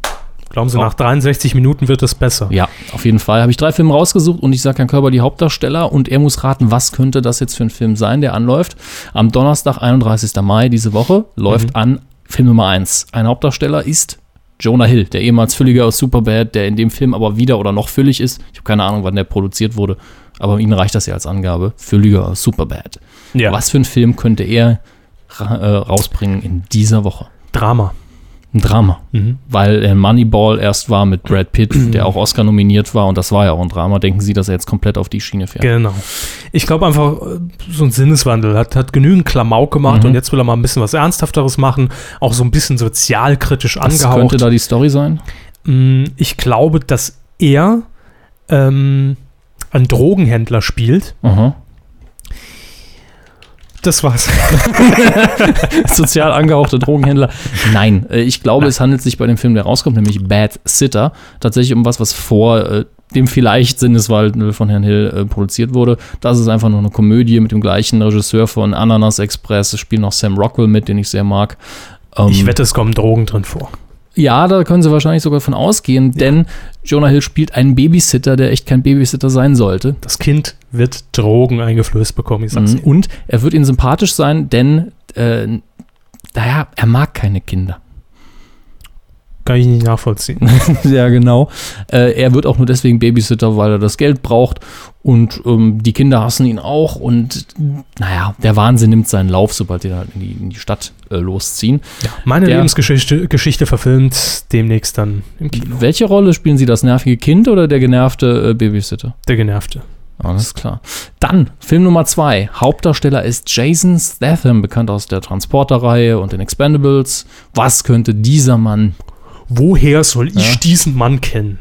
Speaker 2: Glauben Sie, nach 63 Minuten wird es besser.
Speaker 1: ja, auf jeden Fall habe ich drei Filme rausgesucht und ich sage Herrn Körber die Hauptdarsteller und er muss raten, was könnte das jetzt für ein Film sein, der anläuft. Am Donnerstag, 31. Mai diese Woche, läuft an Film Nummer 1. Ein Hauptdarsteller ist Jonah Hill, der ehemals Fülliger aus Superbad, der in dem Film aber wieder oder noch füllig ist. Ich habe keine Ahnung, wann der produziert wurde, aber Ihnen reicht das ja als Angabe. Fülliger aus Superbad.
Speaker 2: Ja.
Speaker 1: Was für einen Film könnte er ra äh, rausbringen in dieser Woche?
Speaker 2: Drama.
Speaker 1: Ein Drama. Weil äh, Moneyball erst war mit Brad Pitt, der auch Oscar nominiert war und das war ja auch ein Drama. Denken Sie, dass er jetzt komplett auf die Schiene fährt?
Speaker 2: Genau. Ich glaube einfach, äh, so ein Sinneswandel hat, hat genügend Klamauk gemacht
Speaker 1: Mhm.
Speaker 2: und jetzt will er mal ein bisschen was Ernsthafteres machen, auch so ein bisschen sozialkritisch
Speaker 1: Was
Speaker 2: angehaucht.
Speaker 1: könnte da die Story sein?
Speaker 2: Mm, Ich glaube, dass er ähm, einen Drogenhändler spielt.
Speaker 1: Aha.
Speaker 2: Das war's.
Speaker 1: Mhm. sozial angehauchte Drogenhändler. Nein, äh, ich glaube, es handelt sich bei dem Film, der rauskommt, nämlich Bad Sitter, tatsächlich um was, was vor äh, dem vielleicht Sinneswandel von Herrn Hill äh, produziert wurde. Das ist einfach nur eine Komödie mit dem gleichen Regisseur von Ananas Express. Es spielt noch Sam Rockwell mit, den ich sehr mag. Ähm,
Speaker 2: Ich wette, es kommen Drogen drin vor.
Speaker 1: ja, da können Sie wahrscheinlich sogar von ausgehen, denn Jonah Hill spielt einen Babysitter, der echt kein Babysitter sein sollte.
Speaker 2: Das Kind wird Drogen eingeflößt bekommen, ich sag's.
Speaker 1: Mhm. Und er wird ihnen sympathisch sein, denn äh, naja, er mag keine Kinder.
Speaker 2: Kann ich nicht nachvollziehen.
Speaker 1: Ja, genau. Äh, er wird auch nur deswegen Babysitter, weil er das Geld braucht. Und ähm, die Kinder hassen ihn auch. Und naja, der Wahnsinn nimmt seinen Lauf, sobald die da in die, in die Stadt äh, losziehen.
Speaker 2: Meine
Speaker 1: Der-
Speaker 2: Lebensgeschichte Geschichte verfilmt demnächst dann im Kino.
Speaker 1: Welche Rolle spielen Sie, das nervige Kind oder der genervte äh, Babysitter?
Speaker 2: Der Genervte.
Speaker 1: Alles klar. Dann Film Nummer zwei. Hauptdarsteller ist Jason Statham, bekannt aus der Transporter-Reihe und den Expendables. Was könnte dieser Mann?
Speaker 2: Woher soll ich
Speaker 1: Ja.
Speaker 2: diesen Mann kennen?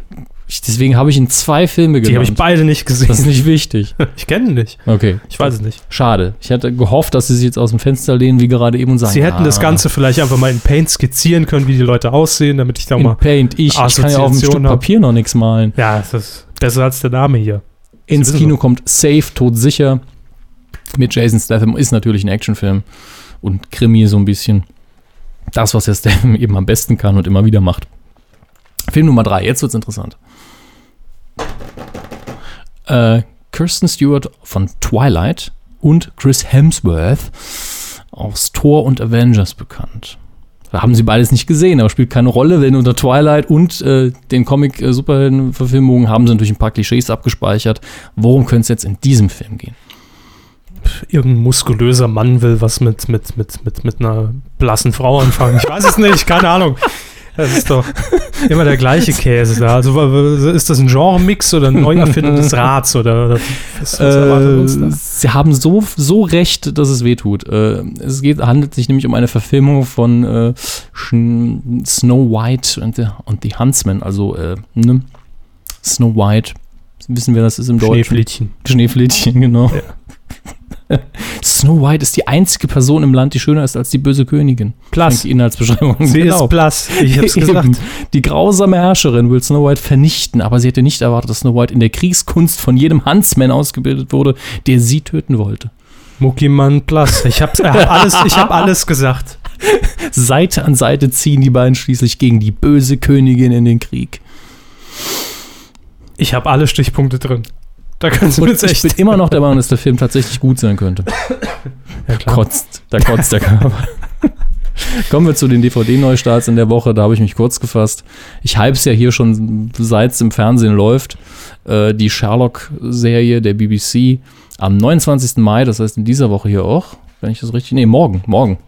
Speaker 1: Ich, deswegen habe ich in zwei Filme
Speaker 2: Die habe
Speaker 1: genannt.
Speaker 2: ich beide nicht
Speaker 1: das ist
Speaker 2: gesehen.
Speaker 1: nicht wichtig.
Speaker 2: Ich kenne ihn nicht.
Speaker 1: Okay.
Speaker 2: Ich weiß es nicht.
Speaker 1: Schade. Ich hatte gehofft, dass sie sich jetzt aus dem Fenster lehnen, wie gerade eben und sagen.
Speaker 2: Sie hätten das
Speaker 1: ah,
Speaker 2: Ganze vielleicht einfach mal in Paint skizzieren können, wie die Leute aussehen, damit ich da
Speaker 1: in
Speaker 2: mal.
Speaker 1: Paint. Ich, ich kann ja auf dem Stück
Speaker 2: Assoziation haben.
Speaker 1: Papier noch nichts malen.
Speaker 2: Ja, das ist besser als der Name hier.
Speaker 1: Ins
Speaker 2: wissen
Speaker 1: Kino kommt Safe, todsicher. Mit Jason Statham ist natürlich ein Actionfilm und Krimi so ein bisschen. Das, was der Statham eben am besten kann und immer wieder macht. Film Nummer drei. Jetzt wird's interessant. Äh, Kirsten Stewart von Twilight und Chris Hemsworth aus Thor und Avengers bekannt. Da haben sie beides nicht gesehen, aber spielt keine Rolle, denn unter Twilight und äh, den Comic-Superhelden-Verfilmungen haben sie natürlich ein paar Klischees abgespeichert. Worum könnte es jetzt in diesem Film gehen?
Speaker 2: Irgendein muskulöser Mann will was mit, mit, mit, mit, mit einer blassen Frau anfangen. Ich weiß es nicht, keine Ahnung. Das ist doch immer der gleiche Käse da. Also w- w- ist das ein Genre-Mix oder ein Neuerfinden des Rats oder, oder was, was erwartet uns da?
Speaker 1: sie haben so, so recht, dass es wehtut. Äh, es geht, handelt sich nämlich um eine Verfilmung von äh, Schn- Snow White und, the- und die Huntsman, also äh, ne? Snow White. Wissen wir, das ist im Deutschen.
Speaker 2: Schneeflittchen.
Speaker 1: Schneeflittchen, genau. Snow White ist die einzige Person im Land, die schöner ist als die böse Königin.
Speaker 2: Blass.
Speaker 1: Die Inhaltsbeschreibung. Genau.
Speaker 2: Sie ist blass. Ich hab's
Speaker 1: Eben.
Speaker 2: gesagt.
Speaker 1: Die grausame Herrscherin will Snow White vernichten, aber sie hätte nicht erwartet, dass Snow White in der Kriegskunst von jedem Huntsman ausgebildet wurde, der sie töten wollte.
Speaker 2: Muckimann blass. Ich hab's, er hat alles, ich hab alles gesagt.
Speaker 1: Seite an Seite ziehen die beiden schließlich gegen die böse Königin in den Krieg.
Speaker 2: Ich habe alle Stichpunkte drin. Da kannst du
Speaker 1: Und
Speaker 2: jetzt
Speaker 1: ich
Speaker 2: echt.
Speaker 1: bin immer noch der Meinung, dass der Film tatsächlich gut sein könnte.
Speaker 2: ja, klar.
Speaker 1: kotzt, da kotzt der Körper. Kommen wir zu den DVD-Neustarts in der Woche, da habe ich mich kurz gefasst. Ich hype's ja hier schon, seit es im Fernsehen läuft, äh, die Sherlock-Serie der BBC am 29. Mai, das heißt in dieser Woche hier auch, wenn ich das richtig, nee, morgen, morgen.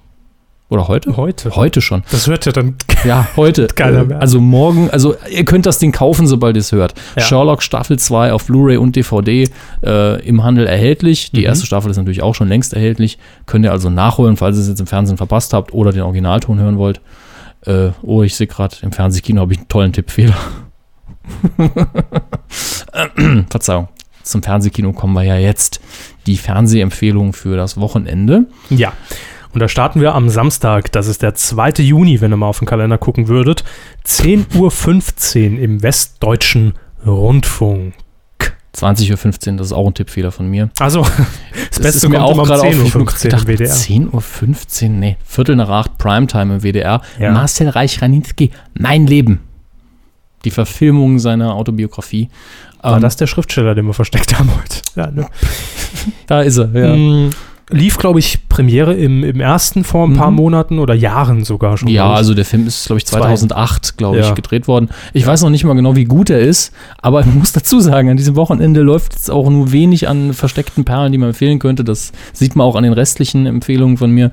Speaker 1: Oder heute?
Speaker 2: Heute.
Speaker 1: Heute schon.
Speaker 2: Das hört ja dann.
Speaker 1: Ja, heute.
Speaker 2: Keiner mehr.
Speaker 1: Äh, Also morgen, also ihr könnt das Ding kaufen, sobald ihr es hört.
Speaker 2: Ja.
Speaker 1: Sherlock Staffel 2 auf Blu-ray und DVD äh, im Handel erhältlich. Die
Speaker 2: Mhm.
Speaker 1: erste Staffel ist natürlich auch schon längst erhältlich. Könnt ihr also nachholen, falls ihr es jetzt im Fernsehen verpasst habt oder den Originalton hören wollt. Äh, oh, ich sehe gerade, im Fernsehkino habe ich einen tollen Tippfehler. Verzeihung. Zum Fernsehkino kommen wir ja jetzt. Die Fernsehempfehlung für das Wochenende.
Speaker 2: Ja. Und da starten wir am Samstag, das ist der 2. Juni, wenn ihr mal auf den Kalender gucken würdet. 10.15 Uhr im Westdeutschen Rundfunk.
Speaker 1: 20.15 Uhr, das ist auch ein Tippfehler von mir.
Speaker 2: Also, das Beste kommt immer um 10.15 Uhr im WDR.
Speaker 1: 10.15 Uhr, 15, nee, Viertel nach acht, Primetime im WDR.
Speaker 2: Ja.
Speaker 1: Marcel Reich-Ranitzky, Mein Leben. Die Verfilmung seiner Autobiografie.
Speaker 2: war
Speaker 1: Ähm,
Speaker 2: das der Schriftsteller, den wir versteckt haben heute? Ja, ne?
Speaker 1: da ist er, ja.
Speaker 2: Mm, lief, glaube ich, Premiere im, im ersten vor ein paar Monaten oder Jahren sogar schon.
Speaker 1: Mhm. Ja,
Speaker 2: glaub ich.
Speaker 1: also der Film ist, glaube ich, 2008, glaube ich,
Speaker 2: Ja.
Speaker 1: gedreht worden. Ich weiß noch nicht mal genau, wie gut er ist, aber ich muss dazu sagen, an diesem Wochenende läuft jetzt auch nur wenig an versteckten Perlen, die man empfehlen könnte. Das sieht man auch an den restlichen Empfehlungen von mir.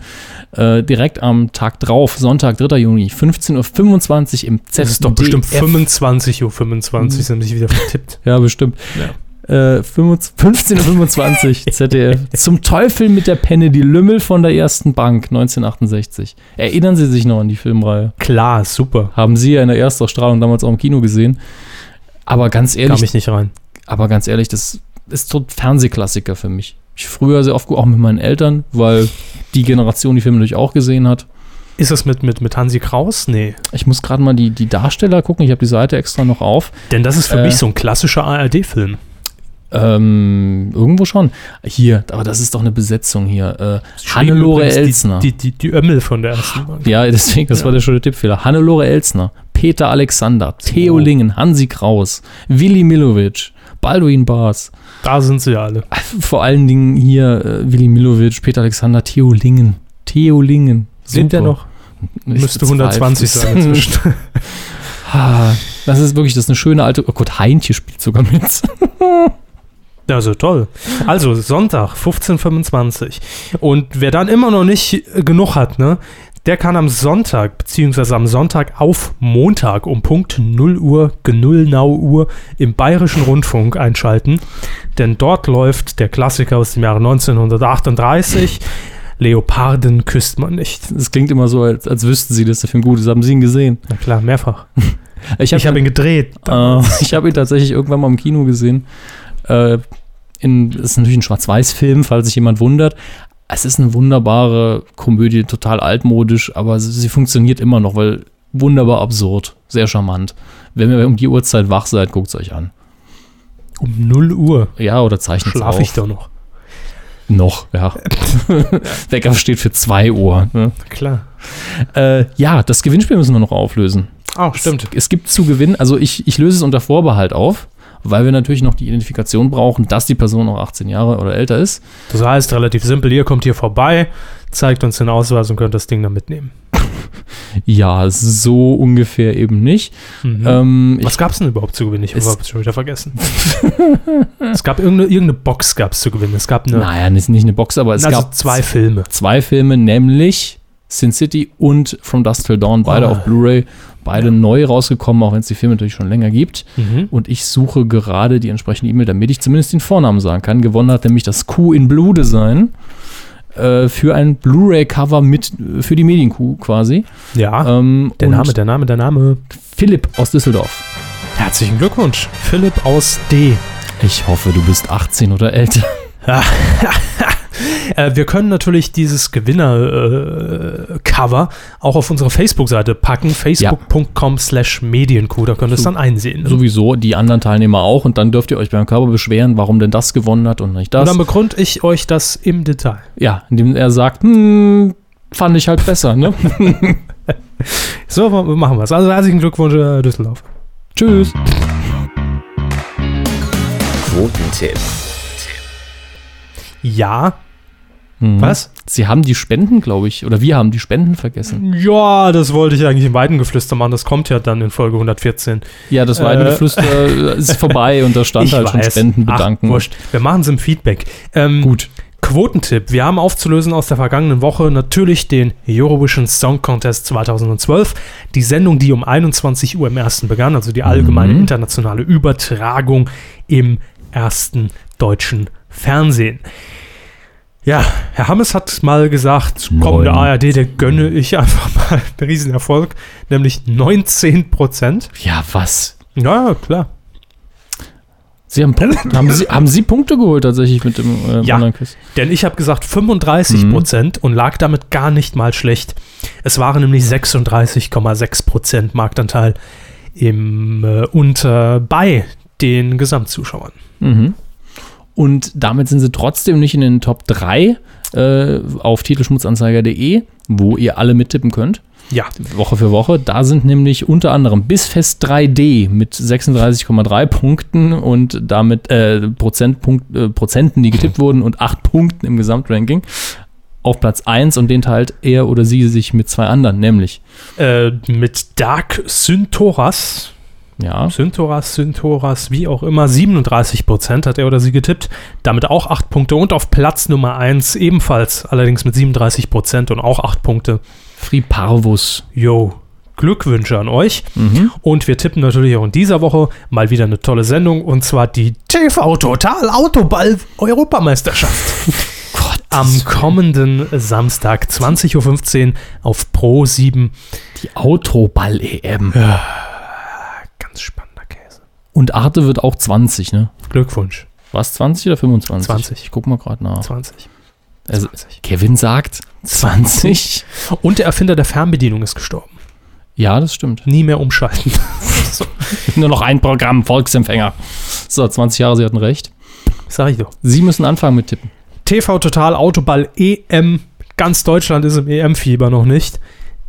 Speaker 1: Äh, direkt am Tag drauf, Sonntag, 3. Juni, 15.25 Uhr im ZDF.
Speaker 2: das ist doch bestimmt 25 Uhr 25 sind nicht wieder vertippt.
Speaker 1: Ja, bestimmt. Äh, 15.25 Uhr ZDF. Zum Teufel mit der Penne, die Lümmel von der ersten Bank, 1968. Erinnern Sie sich noch an die Filmreihe?
Speaker 2: Klar, super.
Speaker 1: haben sie ja in der Erstausstrahlung damals auch im Kino gesehen. Aber ganz
Speaker 2: Kam
Speaker 1: ehrlich,
Speaker 2: ich nicht rein.
Speaker 1: aber ganz ehrlich, das ist so ein Fernsehklassiker für mich. Ich früher sehr oft gu- auch mit meinen Eltern, weil die Generation die Filme natürlich auch gesehen hat.
Speaker 2: Ist das mit, mit, mit Hansi Kraus? Nee.
Speaker 1: Ich muss gerade mal die, die Darsteller gucken. Ich habe die Seite extra noch auf.
Speaker 2: Denn das ist für
Speaker 1: Äh.
Speaker 2: mich so ein klassischer ARD-Film.
Speaker 1: Ähm, irgendwo schon. Hier, aber das ist doch eine Besetzung hier. Äh, Hannelore Elsner.
Speaker 2: Die, die, die, die Ömmel von der ersten Bank.
Speaker 1: ja, deswegen, das war der schöne Tippfehler. Hannelore Elsner, Peter Alexander, Theo
Speaker 2: Genau.
Speaker 1: Lingen, Hansi Kraus, Willi Milovic, Balduin Baas,
Speaker 2: Da sind sie ja alle.
Speaker 1: Also Vor allen Dingen hier äh, Willi Milovic, Peter Alexander, Theo Lingen. Theo Lingen.
Speaker 2: Lebt
Speaker 1: Super.
Speaker 2: er noch?
Speaker 1: Ich
Speaker 2: Müsste
Speaker 1: bezweifle
Speaker 2: 120
Speaker 1: es.
Speaker 2: sein inzwischen.
Speaker 1: Ah, Das ist wirklich, das ist eine schöne alte. Oh Gott, Heintje spielt sogar mit.
Speaker 2: Also toll. Also Sonntag, 15.25. Und wer dann immer noch nicht äh, genug hat, ne, der kann am Sonntag, beziehungsweise am Sonntag auf Montag um Punkt 0 Uhr, genullnau Uhr im Bayerischen Rundfunk einschalten. Denn dort läuft der Klassiker aus dem Jahre 1938. Leoparden küsst man nicht.
Speaker 1: Das klingt immer so, als, als wüssten sie, dass der Film gut ist. Haben sie ihn gesehen?
Speaker 2: Na klar, mehrfach.
Speaker 1: Ich
Speaker 2: Ich habe ihn gedreht.
Speaker 4: Ah.
Speaker 1: Äh, ich habe ihn tatsächlich irgendwann mal im Kino gesehen. Äh, in, das ist natürlich ein Schwarz-Weiß-Film, falls sich jemand wundert. Es ist eine wunderbare Komödie, total altmodisch, aber sie, sie funktioniert immer noch, weil wunderbar absurd, sehr charmant. Wenn ihr um die Uhrzeit wach seid, guckt es euch an.
Speaker 2: Um 0 Uhr
Speaker 1: Ja, oder zeichnet es
Speaker 2: schlafe ich
Speaker 1: auf.
Speaker 2: doch noch.
Speaker 1: Noch, ja. Wecker steht für 2 Uhr. Ne?
Speaker 2: Klar.
Speaker 1: Äh, ja, das Gewinnspiel müssen wir noch auflösen.
Speaker 2: Ah,
Speaker 1: Es, es gibt zu gewinnen, also ich, ich löse es unter Vorbehalt auf, weil wir natürlich noch die Identifikation brauchen, dass die Person auch 18 Jahre oder älter ist.
Speaker 2: Das heißt, relativ simpel, ihr kommt hier vorbei, zeigt uns den Ausweis und könnt das Ding dann mitnehmen.
Speaker 1: Ja, so ungefähr eben nicht. Ähm, ich,
Speaker 2: Mhm. Was gab es denn überhaupt zu gewinnen? Ich
Speaker 1: Es-
Speaker 2: habe schon wieder vergessen. es gab irgendeine, irgendeine Box gab's zu gewinnen. Es gab eine,
Speaker 1: naja, das ist nicht eine Box, aber es
Speaker 2: also
Speaker 1: gab
Speaker 2: zwei Filme.
Speaker 1: zwei Filme, nämlich Sin City und From Dusk Till Dawn, beide
Speaker 2: Ah.
Speaker 1: auf Blu-ray, beide neu rausgekommen, auch wenn es die Filme natürlich schon länger gibt. Und ich suche gerade die entsprechende E-Mail, damit ich zumindest den Vornamen sagen kann. Gewonnen hat nämlich das Q in Blue Design äh, für ein Blu-ray-Cover mit äh, für die Medienkuh quasi.
Speaker 2: Ja,
Speaker 1: Ähm,
Speaker 2: der
Speaker 1: und
Speaker 2: Name, der Name, der Name.
Speaker 1: Philipp aus Düsseldorf.
Speaker 2: Herzlichen Glückwunsch, Philipp aus D.
Speaker 1: Ich hoffe, du bist 18 oder älter.
Speaker 2: Äh, wir können natürlich dieses Gewinner-Cover auch auf unsere Facebook-Seite packen, facebook.com slash Medienkuh, da könnt ihr es dann einsehen.
Speaker 1: Sowieso die anderen Teilnehmer auch. Und dann dürft ihr euch beim Cover beschweren, warum denn das gewonnen hat und nicht
Speaker 2: und
Speaker 1: das.
Speaker 2: dann begründe ich euch das im Detail.
Speaker 1: ja, indem er sagt, hm, fand ich halt besser, ne?
Speaker 2: So, w- machen wir's. Also herzlichen Glückwunsch, äh, Düsseldorf.
Speaker 1: Tschüss.
Speaker 3: Quotentipp.
Speaker 2: Ja.
Speaker 1: Mhm.
Speaker 2: Was?
Speaker 1: Sie haben die Spenden, glaube ich, oder wir haben die Spenden vergessen.
Speaker 2: Ja, das wollte ich eigentlich im Weidengeflüster machen. Das kommt ja dann in Folge 114.
Speaker 1: Ja, das
Speaker 2: Äh.
Speaker 1: Weidengeflüster äh, ist vorbei und da stand halt schon Spenden bedanken.
Speaker 2: Ach, wurscht. Wir machen's im Feedback. Ähm,
Speaker 1: Gut.
Speaker 2: Quotentipp. Wir haben aufzulösen aus der vergangenen Woche natürlich den Eurovision Song Contest 2012. Die Sendung, die um 21 Uhr im ersten begann, also die allgemeine
Speaker 1: Mhm.
Speaker 2: internationale Übertragung im ersten deutschen Fernsehen. Ja, Herr Hammes hat mal gesagt, komm, der ARD, der gönne ich einfach mal einen Riesenerfolg, nämlich 19 Prozent.
Speaker 1: Ja, was?
Speaker 2: Ja, klar.
Speaker 1: Sie haben, Punkte, haben, Sie, haben Sie Punkte geholt tatsächlich mit dem äh,
Speaker 2: Ja.
Speaker 1: Online-Quiz?
Speaker 2: Denn ich habe gesagt 35 Prozent und lag damit gar nicht mal schlecht. Es waren nämlich 36,6 Prozent Marktanteil im äh, unter bei den Gesamtzuschauern.
Speaker 1: Und damit sind Sie trotzdem nicht in den Top 3 äh, auf titelschmutzanzeiger.de, wo ihr alle mittippen könnt.
Speaker 2: Ja.
Speaker 1: Woche für Woche. Da sind nämlich unter anderem Bissfest 3D mit 36,3 Punkten und damit äh, Prozentpunkt, äh, Prozenten, die getippt wurden und 8 Punkten im Gesamtranking auf Platz 1 und den teilt er oder sie sich mit zwei anderen, nämlich
Speaker 2: Äh, mit Dark Syntoras.
Speaker 1: ja,
Speaker 2: Syntoras, Syntoras, wie auch immer, 37% hat er oder sie getippt. Damit auch 8 Punkte und auf Platz Nummer 1 ebenfalls, allerdings mit 37% und auch 8 Punkte.
Speaker 1: Free Parvus.
Speaker 2: Yo, Glückwünsche an euch. Und wir tippen natürlich auch in dieser Woche mal wieder eine tolle Sendung und zwar die TV Total Autoball Europameisterschaft. Am kommenden Samstag 20.15 Uhr auf Pro 7.
Speaker 1: Die Autoball-EM.
Speaker 2: Ganz spannender Käse.
Speaker 1: Und Arte wird auch 20, ne?
Speaker 2: Glückwunsch.
Speaker 1: Was, 20 oder 25?
Speaker 2: 20.
Speaker 1: Ich guck mal gerade nach.
Speaker 2: 20.
Speaker 1: Also,
Speaker 2: 20.
Speaker 1: Kevin sagt 20.
Speaker 2: Und der Erfinder der Fernbedienung ist gestorben.
Speaker 1: Ja, das stimmt.
Speaker 2: Nie mehr umschalten. so,
Speaker 1: Nur noch ein Programm, Volksempfänger. So, 20 Jahre, Sie hatten recht.
Speaker 2: sag ich doch.
Speaker 1: Sie müssen anfangen mit Tippen.
Speaker 2: TV Total Autoball EM. Ganz Deutschland ist im EM-Fieber noch nicht.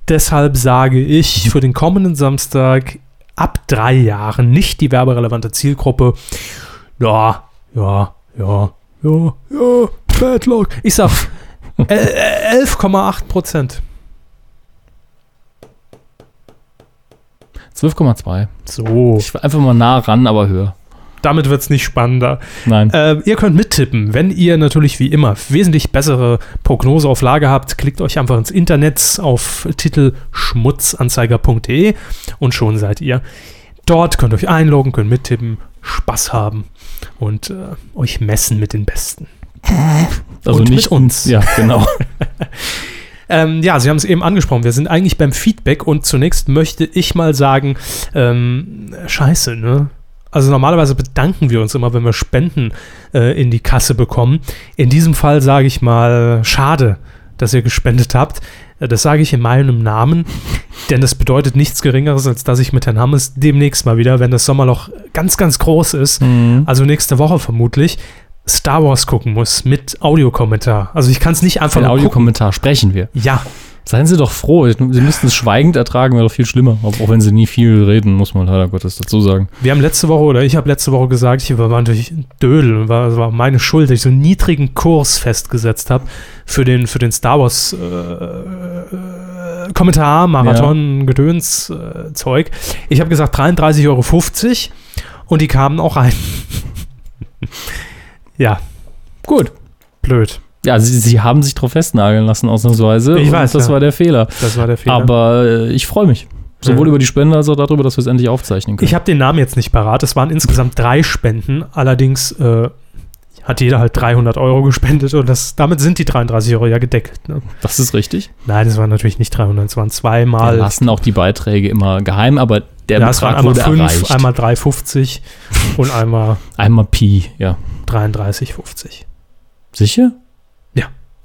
Speaker 2: Deshalb sage ich für den kommenden Samstag ab drei Jahren nicht die werberelevante Zielgruppe. Ja, ja, ja, ja, ja, Padlock. Ich sag äh, el- el- 11,8 Prozent.
Speaker 1: 12,2.
Speaker 2: So,
Speaker 1: Ich war einfach mal nah ran, aber höher.
Speaker 2: damit wird's nicht spannender.
Speaker 1: Nein.
Speaker 2: Äh, ihr könnt mittippen, wenn ihr natürlich wie immer wesentlich bessere Prognose auf Lage habt, klickt euch einfach ins Internet auf titelschmutzanzeiger.de und schon seid ihr dort, könnt euch einloggen, könnt mittippen, Spaß haben und äh, euch messen mit den Besten.
Speaker 1: also
Speaker 2: und
Speaker 1: nicht.
Speaker 2: mit uns.
Speaker 1: Ja, genau.
Speaker 2: Ähm, ja, Sie haben es eben angesprochen. Wir sind eigentlich beim Feedback und zunächst möchte ich mal sagen, ähm, scheiße, ne? Also normalerweise bedanken wir uns immer, wenn wir Spenden äh, in die Kasse bekommen. In diesem Fall sage ich mal, schade, dass ihr gespendet habt. Äh, Das sage ich in meinem Namen, denn das bedeutet nichts Geringeres, als dass ich mit Herrn Hammes demnächst mal wieder, wenn das Sommerloch ganz, ganz groß ist, also nächste Woche vermutlich, Star Wars gucken muss mit Audiokommentar. Also ich kann es nicht
Speaker 1: Von
Speaker 2: einfach nur gucken.
Speaker 1: Audiokommentar sprechen wir.
Speaker 2: Ja,
Speaker 1: Seien Sie doch froh. Sie müssten es schweigend ertragen, wäre doch viel schlimmer. Auch auch wenn Sie nie viel reden, muss man leider Gottes dazu sagen.
Speaker 2: Wir haben letzte Woche oder ich habe letzte Woche gesagt, ich war natürlich ein Dödel, war, das war meine Schuld, dass ich so einen niedrigen Kurs festgesetzt habe für den, für den Star Wars äh, Kommentar, Marathon, Gedöns äh, Zeug. Ich habe gesagt 33,50 Euro und die kamen auch rein. ja,
Speaker 1: Gut.
Speaker 2: blöd.
Speaker 1: Ja, sie, sie haben sich drauf festnageln lassen, ausnahmsweise.
Speaker 2: Ich
Speaker 1: Und
Speaker 2: weiß,
Speaker 1: Das
Speaker 2: ja.
Speaker 1: war der Fehler.
Speaker 2: Das war der Fehler.
Speaker 1: Aber äh, ich freue mich. Sowohl
Speaker 2: Ja.
Speaker 1: über die Spende als auch darüber, dass wir es endlich aufzeichnen können.
Speaker 2: Ich habe den Namen jetzt nicht parat. Es waren insgesamt drei Spenden. Allerdings äh, hat jeder halt 300 Euro gespendet und das, damit sind die 33 Euro ja gedeckelt. Ne?
Speaker 1: das ist richtig.
Speaker 2: Nein, es waren natürlich nicht 300, es waren
Speaker 1: Wir
Speaker 2: zweimal.
Speaker 1: lassen auch die Beiträge immer geheim, aber der
Speaker 2: ja, es waren
Speaker 1: Betrag
Speaker 2: einmal
Speaker 1: wurde
Speaker 2: 5,
Speaker 1: erreicht.
Speaker 2: einmal 3,50 und einmal
Speaker 1: einmal Pi, ja.
Speaker 2: 33,50.
Speaker 1: Sicher?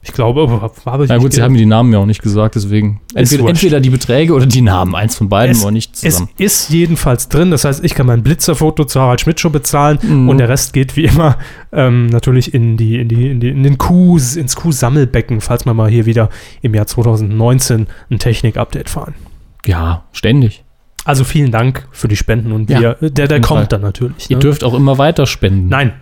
Speaker 2: Ich glaube, aber habe ich
Speaker 1: Na
Speaker 2: nicht
Speaker 1: gut, sie
Speaker 2: ge-
Speaker 1: haben mir die Namen ja auch nicht gesagt, deswegen.
Speaker 2: Ist
Speaker 1: Entweder,
Speaker 2: wurscht.
Speaker 1: entweder die Beträge oder die Namen. Eins von beiden,
Speaker 2: Es-
Speaker 1: aber nicht
Speaker 2: es
Speaker 1: zusammen.
Speaker 2: ist jedenfalls drin, das heißt, ich kann mein Blitzerfoto zu Harald Schmidt schon bezahlen
Speaker 1: Mhm.
Speaker 2: und der Rest geht wie immer ähm, natürlich in die, in die, in die, in den Kuh, ins Kuh-Sammelbecken, falls wir mal hier wieder im Jahr 2019 ein Technik-Update fahren.
Speaker 1: ja, ständig.
Speaker 2: Also vielen Dank für die Spenden und
Speaker 1: Ja,
Speaker 2: wir, der, der
Speaker 1: jeden Fall.
Speaker 2: kommt dann natürlich.
Speaker 1: Ihr
Speaker 2: ne?
Speaker 1: dürft auch immer weiter spenden.
Speaker 2: Nein.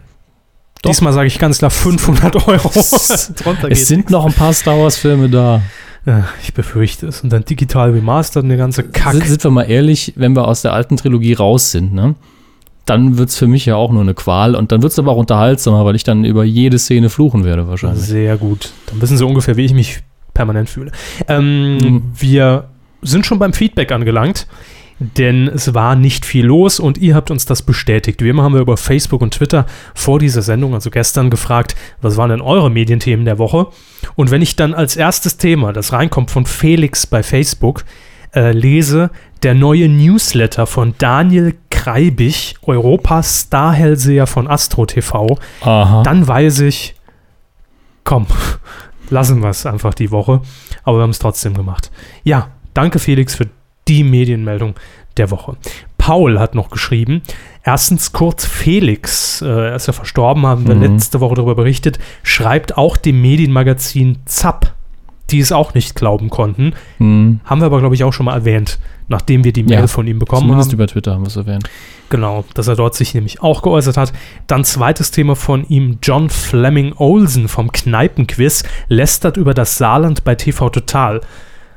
Speaker 1: Doch.
Speaker 2: Diesmal sage ich ganz klar 500 Euro. Drunter
Speaker 1: es sind noch ein paar Star Wars-Filme da.
Speaker 2: Ja, äh, ich befürchte es. Und dann digital remastert und der ganze Kack.
Speaker 1: Sind, sind wir mal ehrlich, wenn wir aus der alten Trilogie raus sind, ne? Dann wird es für mich ja auch nur eine Qual und dann wird es aber auch unterhaltsamer, weil ich dann über jede Szene fluchen werde wahrscheinlich.
Speaker 2: Sehr gut. Dann wissen Sie ungefähr, wie ich mich permanent fühle. Ähm,
Speaker 1: Mhm.
Speaker 2: Wir sind schon beim Feedback angelangt, denn es war nicht viel los und ihr habt uns das bestätigt. Wie immer haben wir über Facebook und Twitter vor dieser Sendung, also gestern, gefragt, was waren denn eure Medienthemen der Woche? Und wenn ich dann als erstes Thema, das reinkommt von Felix bei Facebook, äh, lese, der neue Newsletter von Daniel Kreibich, Europas Starhellseher von Astro TV,
Speaker 1: Aha.
Speaker 2: dann weiß ich, komm, lassen wir es einfach die Woche. Aber wir haben es trotzdem gemacht. Ja, danke Felix für die Medienmeldung der Woche. Paul hat noch geschrieben, erstens kurz Felix, äh, er ist ja verstorben, haben wir
Speaker 1: Mhm.
Speaker 2: letzte Woche darüber berichtet, schreibt auch dem Medienmagazin ZAP die es auch nicht glauben konnten. Haben wir aber, glaube ich, auch schon mal erwähnt, nachdem wir die Mail
Speaker 1: Mhm. Ja,
Speaker 2: von ihm bekommen
Speaker 1: Zumindest
Speaker 2: haben.
Speaker 1: über Twitter haben wir es erwähnt.
Speaker 2: Genau, dass er dort sich nämlich auch geäußert hat. Dann zweites Thema von ihm, John Fleming Olsen vom Kneipenquiz lästert über das Saarland bei TV Total.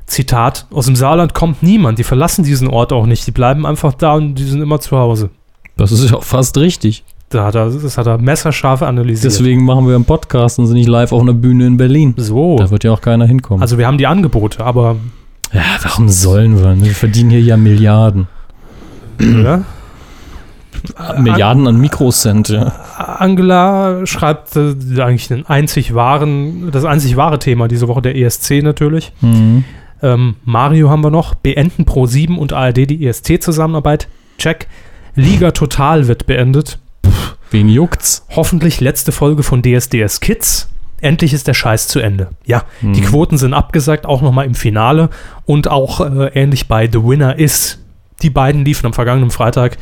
Speaker 2: Zitat, aus dem Saarland kommt niemand, die verlassen diesen Ort auch nicht, die bleiben einfach da und die sind immer zu Hause.
Speaker 1: Das ist ja auch fast richtig.
Speaker 2: Da hat er, das hat er messerscharf analysiert.
Speaker 1: Deswegen machen wir einen Podcast und sind nicht live auf einer Bühne in Berlin.
Speaker 2: so,
Speaker 1: Da wird ja auch keiner hinkommen.
Speaker 2: also wir haben die Angebote, aber Also-
Speaker 1: ja, warum sollen wir? ne? Wir verdienen hier ja Milliarden.
Speaker 2: oder?
Speaker 1: Milliarden an Mikrocent, ja.
Speaker 2: Angela schreibt äh, eigentlich den einzig wahren, das einzig wahre Thema diese Woche, der ESC natürlich.
Speaker 1: Mhm.
Speaker 2: Ähm, Mario haben wir noch. Beenden Pro 7 und ARD die E ESC-Zusammenarbeit. Check. Liga Total wird beendet.
Speaker 1: Wen juckt's?
Speaker 2: Hoffentlich letzte Folge von DSDS Kids. Endlich ist der Scheiß zu Ende. Ja,
Speaker 1: Mhm.
Speaker 2: die Quoten sind abgesagt, auch nochmal im Finale und auch äh, ähnlich bei The Winner ist. Die beiden liefen am vergangenen Freitag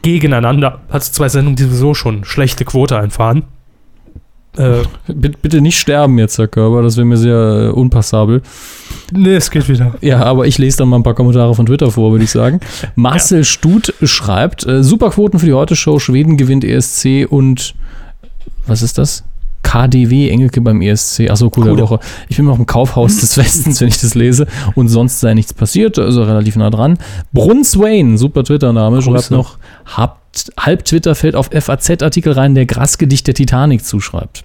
Speaker 2: gegeneinander. Hat zwei Sendungen, die sowieso schon schlechte Quote einfahren. Äh,
Speaker 1: B bitte nicht sterben jetzt, Herr Körber, das wäre mir sehr äh, unpassabel.
Speaker 2: nee, es geht wieder.
Speaker 1: Ja, aber ich lese dann mal ein paar Kommentare von Twitter vor, würde ich sagen. Marcel Stut schreibt, äh, super Quoten für die Heute-Show, Schweden gewinnt ESC und was ist das? KDW, Engelke beim E ESC. Achso, coole
Speaker 2: Coole.
Speaker 1: Woche. Ich bin noch im Kaufhaus des Westens, wenn ich das lese. Und sonst sei nichts passiert, also relativ nah dran. Brunswain, super Twitter-Name, schreibt
Speaker 2: Grüße.
Speaker 1: noch, habt, halb Twitter fällt auf FAZ-Artikel rein, der Graskedicht der Titanic zuschreibt.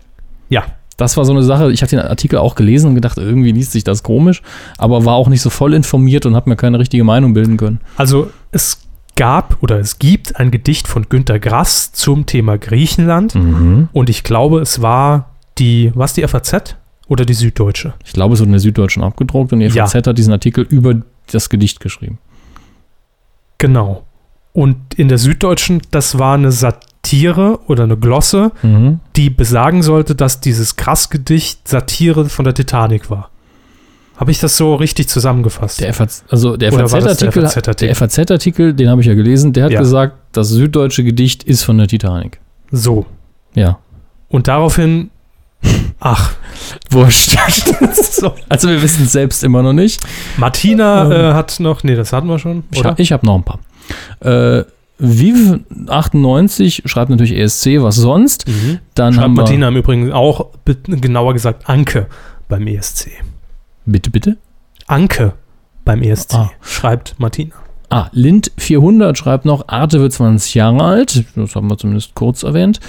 Speaker 2: Ja,
Speaker 1: Das war so eine Sache, ich habe den Artikel auch gelesen und gedacht, irgendwie liest sich das komisch, aber war auch nicht so voll informiert und habe mir keine richtige Meinung bilden können.
Speaker 2: also es gab oder es gibt ein Gedicht von Günter Grass zum Thema Griechenland
Speaker 1: Hm.
Speaker 2: und ich glaube, es war die, was die FAZ oder die Süddeutsche?
Speaker 1: Ich glaube, es wurde in der Süddeutschen abgedruckt und die
Speaker 2: Ja.
Speaker 1: FAZ hat diesen Artikel über das Gedicht geschrieben.
Speaker 2: Genau. Und in der Süddeutschen, das war eine Satire oder eine Glosse, die besagen sollte, dass dieses Krass-Gedicht Satire von der Titanic war. Habe ich das so richtig zusammengefasst?
Speaker 1: Der FAZ, also der
Speaker 2: Oder war das der
Speaker 1: FAZ-Artikel,
Speaker 2: FAZ-Artikel?
Speaker 1: der FAZ-Artikel, den habe ich ja gelesen, der hat
Speaker 2: Ja.
Speaker 1: gesagt, das süddeutsche Gedicht ist von der Titanic.
Speaker 2: so.
Speaker 1: Ja.
Speaker 2: Und daraufhin, ach,
Speaker 1: Wurscht.
Speaker 2: so.
Speaker 1: Also wir wissen es selbst immer noch nicht.
Speaker 2: Martina äh, hat noch, nee, das hatten wir schon,
Speaker 1: Ähm. Ich,
Speaker 2: oder?
Speaker 1: hab- ich habe noch ein paar. Äh, Viv98 schreibt natürlich ESC, was sonst. Dann
Speaker 2: Mhm. Schreibt
Speaker 1: haben wir,
Speaker 2: Martina im Übrigen auch, be- genauer gesagt, Anke beim ESC.
Speaker 1: Bitte, bitte?
Speaker 2: Anke beim ESC,
Speaker 1: Ah.
Speaker 2: schreibt Martina.
Speaker 1: Ah, Lind400 schreibt noch, Arte wird 20 Jahre alt. Das haben wir zumindest kurz erwähnt.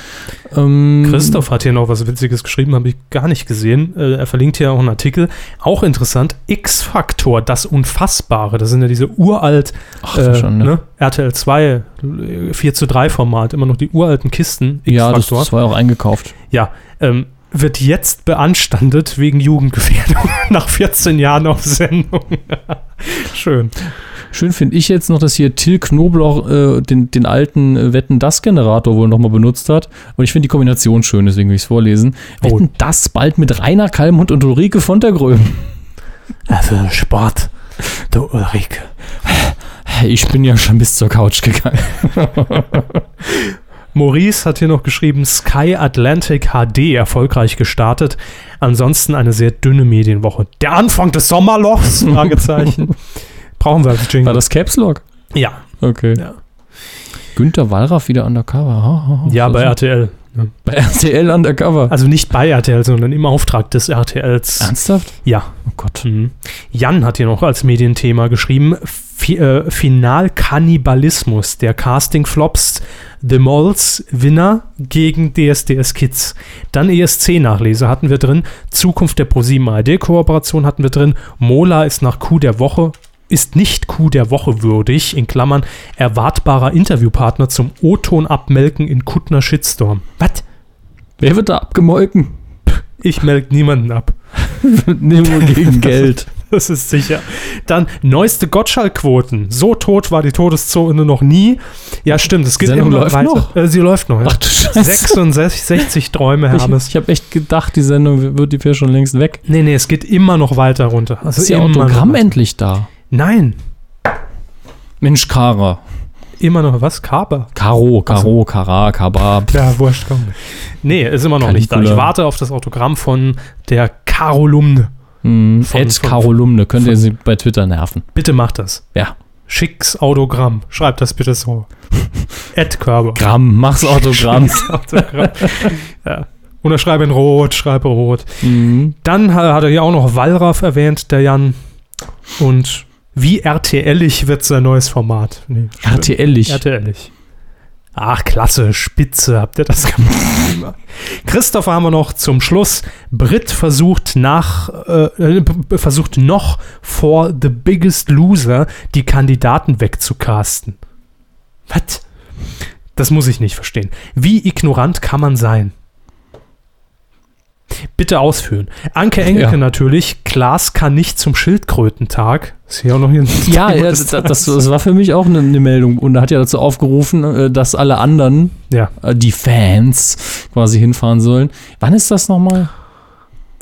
Speaker 1: Ähm,
Speaker 2: Christoph hat hier noch was Witziges geschrieben, habe ich gar nicht gesehen. Äh, er verlinkt hier auch einen Artikel. Auch interessant, X-Faktor, das Unfassbare. Das sind ja diese uralt
Speaker 1: Ach,
Speaker 2: äh,
Speaker 1: schon, ne?
Speaker 2: ne? RTL 2, äh, 4 zu 3 Format, immer noch die uralten Kisten.
Speaker 1: Ja, das, das war ja auch eingekauft.
Speaker 2: Ja, ähm, wird jetzt beanstandet wegen Jugendgefährdung nach 14 Jahren auf Sendung. Schön.
Speaker 1: Schön finde ich jetzt noch, dass hier Till Knobloch äh, den, den alten äh, Wetten-Das-Generator wohl nochmal benutzt hat. Und ich finde die Kombination schön, deswegen will ich es vorlesen.
Speaker 2: Oh.
Speaker 1: Wetten-Das bald mit Rainer Kalmund und Ulrike von der Gröben.
Speaker 2: Also Sport, du Ulrike.
Speaker 1: Ich bin ja schon bis zur Couch gegangen.
Speaker 2: Maurice hat hier noch geschrieben, Sky Atlantic HD erfolgreich gestartet. Ansonsten eine sehr dünne Medienwoche. Der Anfang des Sommerlochs? Fragezeichen. Brauchen wir als
Speaker 1: War
Speaker 2: Jingle.
Speaker 1: das Caps Lock?
Speaker 2: Ja,
Speaker 1: Okay.
Speaker 2: Ja.
Speaker 1: Günther Wallraff wieder undercover. Ha, ha, ha.
Speaker 2: ja
Speaker 1: Was
Speaker 2: bei
Speaker 1: ist-
Speaker 2: RTL.
Speaker 1: bei RTL undercover.
Speaker 2: Also nicht bei RTL, sondern im Auftrag des RTLs.
Speaker 1: Ernsthaft?
Speaker 2: Ja.
Speaker 1: Oh Gott.
Speaker 2: Mhm. Jan hat hier noch als Medienthema geschrieben, Fi äh, Final-Kannibalismus der Casting-Flops The Malls Winner gegen DSDS Kids. Dann E ESC-Nachlese hatten wir drin, Zukunft der ProSieben-ARD-Kooperation hatten wir drin, Mola ist nach Coup der Woche ist nicht Coup der Woche würdig, in Klammern erwartbarer Interviewpartner zum O-Ton abmelken in Kuttner Shitstorm. Was?
Speaker 1: Wer wird da abgemolken?
Speaker 2: Ich melk niemanden ab.
Speaker 1: Nemo gegen Geld.
Speaker 2: Das ist sicher. Dann neueste Gottschalk-Quoten. So tot war die Todeszone noch nie. Ja, stimmt. Es geht
Speaker 1: Sendung
Speaker 2: immer
Speaker 1: läuft
Speaker 2: weiter.
Speaker 1: noch?
Speaker 2: Äh, sie läuft noch. Ja.
Speaker 1: Ach du Scheiße.
Speaker 2: 66 Träume,
Speaker 1: Ich,
Speaker 2: Hermes.
Speaker 1: ich habe echt gedacht, die Sendung wird die wäre schon längst weg.
Speaker 2: Nee, nee, es geht immer noch weiter runter. Also
Speaker 1: Ist ihr
Speaker 2: immer noch
Speaker 1: Autogramm
Speaker 2: weiter.
Speaker 1: endlich da?
Speaker 2: Nein,
Speaker 1: Mensch, Kara.
Speaker 2: immer noch was? Kaper.
Speaker 1: Karo, Karo, Kara, Kaba.
Speaker 2: Ja, wurscht, komm. Nee, ist immer noch nicht da. Ich
Speaker 1: Caligula.
Speaker 2: warte auf das Autogramm von der Karolumne.
Speaker 1: Mm,
Speaker 2: Von-
Speaker 1: Eds
Speaker 2: von-
Speaker 1: Karolumne, könnt ihr sie bei Twitter nerven.
Speaker 2: Bitte macht das.
Speaker 1: Ja.
Speaker 2: Schick's Autogramm. Schreibt das bitte so. Ed Körber.
Speaker 1: Gramm, mach's Autogramm.
Speaker 2: Autogramm. ja. Unterschreibe in Rot, schreibe Rot.
Speaker 1: Mhm.
Speaker 2: Dann ha- hat er hier auch noch Wallraff erwähnt, der Jan. Und wie RTL-ig wird sein neues Format? Nee,
Speaker 1: RTL-ig.
Speaker 2: RTL-ig. Ach, klasse, spitze, habt ihr das gemacht? Christopher haben wir noch zum Schluss. Brit versucht nach, äh, äh, b- b- versucht noch vor The Biggest Loser die Kandidaten wegzucasten. Was? Das muss ich nicht verstehen. Wie ignorant kann man sein? Bitte ausführen. Anke Engelke
Speaker 1: Ja.
Speaker 2: natürlich. Klaas kann nicht zum Schildkrötentag. Ist hier auch noch hier ein
Speaker 1: Ja,
Speaker 2: Thema
Speaker 1: ja
Speaker 2: des
Speaker 1: das, das,
Speaker 2: Tages.
Speaker 1: das war für mich auch eine, eine Meldung. Und er hat ja dazu aufgerufen, äh, dass alle anderen,
Speaker 2: Ja.
Speaker 1: äh, die Fans, quasi hinfahren sollen. Wann ist das nochmal?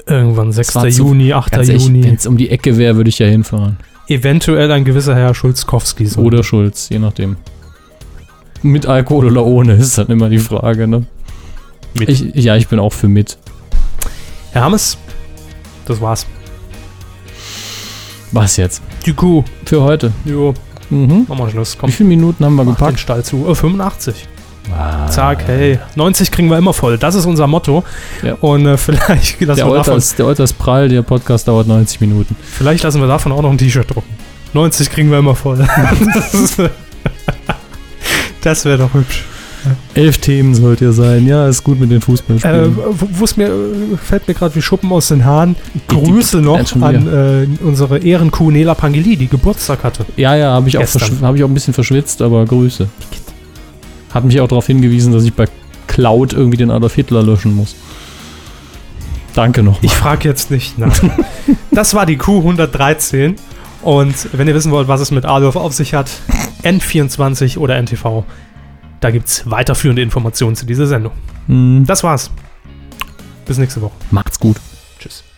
Speaker 2: Irgendwann 6.
Speaker 1: war zu-
Speaker 2: Juni, 8.
Speaker 1: wenn
Speaker 2: Juni.
Speaker 1: es um die Ecke wäre, würde ich ja hinfahren.
Speaker 2: Eventuell ein gewisser Herr Schulzkowski. So.
Speaker 1: Oder Schulz, je nachdem. Mit Alkohol oder ohne ist dann immer die Frage, ne?
Speaker 2: Mit.
Speaker 1: Ich, ja, ich bin auch für mit.
Speaker 2: Herr Hammes, das war's.
Speaker 1: Was jetzt?
Speaker 2: Die Kuh.
Speaker 1: Für heute.
Speaker 2: Jo,
Speaker 1: Mhm.
Speaker 2: machen wir Schluss.
Speaker 1: Wie
Speaker 2: Komm,
Speaker 1: viele Minuten haben wir
Speaker 2: mach den
Speaker 1: gepackt?
Speaker 2: Stall zu. Oh, 85.
Speaker 1: Ah.
Speaker 2: Zack, hey. 90 kriegen wir immer voll. Das ist unser Motto.
Speaker 1: Ja.
Speaker 2: Und äh, vielleicht, lassen
Speaker 1: Der
Speaker 2: wir
Speaker 1: Euter,
Speaker 2: davon,
Speaker 1: ist, der Euter ist prall, der Podcast dauert 90 Minuten.
Speaker 2: vielleicht lassen wir davon auch noch ein T-Shirt drucken. 90 kriegen wir immer voll. das ist- das wäre doch hübsch.
Speaker 1: Elf Themen sollt ihr sein. Ja, ist gut mit den
Speaker 2: Äh,
Speaker 1: Fußballspielen.
Speaker 2: wo es mir äh, fällt mir gerade wie Schuppen aus den Haaren.
Speaker 1: Die- die-
Speaker 2: Grüße
Speaker 1: Nein,
Speaker 2: noch
Speaker 1: schon
Speaker 2: an äh, unsere Ehrenkuh Nela Pangeli, die Geburtstag hatte.
Speaker 1: ja, ja, habe ich, auch
Speaker 2: gestern.
Speaker 1: verschw- hab ich auch ein bisschen verschwitzt, aber Grüße. Hat mich auch darauf hingewiesen, dass ich bei Cloud irgendwie den Adolf Hitler löschen muss. Danke nochmal.
Speaker 2: Ich frage jetzt nicht nach. das war die Kuh 113 und wenn ihr wissen wollt, was es mit Adolf auf sich hat, N24 oder NTV, da gibt's weiterführende Informationen zu dieser Sendung.
Speaker 1: Mhm.
Speaker 2: Das war's. Bis nächste Woche.
Speaker 1: Macht's gut.
Speaker 2: Tschüss.